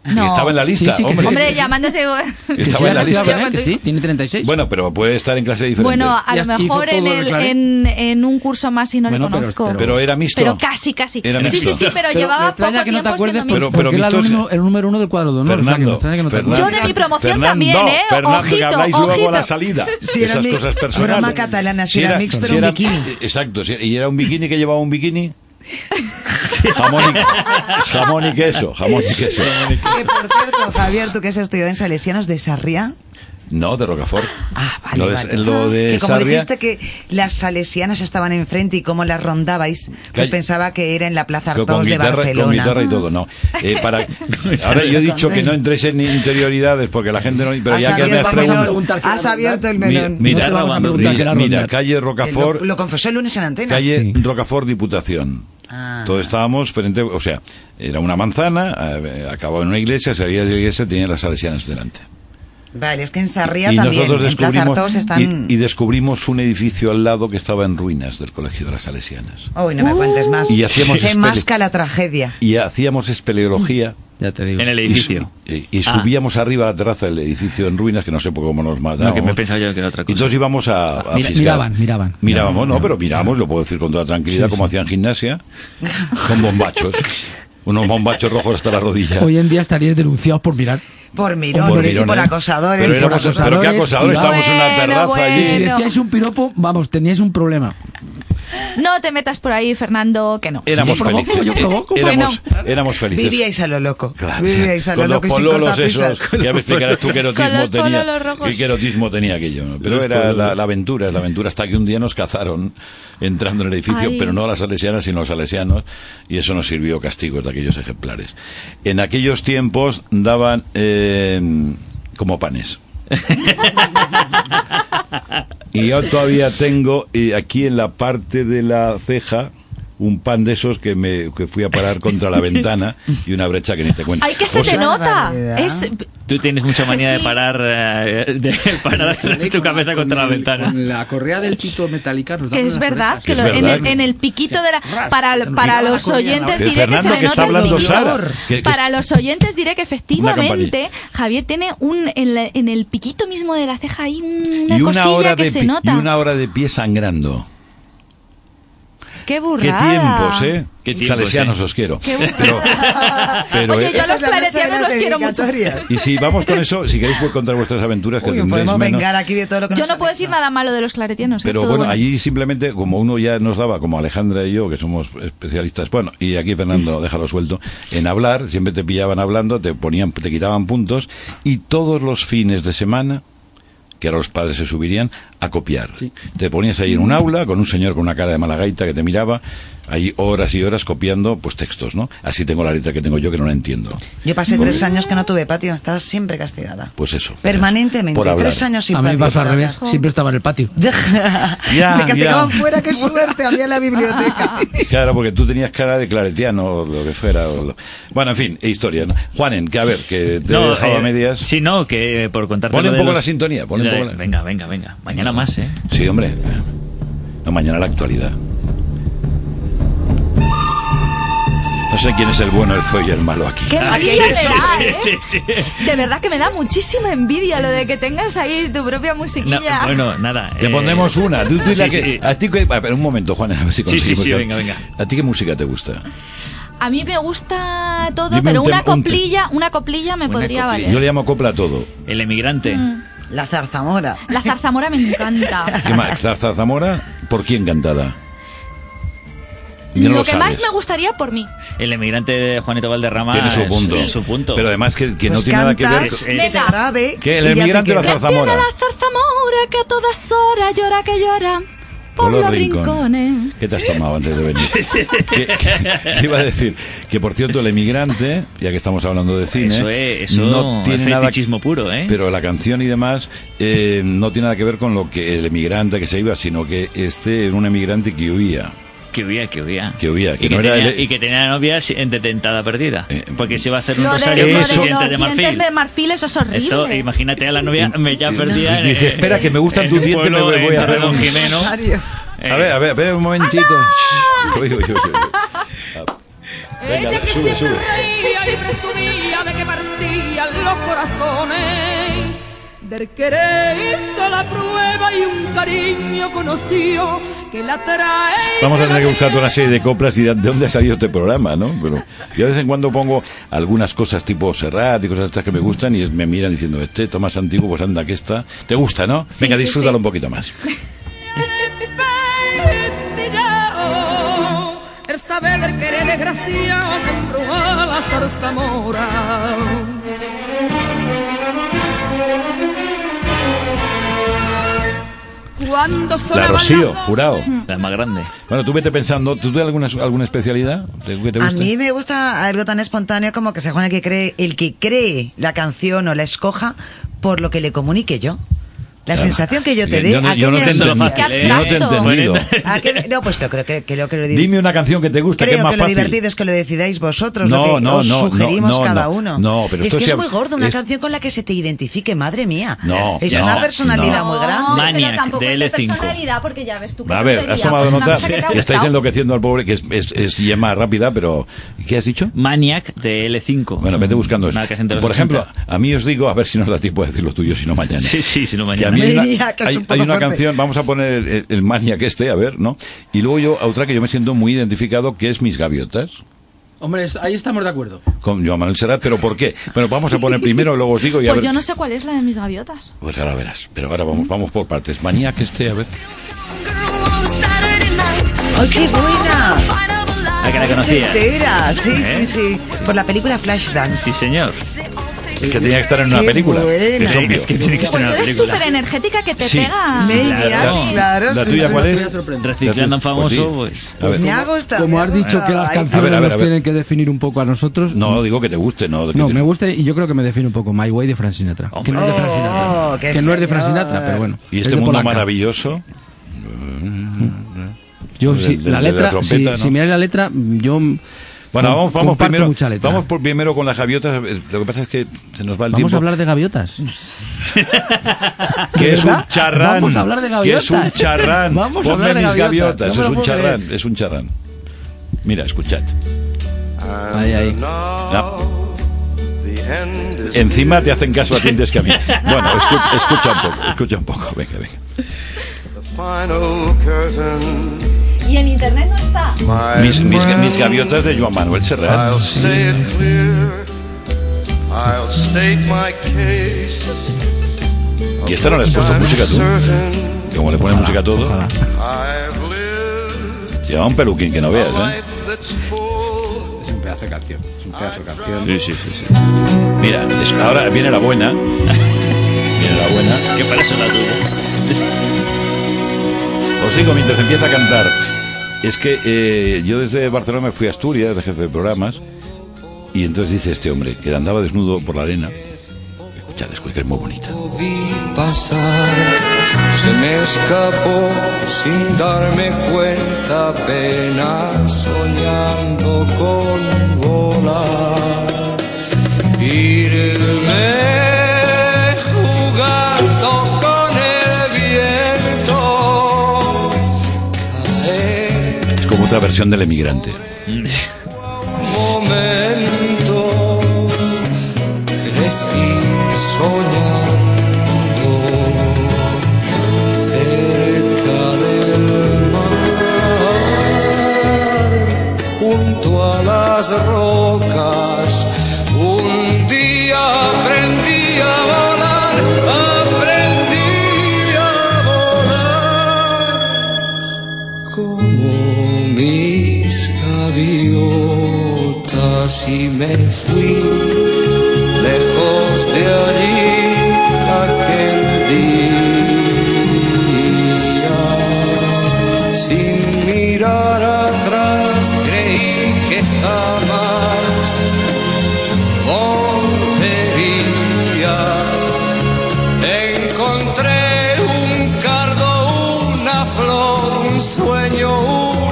[SPEAKER 1] No.
[SPEAKER 2] que Estaba en la lista,
[SPEAKER 3] Sí, sí, que sí.
[SPEAKER 2] hombre.
[SPEAKER 1] Hombre,
[SPEAKER 2] *laughs*
[SPEAKER 1] llamándose.
[SPEAKER 3] Que
[SPEAKER 2] Estaba
[SPEAKER 3] sí,
[SPEAKER 2] en la
[SPEAKER 3] ha estudiado
[SPEAKER 2] lista. ¿eh?
[SPEAKER 3] con él, que sí, tiene 36.
[SPEAKER 2] Bueno, pero puede estar en clase diferente.
[SPEAKER 1] Bueno, a
[SPEAKER 3] Ya
[SPEAKER 1] lo
[SPEAKER 3] dijo
[SPEAKER 1] mejor
[SPEAKER 3] todo
[SPEAKER 1] en,
[SPEAKER 3] lo
[SPEAKER 1] el-
[SPEAKER 3] Claré.
[SPEAKER 1] en, en un curso más si no
[SPEAKER 3] Bueno,
[SPEAKER 1] le
[SPEAKER 3] pero-
[SPEAKER 1] conozco.
[SPEAKER 3] pero-
[SPEAKER 2] pero era mixto.
[SPEAKER 1] Pero casi, casi.
[SPEAKER 2] Era
[SPEAKER 1] sí,
[SPEAKER 2] mixto.
[SPEAKER 1] sí, sí, pero,
[SPEAKER 3] me
[SPEAKER 1] llevaba poco
[SPEAKER 3] extraña que no te
[SPEAKER 1] tiempo
[SPEAKER 3] acuerdes
[SPEAKER 1] siendo
[SPEAKER 3] pero,
[SPEAKER 1] mixto.
[SPEAKER 2] Pero- pero
[SPEAKER 3] porque era el,
[SPEAKER 2] visto-
[SPEAKER 3] número, el número uno del cuadro de honor. o sea, que me
[SPEAKER 2] Fernando,
[SPEAKER 3] extraña que no te
[SPEAKER 2] Fernando,
[SPEAKER 1] Yo de mi promoción también, ¿eh?
[SPEAKER 2] Fernando, que
[SPEAKER 1] Ojito,
[SPEAKER 2] habláis luego a la
[SPEAKER 1] ojito.
[SPEAKER 2] salida.
[SPEAKER 4] Si era
[SPEAKER 2] Esas
[SPEAKER 4] mi-
[SPEAKER 2] cosas personales.
[SPEAKER 4] broma catalana, si era mixto, era un bikini.
[SPEAKER 2] Exacto, si- y era un bikini que llevaba un bikini. Jamón y, jamón y queso, jamón y queso.
[SPEAKER 4] Que por cierto, Javier, tú que has estudiado en Salesianos de Sarriá.
[SPEAKER 2] No, de Rocafort.
[SPEAKER 4] Ah, vale,
[SPEAKER 2] Lo de,
[SPEAKER 4] vale.
[SPEAKER 2] Lo de
[SPEAKER 4] que como
[SPEAKER 2] Sarria-
[SPEAKER 4] dijiste que las salesianas estaban enfrente y cómo las rondabais, pues
[SPEAKER 2] Calla-
[SPEAKER 4] pensaba que era en la Plaza
[SPEAKER 2] Pero
[SPEAKER 4] Artaos
[SPEAKER 2] con
[SPEAKER 4] de
[SPEAKER 2] guitarra y
[SPEAKER 4] Barcelona.
[SPEAKER 2] todo, no. Eh,
[SPEAKER 4] *laughs*
[SPEAKER 2] para, ahora yo he dicho que no entréis en interioridades porque la gente no... Pero
[SPEAKER 4] Has
[SPEAKER 2] ya que me
[SPEAKER 4] abierto
[SPEAKER 2] has
[SPEAKER 4] el
[SPEAKER 2] preguntado...
[SPEAKER 4] melón,
[SPEAKER 3] preguntado.
[SPEAKER 4] Has abierto el
[SPEAKER 2] Mi-
[SPEAKER 4] melón.
[SPEAKER 3] No
[SPEAKER 2] Mira,
[SPEAKER 3] te vamos a
[SPEAKER 5] Ramón,
[SPEAKER 3] preguntar
[SPEAKER 2] mi-
[SPEAKER 3] qué era
[SPEAKER 2] mira,
[SPEAKER 3] Ronda.
[SPEAKER 2] calle
[SPEAKER 4] Que
[SPEAKER 2] Rocafort,
[SPEAKER 4] Eh, Lo, lo confesó el lunes en antena.
[SPEAKER 2] calle
[SPEAKER 3] Sí.
[SPEAKER 2] Rocafort Diputación.
[SPEAKER 4] Ah.
[SPEAKER 2] Todos estábamos frente, o sea, era una manzana, eh, acababa en una iglesia, salía de la iglesia, tenía las salesianas delante.
[SPEAKER 4] Vale, es que en Sarriá
[SPEAKER 2] y
[SPEAKER 4] también.
[SPEAKER 2] nosotros
[SPEAKER 4] En Plaza
[SPEAKER 2] descubrimos
[SPEAKER 4] Artaos están.
[SPEAKER 2] y, y descubrimos un edificio al lado que estaba en ruinas del Colegio de las Salesianas.
[SPEAKER 4] Uy, no me cuentes más.
[SPEAKER 2] Y hacíamos
[SPEAKER 4] Se
[SPEAKER 2] espele-
[SPEAKER 4] masca la tragedia.
[SPEAKER 2] Y hacíamos espeleología
[SPEAKER 3] Ya te digo.
[SPEAKER 5] En el
[SPEAKER 2] y,
[SPEAKER 5] edificio.
[SPEAKER 2] su- y- eh, y
[SPEAKER 5] Ah.
[SPEAKER 2] subíamos arriba a la terraza del edificio en ruinas, que no sé por cómo nos
[SPEAKER 5] No,
[SPEAKER 2] matábamos.
[SPEAKER 5] que me he pensado yo que era otra
[SPEAKER 2] Y
[SPEAKER 5] cosa. Ah,
[SPEAKER 2] entonces íbamos a, a
[SPEAKER 3] Mira-
[SPEAKER 2] fisgar.
[SPEAKER 3] miraban, miraban.
[SPEAKER 2] Mirábamos, no, pero miramos, lo puedo decir con toda tranquilidad, como hacían gimnasia, con bombachos. Unos bombachos rojos hasta la rodilla.
[SPEAKER 3] Hoy en día estaríais denunciados por mirar.
[SPEAKER 4] Por
[SPEAKER 2] Por
[SPEAKER 4] mirones, y
[SPEAKER 2] mirones.
[SPEAKER 4] por acosadores.
[SPEAKER 2] Pero,
[SPEAKER 4] y
[SPEAKER 2] éramos-
[SPEAKER 4] por
[SPEAKER 2] pero qué acosadores,
[SPEAKER 3] acosadores, y-
[SPEAKER 2] estábamos en una
[SPEAKER 1] Bueno,
[SPEAKER 2] terraza
[SPEAKER 3] Si
[SPEAKER 2] allí.
[SPEAKER 1] bueno.
[SPEAKER 3] decíais un piropo, vamos, teníais un problema.
[SPEAKER 1] No te metas por ahí, Fernando, que no.
[SPEAKER 2] Éramos
[SPEAKER 3] Yo provoco,
[SPEAKER 2] felices. Eh,
[SPEAKER 3] yo provoco.
[SPEAKER 2] éramos, éramos felices.
[SPEAKER 4] Vivíais a lo loco.
[SPEAKER 2] Claro, o sea,
[SPEAKER 4] Vivíais a lo
[SPEAKER 2] con los
[SPEAKER 4] loco y sin
[SPEAKER 2] pololos esos, *laughs*
[SPEAKER 4] cortapisas.
[SPEAKER 2] ya me explicarás tú qué
[SPEAKER 1] Con
[SPEAKER 2] erotismo
[SPEAKER 1] los pololos
[SPEAKER 2] tenía,
[SPEAKER 1] rojos.
[SPEAKER 2] qué erotismo tenía aquello, ¿no? pero era la, la aventura, la aventura hasta que un día nos cazaron entrando en el edificio,
[SPEAKER 1] Ay.
[SPEAKER 2] pero no a las salesianas sino a los salesianos y eso nos sirvió castigos de aquellos ejemplares. En aquellos tiempos daban eh, como panes. Y yo todavía tengo eh, aquí en la parte de la ceja un pan de esos que me que fui a parar
[SPEAKER 1] *laughs*
[SPEAKER 2] contra la ventana y una brecha que ni te cuento.
[SPEAKER 1] ¡Ay, que se
[SPEAKER 2] O sea,
[SPEAKER 1] te nota!
[SPEAKER 4] barbaridad.
[SPEAKER 1] Es,
[SPEAKER 5] Tú tienes mucha manía de
[SPEAKER 1] Sí.
[SPEAKER 5] parar, eh,
[SPEAKER 1] *laughs*
[SPEAKER 5] de parar *laughs* tu cabeza contra la ventana.
[SPEAKER 3] Con la correa del pito metálica.
[SPEAKER 1] que es verdad que
[SPEAKER 2] Es
[SPEAKER 1] lo- en,
[SPEAKER 2] verdad.
[SPEAKER 1] el, en el piquito de la para,
[SPEAKER 3] Nos
[SPEAKER 1] para
[SPEAKER 3] llegaba
[SPEAKER 1] los
[SPEAKER 3] la comida,
[SPEAKER 1] oyentes
[SPEAKER 2] Que
[SPEAKER 1] diré que se
[SPEAKER 2] Fernando
[SPEAKER 1] le
[SPEAKER 2] que está
[SPEAKER 1] nota el
[SPEAKER 2] hablando
[SPEAKER 1] dolor.
[SPEAKER 2] Sara. Que- que-
[SPEAKER 1] para los oyentes diré que
[SPEAKER 2] campanita.
[SPEAKER 1] efectivamente Javier tiene un en, la- en el piquito mismo de la ceja hay una
[SPEAKER 2] y una
[SPEAKER 1] cosilla
[SPEAKER 2] hora
[SPEAKER 1] que
[SPEAKER 2] de
[SPEAKER 1] se
[SPEAKER 2] pi-
[SPEAKER 1] nota.
[SPEAKER 2] y una hora de pie sangrando.
[SPEAKER 1] Qué
[SPEAKER 2] Qué
[SPEAKER 1] burrada.
[SPEAKER 2] tiempos, ¿eh?
[SPEAKER 5] Qué tiempos,
[SPEAKER 2] Salesianos
[SPEAKER 5] eh.
[SPEAKER 2] os quiero.
[SPEAKER 1] Qué burrada.
[SPEAKER 2] Pero, pero,
[SPEAKER 1] Oye, yo
[SPEAKER 2] eh,
[SPEAKER 1] a los
[SPEAKER 4] Esa es la noche de
[SPEAKER 1] claretianos
[SPEAKER 4] las
[SPEAKER 1] los quiero mucho.
[SPEAKER 4] dedicatorias.
[SPEAKER 2] y si vamos con eso, si queréis voy a contar vuestras aventuras que
[SPEAKER 4] Uy,
[SPEAKER 2] tendréis
[SPEAKER 4] podemos
[SPEAKER 2] menos.
[SPEAKER 4] vengar aquí de todo lo que
[SPEAKER 1] Yo
[SPEAKER 4] nos
[SPEAKER 1] no puedo
[SPEAKER 4] habéis
[SPEAKER 1] decir
[SPEAKER 4] dado.
[SPEAKER 1] nada malo de los claretianos. ¿eh?
[SPEAKER 2] Pero
[SPEAKER 1] Todo
[SPEAKER 2] bueno,
[SPEAKER 1] bueno.
[SPEAKER 2] allí simplemente, como uno ya nos daba, como Alejandra y yo, que somos especialistas, bueno, y aquí Fernando, déjalo suelto, en hablar, siempre te pillaban hablando, te ponían, te quitaban puntos, y todos los fines de semana, que ahora los padres se subirían, a copiar. Te ponías ahí en un aula, con un señor con una cara de malagaita que te miraba, ahí horas y horas copiando, pues textos, ¿no? Así tengo la letra que tengo yo que no la entiendo.
[SPEAKER 4] Yo pasé tres años que no tuve patio. Estaba siempre castigada.
[SPEAKER 2] Pues eso.
[SPEAKER 4] Permanentemente.
[SPEAKER 2] Por hablar.
[SPEAKER 4] Tres años sin
[SPEAKER 3] A mí
[SPEAKER 4] patio.
[SPEAKER 3] me pasó al
[SPEAKER 4] por
[SPEAKER 3] revés. Siempre estaba en el patio.
[SPEAKER 4] hablar.
[SPEAKER 2] Ya,
[SPEAKER 4] *laughs* me castigaban
[SPEAKER 2] ya.
[SPEAKER 4] fuera, qué suerte. Había en la
[SPEAKER 2] *laughs*
[SPEAKER 4] biblioteca.
[SPEAKER 2] Claro, porque tú tenías cara de claretiano o lo que fuera. o lo- Bueno, en fin, e historia. ¿no? Juanen, que a ver, que te he dejado
[SPEAKER 5] eh,
[SPEAKER 2] a medias.
[SPEAKER 5] Sí, no, que eh, por contarte.
[SPEAKER 2] Ponle
[SPEAKER 5] lo
[SPEAKER 2] un
[SPEAKER 5] de
[SPEAKER 2] poco
[SPEAKER 5] los-
[SPEAKER 2] la sintonía, ponle un
[SPEAKER 5] lo de-
[SPEAKER 2] poco la-
[SPEAKER 5] Venga, venga, venga. Mañana más, ¿eh?
[SPEAKER 2] Sí, hombre. No, mañana la actualidad. No sé quién es el bueno, el feo y el malo aquí.
[SPEAKER 1] ¡Qué
[SPEAKER 4] Aquí hay
[SPEAKER 1] envidia me da,
[SPEAKER 5] Sí,
[SPEAKER 1] eh!
[SPEAKER 5] sí, sí, sí.
[SPEAKER 1] De verdad que me da muchísima envidia lo de que tengas ahí tu propia
[SPEAKER 5] No,
[SPEAKER 1] musiquilla.
[SPEAKER 5] bueno, nada.
[SPEAKER 2] Te
[SPEAKER 5] eh,
[SPEAKER 2] pondremos una. Tú, tú
[SPEAKER 5] sí,
[SPEAKER 2] la que- Ah.
[SPEAKER 5] sí.
[SPEAKER 2] A ti que- a ver, un momento, Juan, a ver si
[SPEAKER 5] Sí, sí,
[SPEAKER 2] conseguimos
[SPEAKER 5] sí,
[SPEAKER 2] que-
[SPEAKER 5] venga, venga.
[SPEAKER 2] ¿A ti qué música te gusta?
[SPEAKER 1] A mí me gusta todo,
[SPEAKER 2] Dime
[SPEAKER 1] pero
[SPEAKER 2] un tem-
[SPEAKER 1] una
[SPEAKER 2] un tem-
[SPEAKER 1] coplilla, una coplilla me
[SPEAKER 5] Una
[SPEAKER 1] podría
[SPEAKER 5] coplilla.
[SPEAKER 1] valer.
[SPEAKER 2] Yo le llamo copla a todo.
[SPEAKER 5] El emigrante.
[SPEAKER 1] Mm.
[SPEAKER 4] La zarzamora.
[SPEAKER 1] La zarzamora me
[SPEAKER 2] *laughs*
[SPEAKER 1] encanta.
[SPEAKER 2] ¿Qué más? Zarza Zamora, ¿por quién cantada? Ya
[SPEAKER 1] lo,
[SPEAKER 2] lo
[SPEAKER 1] que
[SPEAKER 2] sabes.
[SPEAKER 1] más me gustaría por mí.
[SPEAKER 5] El emigrante de Juanito Valderrama.
[SPEAKER 2] Tiene su
[SPEAKER 5] es-
[SPEAKER 2] punto.
[SPEAKER 5] es su punto.
[SPEAKER 2] Pero además que, que no
[SPEAKER 4] Pues
[SPEAKER 2] tiene nada que ver.
[SPEAKER 4] cantas,
[SPEAKER 2] con-
[SPEAKER 5] Es-
[SPEAKER 4] que te
[SPEAKER 1] Venga.
[SPEAKER 4] grabe
[SPEAKER 2] ¿Qué? El
[SPEAKER 4] y ya te
[SPEAKER 2] emigrante
[SPEAKER 4] queda.
[SPEAKER 2] la zarzamora.
[SPEAKER 1] Tiene la zarzamora que a todas horas llora que llora por los rincones.
[SPEAKER 2] ¿Qué te has tomado antes de venir? ¿Qué, qué- qué iba a decir? Que por cierto, el emigrante, ya que estamos hablando de cine,
[SPEAKER 5] Eso es- eso
[SPEAKER 2] no tiene
[SPEAKER 5] es
[SPEAKER 2] nada.
[SPEAKER 5] fetichismo puro, ¿eh?
[SPEAKER 2] Pero la canción y demás eh, no tiene nada que ver con lo que el emigrante que se iba, sino que este era un emigrante que huía.
[SPEAKER 5] Que huía, que huía.
[SPEAKER 2] Que huía, que
[SPEAKER 5] y,
[SPEAKER 2] no
[SPEAKER 5] que
[SPEAKER 2] era
[SPEAKER 5] tenía,
[SPEAKER 2] el-
[SPEAKER 5] y que tenía novia si- de tentada perdida.
[SPEAKER 2] Eh,
[SPEAKER 5] porque se iba a hacer un
[SPEAKER 1] Lo de,
[SPEAKER 5] rosario
[SPEAKER 1] lo
[SPEAKER 5] con
[SPEAKER 1] de
[SPEAKER 2] eso-
[SPEAKER 5] dientes
[SPEAKER 1] los
[SPEAKER 5] de
[SPEAKER 1] dientes
[SPEAKER 5] marfil.
[SPEAKER 1] de marfil, eso es horrible.
[SPEAKER 5] Esto, imagínate a la novia me ya perdida. en-
[SPEAKER 2] Dice, espera, que me gustan
[SPEAKER 5] en
[SPEAKER 2] tus
[SPEAKER 5] un
[SPEAKER 2] dientes, me
[SPEAKER 5] pueblo
[SPEAKER 2] voy a
[SPEAKER 5] en
[SPEAKER 2] hacer
[SPEAKER 5] Torredón
[SPEAKER 2] un-
[SPEAKER 5] Jimeno.
[SPEAKER 4] Rosario.
[SPEAKER 5] Eh,
[SPEAKER 2] A ver, a ver, a ver un momentito. Shh. Uy, uy, uy, uy.
[SPEAKER 4] *laughs* Eh,
[SPEAKER 2] Venga,
[SPEAKER 9] Ella que siempre
[SPEAKER 2] sube, sube.
[SPEAKER 9] reía y presumía de que partían los corazones. Del querer hizo la prueba y un cariño conoció que la trae.
[SPEAKER 2] Vamos a tener que buscar toda una serie de coplas y de de dónde ha salido este programa, ¿no? Pero yo de vez en cuando pongo algunas cosas tipo Serrat y cosas estas que me gustan y me miran diciendo, este está más antiguo, pues anda que está. ¿Te gusta, no?
[SPEAKER 1] Sí,
[SPEAKER 2] Venga,
[SPEAKER 1] sí,
[SPEAKER 2] disfrútalo
[SPEAKER 1] sí.
[SPEAKER 2] un poquito más.
[SPEAKER 9] Petirao, El saber que le desgraciado embrujó a la zarzamora. Cuando
[SPEAKER 2] La
[SPEAKER 9] sonaban
[SPEAKER 2] Rocío,
[SPEAKER 9] las
[SPEAKER 2] jurado.
[SPEAKER 4] Mm.
[SPEAKER 5] La más grande.
[SPEAKER 2] Bueno, tú vete pensando, ¿tú tienes alguna, alguna especialidad ¿Te- que te
[SPEAKER 4] A
[SPEAKER 2] guste?
[SPEAKER 4] mí me gusta algo tan espontáneo como que se juega el que cree, el que cree la canción o la escoja por lo que le comunique yo. La sensación que yo te dé.
[SPEAKER 2] Yo no,
[SPEAKER 4] ¿a
[SPEAKER 2] yo
[SPEAKER 4] qué
[SPEAKER 2] no
[SPEAKER 4] me
[SPEAKER 2] te he
[SPEAKER 4] asocia?
[SPEAKER 2] entendido.
[SPEAKER 1] Qué
[SPEAKER 2] Yo no te he
[SPEAKER 1] abstracto.
[SPEAKER 2] entendido.
[SPEAKER 4] ¿A qué me- no, pues lo creo, creo, que lo que lo digo.
[SPEAKER 2] *laughs* Dime una canción que te gusta,
[SPEAKER 4] Creo
[SPEAKER 2] que es más
[SPEAKER 4] que lo
[SPEAKER 2] fácil.
[SPEAKER 4] divertido es que lo decidáis vosotros,
[SPEAKER 2] No,
[SPEAKER 4] lo que
[SPEAKER 2] no,
[SPEAKER 4] os
[SPEAKER 2] no,
[SPEAKER 4] sugerimos
[SPEAKER 2] no, no,
[SPEAKER 4] cada
[SPEAKER 2] no.
[SPEAKER 4] uno.
[SPEAKER 2] No, pero
[SPEAKER 4] es
[SPEAKER 2] esto
[SPEAKER 4] que
[SPEAKER 2] se
[SPEAKER 4] es
[SPEAKER 2] ab-
[SPEAKER 4] muy gordo, una
[SPEAKER 2] es-
[SPEAKER 4] canción con la que se te identifique, madre mía.
[SPEAKER 2] No,
[SPEAKER 4] es
[SPEAKER 2] no,
[SPEAKER 4] una
[SPEAKER 2] no.
[SPEAKER 4] personalidad muy grande.
[SPEAKER 1] No,
[SPEAKER 5] Maniac,
[SPEAKER 1] pero tampoco
[SPEAKER 5] de
[SPEAKER 1] es de
[SPEAKER 5] L5.
[SPEAKER 1] personalidad, porque ya ves tú qué
[SPEAKER 2] A ver,
[SPEAKER 1] tontería,
[SPEAKER 2] ¿has tomado
[SPEAKER 1] pues una
[SPEAKER 2] nota?
[SPEAKER 1] cosa que te ha
[SPEAKER 2] Estáis
[SPEAKER 1] gustado.
[SPEAKER 2] enloqueciendo al pobre, que es, es, es yema rápida, pero... ¿Qué has dicho?
[SPEAKER 5] Maniac de L5.
[SPEAKER 2] Bueno, vete buscando eso.
[SPEAKER 5] Una canción de los
[SPEAKER 2] Por
[SPEAKER 5] 80.
[SPEAKER 2] ejemplo, a mí os digo, a ver si nos da tiempo de decir lo tuyo, si no mañana.
[SPEAKER 5] Sí, sí, si no
[SPEAKER 2] Que a
[SPEAKER 5] mañana.
[SPEAKER 2] mí hay una,
[SPEAKER 4] Diría que es
[SPEAKER 2] hay-
[SPEAKER 4] un poco
[SPEAKER 2] hay una
[SPEAKER 4] fuerte.
[SPEAKER 2] canción, vamos a poner el, el- el Maniac este, a ver, ¿no? Y luego yo, a otra que yo me siento muy identificado, que es Mis Gaviotas,
[SPEAKER 3] Hombre, es- ahí estamos de acuerdo.
[SPEAKER 2] con Joan Manuel Serrat, pero ¿por qué? Bueno, vamos a
[SPEAKER 4] *laughs*
[SPEAKER 2] poner primero, luego os digo y a
[SPEAKER 1] Pues
[SPEAKER 2] ver.
[SPEAKER 1] yo no sé cuál es la de mis gaviotas.
[SPEAKER 2] Pues ahora verás, pero ahora vamos, vamos por partes. Maniac este, a ver.
[SPEAKER 4] ¡Ay, qué buena!
[SPEAKER 5] ¿A que la conocía?
[SPEAKER 4] Ochentera, sí, sí,
[SPEAKER 5] ¿Eh?
[SPEAKER 4] sí. Por la película Flashdance.
[SPEAKER 5] Sí, señor.
[SPEAKER 2] Es que tenía que estar en una
[SPEAKER 4] Qué
[SPEAKER 2] película.
[SPEAKER 4] buena.
[SPEAKER 2] Es obvio.
[SPEAKER 5] Es que tiene que
[SPEAKER 1] Pues tú
[SPEAKER 5] estar en la
[SPEAKER 1] eres
[SPEAKER 5] película.
[SPEAKER 1] súper energética que te
[SPEAKER 2] Sí.
[SPEAKER 1] pega.
[SPEAKER 4] Me dirás,
[SPEAKER 5] Claro.
[SPEAKER 4] claro,
[SPEAKER 2] ¿La
[SPEAKER 4] sí,
[SPEAKER 2] tuya
[SPEAKER 4] sí,
[SPEAKER 2] cuál
[SPEAKER 4] sí.
[SPEAKER 2] es?
[SPEAKER 5] Reciclando a un famoso, pues.
[SPEAKER 2] A ver.
[SPEAKER 4] Me ha gustado.
[SPEAKER 3] Como
[SPEAKER 4] me ha
[SPEAKER 3] has dicho que
[SPEAKER 4] gustado.
[SPEAKER 3] las
[SPEAKER 4] Ay,
[SPEAKER 3] canciones
[SPEAKER 2] A ver, a ver,
[SPEAKER 3] nos
[SPEAKER 2] a ver.
[SPEAKER 3] tienen que definir un poco a nosotros.
[SPEAKER 2] No, digo que te guste, no. que
[SPEAKER 3] No,
[SPEAKER 2] te-
[SPEAKER 3] me gusta y yo creo que me define un poco My Way de Frank Sinatra. Que no es de Frank
[SPEAKER 4] Oh,
[SPEAKER 3] Sinatra.
[SPEAKER 4] qué
[SPEAKER 3] que no es de Frank
[SPEAKER 4] señor.
[SPEAKER 3] Sinatra, pero bueno.
[SPEAKER 2] Y
[SPEAKER 3] es
[SPEAKER 2] este
[SPEAKER 3] de
[SPEAKER 2] mundo
[SPEAKER 3] Polanca.
[SPEAKER 2] maravilloso.
[SPEAKER 3] Yo,
[SPEAKER 2] de-
[SPEAKER 3] si,
[SPEAKER 2] de-
[SPEAKER 3] la
[SPEAKER 2] de la
[SPEAKER 3] letra, si,
[SPEAKER 2] trompeta, ¿no?
[SPEAKER 3] si miráis la letra, yo.
[SPEAKER 2] Bueno,
[SPEAKER 3] com-
[SPEAKER 2] vamos, vamos
[SPEAKER 3] comparto
[SPEAKER 2] primero.
[SPEAKER 3] mucha letra.
[SPEAKER 2] Vamos por primero con las gaviotas. eh, Lo que pasa es que se nos va el
[SPEAKER 3] Vamos a
[SPEAKER 2] tiempo.
[SPEAKER 3] hablar de gaviotas.
[SPEAKER 2] que es
[SPEAKER 3] ¿Verdad?
[SPEAKER 2] un charrán.
[SPEAKER 3] Vamos a hablar de
[SPEAKER 2] Que
[SPEAKER 3] gaviotas.
[SPEAKER 2] es un charrán.
[SPEAKER 3] *laughs* Vamos a
[SPEAKER 2] Ponme
[SPEAKER 3] hablar de
[SPEAKER 2] mis
[SPEAKER 3] gaviotas.
[SPEAKER 2] gaviotas.
[SPEAKER 3] No me
[SPEAKER 2] Es
[SPEAKER 3] lo
[SPEAKER 2] un
[SPEAKER 3] puedo
[SPEAKER 2] charrán.
[SPEAKER 3] creer.
[SPEAKER 2] Es un charrán. Mira, escuchad.
[SPEAKER 4] Ah,
[SPEAKER 3] Ahí, ahí.
[SPEAKER 2] No. Encima te hacen caso a tintes que a mí. Bueno, escu- escucha un poco, escucha un poco. Venga, venga.
[SPEAKER 1] Y en internet no está.
[SPEAKER 2] Mis, mis, mis gaviotas de Joan Manuel Serrat.
[SPEAKER 8] I'll say it clear. I'll state my case.
[SPEAKER 2] Y esta no le has puesto
[SPEAKER 8] I'm
[SPEAKER 2] música tú.
[SPEAKER 8] certain
[SPEAKER 2] Como le pones música a todo.
[SPEAKER 8] I've lived
[SPEAKER 2] Lleva un peluquín que no
[SPEAKER 8] a
[SPEAKER 2] veas, ¿eh?
[SPEAKER 8] life that's full.
[SPEAKER 10] Es un pedazo de canción. Es un pedazo de canción.
[SPEAKER 2] Sí, sí, sí. Mira, es- ahora viene la buena. *laughs* Viene la buena.
[SPEAKER 5] Que para eso la tuvo.
[SPEAKER 2] Os digo, mientras empieza a cantar, es que eh, yo desde Barcelona me fui a Asturias de jefe de programas y entonces dice este hombre que andaba desnudo por la arena. Escuchad, escuchad, que es muy bonita.
[SPEAKER 11] vi pasar, se me escapó sin darme cuenta, apenas soñando con volar. Irme jugando con el viento, caer
[SPEAKER 2] Es como otra versión del emigrante.
[SPEAKER 11] como momento crecí soñando cerca del mar, junto a las rocas. Un día aprendí a volar, aprendí a volar como mis gaviotas y me fui lejos de allí aquel día. Sin mirar atrás creí que jamás volvería. Encontré un cardo, una flor, un sueño,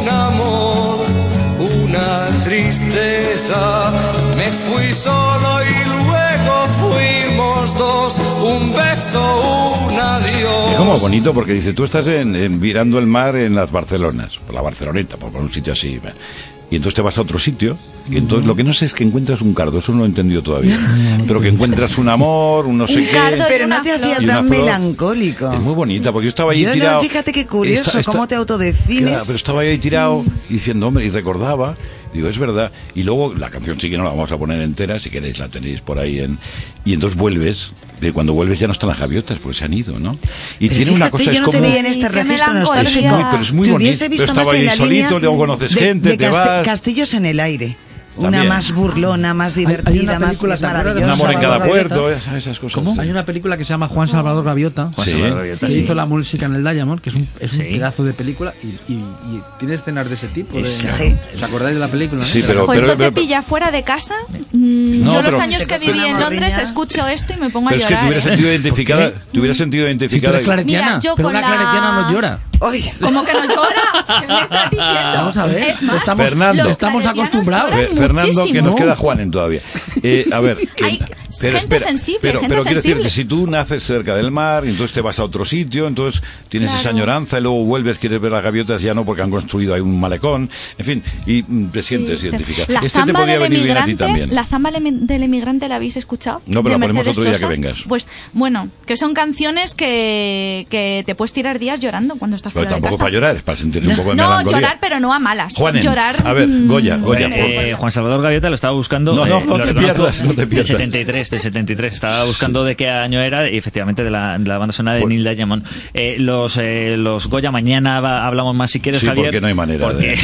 [SPEAKER 11] un amor, una tristeza. Me fui solo y luego fuimos dos, un beso, un adiós.
[SPEAKER 2] Es como bonito porque dice, tú estás en, en- virando el mar en las Barcelonas, por la Barceloneta, por por un sitio así. Y entonces te vas a otro sitio, y entonces lo que no sé es que encuentras un cardo, eso no lo he entendido todavía. Pero que encuentras un amor, un no sé
[SPEAKER 1] Un
[SPEAKER 2] qué.
[SPEAKER 1] cardo y
[SPEAKER 4] Pero
[SPEAKER 1] una
[SPEAKER 4] no te hacía
[SPEAKER 2] flor. Y una
[SPEAKER 4] tan
[SPEAKER 2] flor.
[SPEAKER 4] melancólico.
[SPEAKER 2] Es muy bonita, porque yo estaba ahí
[SPEAKER 4] Yo no,
[SPEAKER 2] tirado.
[SPEAKER 4] fíjate qué curioso, cómo te autodefines.
[SPEAKER 2] Claro, pero estaba ahí tirado diciendo, hombre, y recordaba, digo, es verdad. Y luego la canción sí que no la vamos a poner entera, si queréis la tenéis por ahí en. Y entonces vuelves, y cuando vuelves ya no están las gaviotas, porque se han ido, ¿no? Y
[SPEAKER 4] Pero
[SPEAKER 2] tiene una
[SPEAKER 4] fíjate,
[SPEAKER 2] cosa,
[SPEAKER 4] yo
[SPEAKER 2] es
[SPEAKER 4] no te
[SPEAKER 2] como.
[SPEAKER 4] vi en este
[SPEAKER 1] Sí, qué
[SPEAKER 4] registro
[SPEAKER 1] melancolía.
[SPEAKER 2] Es
[SPEAKER 4] nostálgico.
[SPEAKER 2] muy, pero es muy
[SPEAKER 4] Te
[SPEAKER 2] bonito.
[SPEAKER 4] hubiese
[SPEAKER 2] Pero
[SPEAKER 4] visto
[SPEAKER 2] estaba
[SPEAKER 4] más en
[SPEAKER 2] ahí
[SPEAKER 4] la
[SPEAKER 2] solito,
[SPEAKER 4] línea
[SPEAKER 2] luego conoces
[SPEAKER 4] de-
[SPEAKER 2] gente,
[SPEAKER 4] de
[SPEAKER 2] te
[SPEAKER 4] cast-
[SPEAKER 2] vas.
[SPEAKER 4] Castillos en el aire. Una
[SPEAKER 2] También.
[SPEAKER 4] más burlona, más divertida,
[SPEAKER 3] una
[SPEAKER 4] más,
[SPEAKER 3] película
[SPEAKER 4] más
[SPEAKER 3] que habla de
[SPEAKER 4] maravillosa.
[SPEAKER 2] Un amor en cada
[SPEAKER 3] Salvador
[SPEAKER 2] puerto, esas, esas cosas. sí.
[SPEAKER 3] Hay una película que se llama Juan Salvador Gaviota.
[SPEAKER 2] Sí.
[SPEAKER 3] que hizo la música en el Diamond, que es un, es un
[SPEAKER 5] Sí.
[SPEAKER 3] pedazo de película y, y- y tiene escenas de ese tipo. de-
[SPEAKER 5] Esa.
[SPEAKER 4] Sí.
[SPEAKER 3] ¿Os acordáis de la película? no?
[SPEAKER 2] Sí,
[SPEAKER 3] De la-
[SPEAKER 2] pero-
[SPEAKER 1] Ojo, Pues esto
[SPEAKER 2] pero-
[SPEAKER 1] te pilla fuera de casa. Mm,
[SPEAKER 2] No,
[SPEAKER 1] yo los
[SPEAKER 2] pero-
[SPEAKER 1] años que
[SPEAKER 4] Te
[SPEAKER 1] viví
[SPEAKER 4] toca
[SPEAKER 1] en
[SPEAKER 4] una
[SPEAKER 1] Londres
[SPEAKER 4] morriña.
[SPEAKER 1] escucho esto y me pongo a
[SPEAKER 2] Pero es que te
[SPEAKER 1] llorar.
[SPEAKER 2] hubieras
[SPEAKER 1] ¿eh?
[SPEAKER 2] sentido identificada. Te hubieras sentido
[SPEAKER 3] Sí, pero
[SPEAKER 2] identificada.
[SPEAKER 3] es claretiana.
[SPEAKER 1] Mira, yo
[SPEAKER 3] pero
[SPEAKER 1] con
[SPEAKER 3] una
[SPEAKER 1] la- Ah.
[SPEAKER 3] claretiana no llora.
[SPEAKER 4] Oye,
[SPEAKER 1] ¿Cómo que no llora? ¿Qué me estás diciendo?
[SPEAKER 3] Vamos a ver,
[SPEAKER 1] Es más,
[SPEAKER 3] estamos-
[SPEAKER 2] Fernando.
[SPEAKER 1] los
[SPEAKER 3] estamos
[SPEAKER 1] claretianos
[SPEAKER 3] acostumbrados.
[SPEAKER 1] lloran
[SPEAKER 2] Fe- Fernando, que nos
[SPEAKER 1] muchísimo.
[SPEAKER 2] queda Juanen todavía. Eh, a ver, que-
[SPEAKER 1] *laughs* Hay gente sensible,
[SPEAKER 2] pero,
[SPEAKER 1] gente
[SPEAKER 2] pero quiero
[SPEAKER 1] sensible.
[SPEAKER 2] decirte, si tú naces cerca del mar, y entonces te vas a otro sitio, entonces tienes esa
[SPEAKER 1] Claro.
[SPEAKER 2] añoranza y luego vuelves, quieres ver las gaviotas, ya no, porque han construido ahí un malecón, en fin, y mm, te sientes
[SPEAKER 1] Sí,
[SPEAKER 2] identificado.
[SPEAKER 1] te- La
[SPEAKER 2] Este te
[SPEAKER 1] zamba
[SPEAKER 2] podía
[SPEAKER 1] del
[SPEAKER 2] venir bien a ti
[SPEAKER 1] emigrante,
[SPEAKER 2] también.
[SPEAKER 1] la zamba del emi- del emigrante la habéis escuchado.
[SPEAKER 2] No,
[SPEAKER 1] De
[SPEAKER 2] pero la ponemos
[SPEAKER 1] Mercedes
[SPEAKER 2] otro día que
[SPEAKER 1] Sosa.
[SPEAKER 2] vengas.
[SPEAKER 1] Pues bueno, que son canciones que, que te puedes tirar días llorando cuando estás
[SPEAKER 2] Pero
[SPEAKER 1] fuera
[SPEAKER 2] Pues tampoco
[SPEAKER 1] de
[SPEAKER 2] es para
[SPEAKER 1] casa.
[SPEAKER 2] llorar, es para sentirte un poco de
[SPEAKER 1] no,
[SPEAKER 2] melancolía.
[SPEAKER 1] llorar, pero no a malas.
[SPEAKER 2] Juanen,
[SPEAKER 1] llorar.
[SPEAKER 2] a ver,
[SPEAKER 1] mm,
[SPEAKER 2] Goya, Goya, por-
[SPEAKER 5] Eh, Juan Salvador Gaviota lo estaba buscando.
[SPEAKER 2] No, no,
[SPEAKER 5] eh,
[SPEAKER 2] no
[SPEAKER 5] lo
[SPEAKER 2] te
[SPEAKER 5] reconozco,
[SPEAKER 2] pierdas, no te pierdas.
[SPEAKER 5] Del 73, del 73. Estaba buscando de qué año era y efectivamente de la, de la banda sonora de
[SPEAKER 2] Por-
[SPEAKER 5] Neil Diamond. Eh, los, eh, los Goya, mañana va- hablamos más si quieres,
[SPEAKER 2] Sí,
[SPEAKER 5] Javier.
[SPEAKER 2] porque no hay manera
[SPEAKER 5] porque- *laughs*
[SPEAKER 2] de-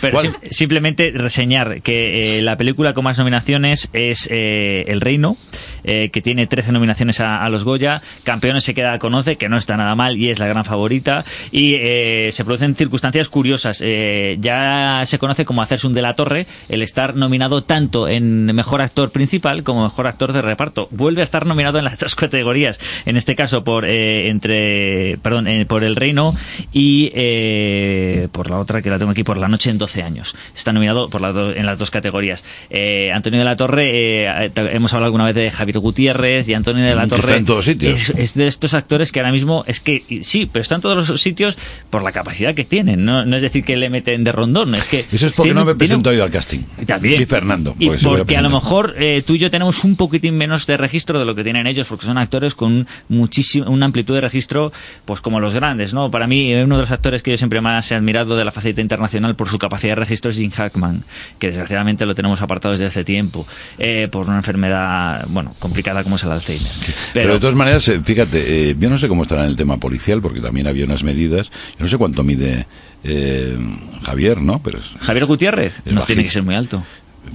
[SPEAKER 5] pero
[SPEAKER 2] ¿Cuál?
[SPEAKER 5] sim- simplemente reseñar que eh, la película con más nominaciones es eh, El Reino, eh, que tiene 13 nominaciones a, a los Goya. Campeones se queda con 11, que no está nada mal y es la gran favorita. Y eh, se producen circunstancias curiosas. Eh, ya se conoce como hacerse un de la torre el estar nominado tanto en mejor actor principal como mejor actor de reparto. Vuelve a estar nominado en las *laughs* dos categorías. En este caso por eh, entre perdón eh, por El Reino y eh, por la otra que la tengo aquí por La Noche en 12 años. Está nominado por las do- en las dos categorías. Eh, Antonio de la Torre eh, ta- hemos hablado alguna vez de Javier Gutiérrez y Antonio de la
[SPEAKER 2] Mm, Que
[SPEAKER 5] Torre
[SPEAKER 2] está en todos sitios.
[SPEAKER 5] es- es de estos actores que ahora mismo es que y- sí, pero están en todos los sitios por la capacidad que tienen. No, no es decir que le meten de rondón, es que
[SPEAKER 2] Eso es porque no me he
[SPEAKER 5] tienen- tienen-
[SPEAKER 2] presentado yo al casting.
[SPEAKER 5] y También.
[SPEAKER 2] Y Fernando.
[SPEAKER 5] Y
[SPEAKER 2] se hubiera
[SPEAKER 5] porque a lo
[SPEAKER 2] presentado.
[SPEAKER 5] mejor eh, tú y yo tenemos un poquitín menos de registro de lo que tienen ellos, porque son actores con muchísima, una amplitud de registro, pues como los grandes, ¿no? Para mí, eh, uno de los actores que yo siempre más he admirado de la faceta internacional por su capacidad de registro es Jim Hackman, que desgraciadamente lo tenemos apartado desde hace tiempo, eh, por una enfermedad, bueno, complicada como es el Alzheimer.
[SPEAKER 2] Pero, de todas maneras, eh, fíjate, eh, yo no sé cómo estará en el tema policial, porque también había unas medidas. Yo no sé cuánto mide eh, Javier, ¿no? Pero es,
[SPEAKER 5] Javier Gutiérrez no
[SPEAKER 2] bajito.
[SPEAKER 5] tiene que ser muy alto.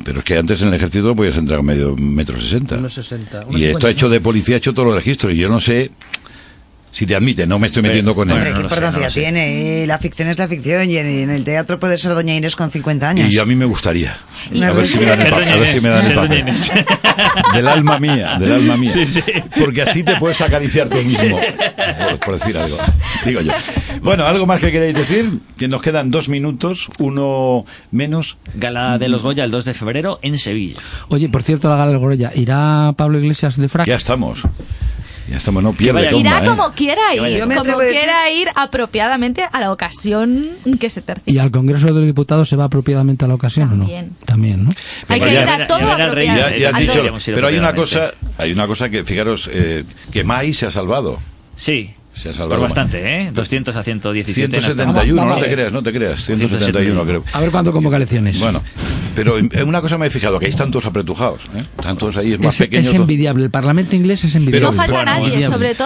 [SPEAKER 2] pero es que antes en el ejército podías entrar a medio metro sesenta.
[SPEAKER 3] Unos 60, unos
[SPEAKER 2] Y esto
[SPEAKER 3] 50.
[SPEAKER 2] ha hecho de policía, ha hecho todos los registros. Y yo no sé si te admite, no me estoy metiendo con él.
[SPEAKER 5] Bueno,
[SPEAKER 4] hombre, qué
[SPEAKER 5] no lo sé, no
[SPEAKER 4] importancia
[SPEAKER 5] lo sé.
[SPEAKER 4] tiene. eh, La ficción es la ficción y en, en el teatro puede ser Doña Inés con 50 años.
[SPEAKER 2] Y yo a mí me gustaría.
[SPEAKER 1] Y-
[SPEAKER 2] A ver si me dan el
[SPEAKER 5] Ser
[SPEAKER 2] papel.
[SPEAKER 5] doña
[SPEAKER 2] A ver si
[SPEAKER 5] Inés,
[SPEAKER 2] me dan el
[SPEAKER 5] ser doña
[SPEAKER 2] papel.
[SPEAKER 5] Inés.
[SPEAKER 2] Del alma mía, del alma mía.
[SPEAKER 5] Sí, sí.
[SPEAKER 2] Porque así te puedes acariciar tú mismo. Por, por decir algo. Digo yo. Bueno, ¿algo más que queréis decir? Que nos quedan dos minutos, uno menos.
[SPEAKER 5] Gala de los Goya el 2 de febrero en Sevilla.
[SPEAKER 3] Oye, por cierto, la gala del Gorilla, ¿irá Pablo Iglesias de frac?
[SPEAKER 2] Ya estamos. Ya está, bueno, pierde.
[SPEAKER 5] vaya
[SPEAKER 2] Tomba,
[SPEAKER 1] Irá
[SPEAKER 2] ¿eh?
[SPEAKER 1] como quiera
[SPEAKER 5] Yo me
[SPEAKER 1] ir,
[SPEAKER 4] atrevo
[SPEAKER 1] como
[SPEAKER 4] a decir-
[SPEAKER 1] quiera ir apropiadamente a la ocasión que se tercie.
[SPEAKER 3] Y al Congreso de los Diputados se va apropiadamente a la ocasión, ¿o
[SPEAKER 1] También.
[SPEAKER 3] no? También, ¿no?
[SPEAKER 1] Hay que
[SPEAKER 2] ya-
[SPEAKER 1] ir a todo
[SPEAKER 5] ya verá el rey,
[SPEAKER 1] apropiado.
[SPEAKER 2] Ya, ya has
[SPEAKER 1] a
[SPEAKER 2] dicho,
[SPEAKER 1] todo.
[SPEAKER 5] Podríamos ir
[SPEAKER 2] pero hay una cosa,
[SPEAKER 5] rápidamente.
[SPEAKER 2] hay una cosa que fijaros eh, que Mai se ha salvado.
[SPEAKER 5] Sí,
[SPEAKER 2] Se ha
[SPEAKER 5] por
[SPEAKER 2] salvado.
[SPEAKER 5] bastante, ¿eh? 200 a 117. no está mal.
[SPEAKER 2] 171, no te
[SPEAKER 3] Vamos.
[SPEAKER 2] creas, no te creas, 171 creo.
[SPEAKER 3] A ver cuándo convoca elecciones.
[SPEAKER 2] Bueno, pero en- en una cosa me he fijado, que hay tantos apretujados, ¿eh? tantos ahí, es más
[SPEAKER 3] es,
[SPEAKER 2] pequeño.
[SPEAKER 3] es
[SPEAKER 2] todo.
[SPEAKER 3] envidiable. El Parlamento inglés es envidiable.
[SPEAKER 2] Pero-
[SPEAKER 1] no falta
[SPEAKER 2] Bueno,
[SPEAKER 1] nadie,
[SPEAKER 3] envidiable.
[SPEAKER 1] sobre todo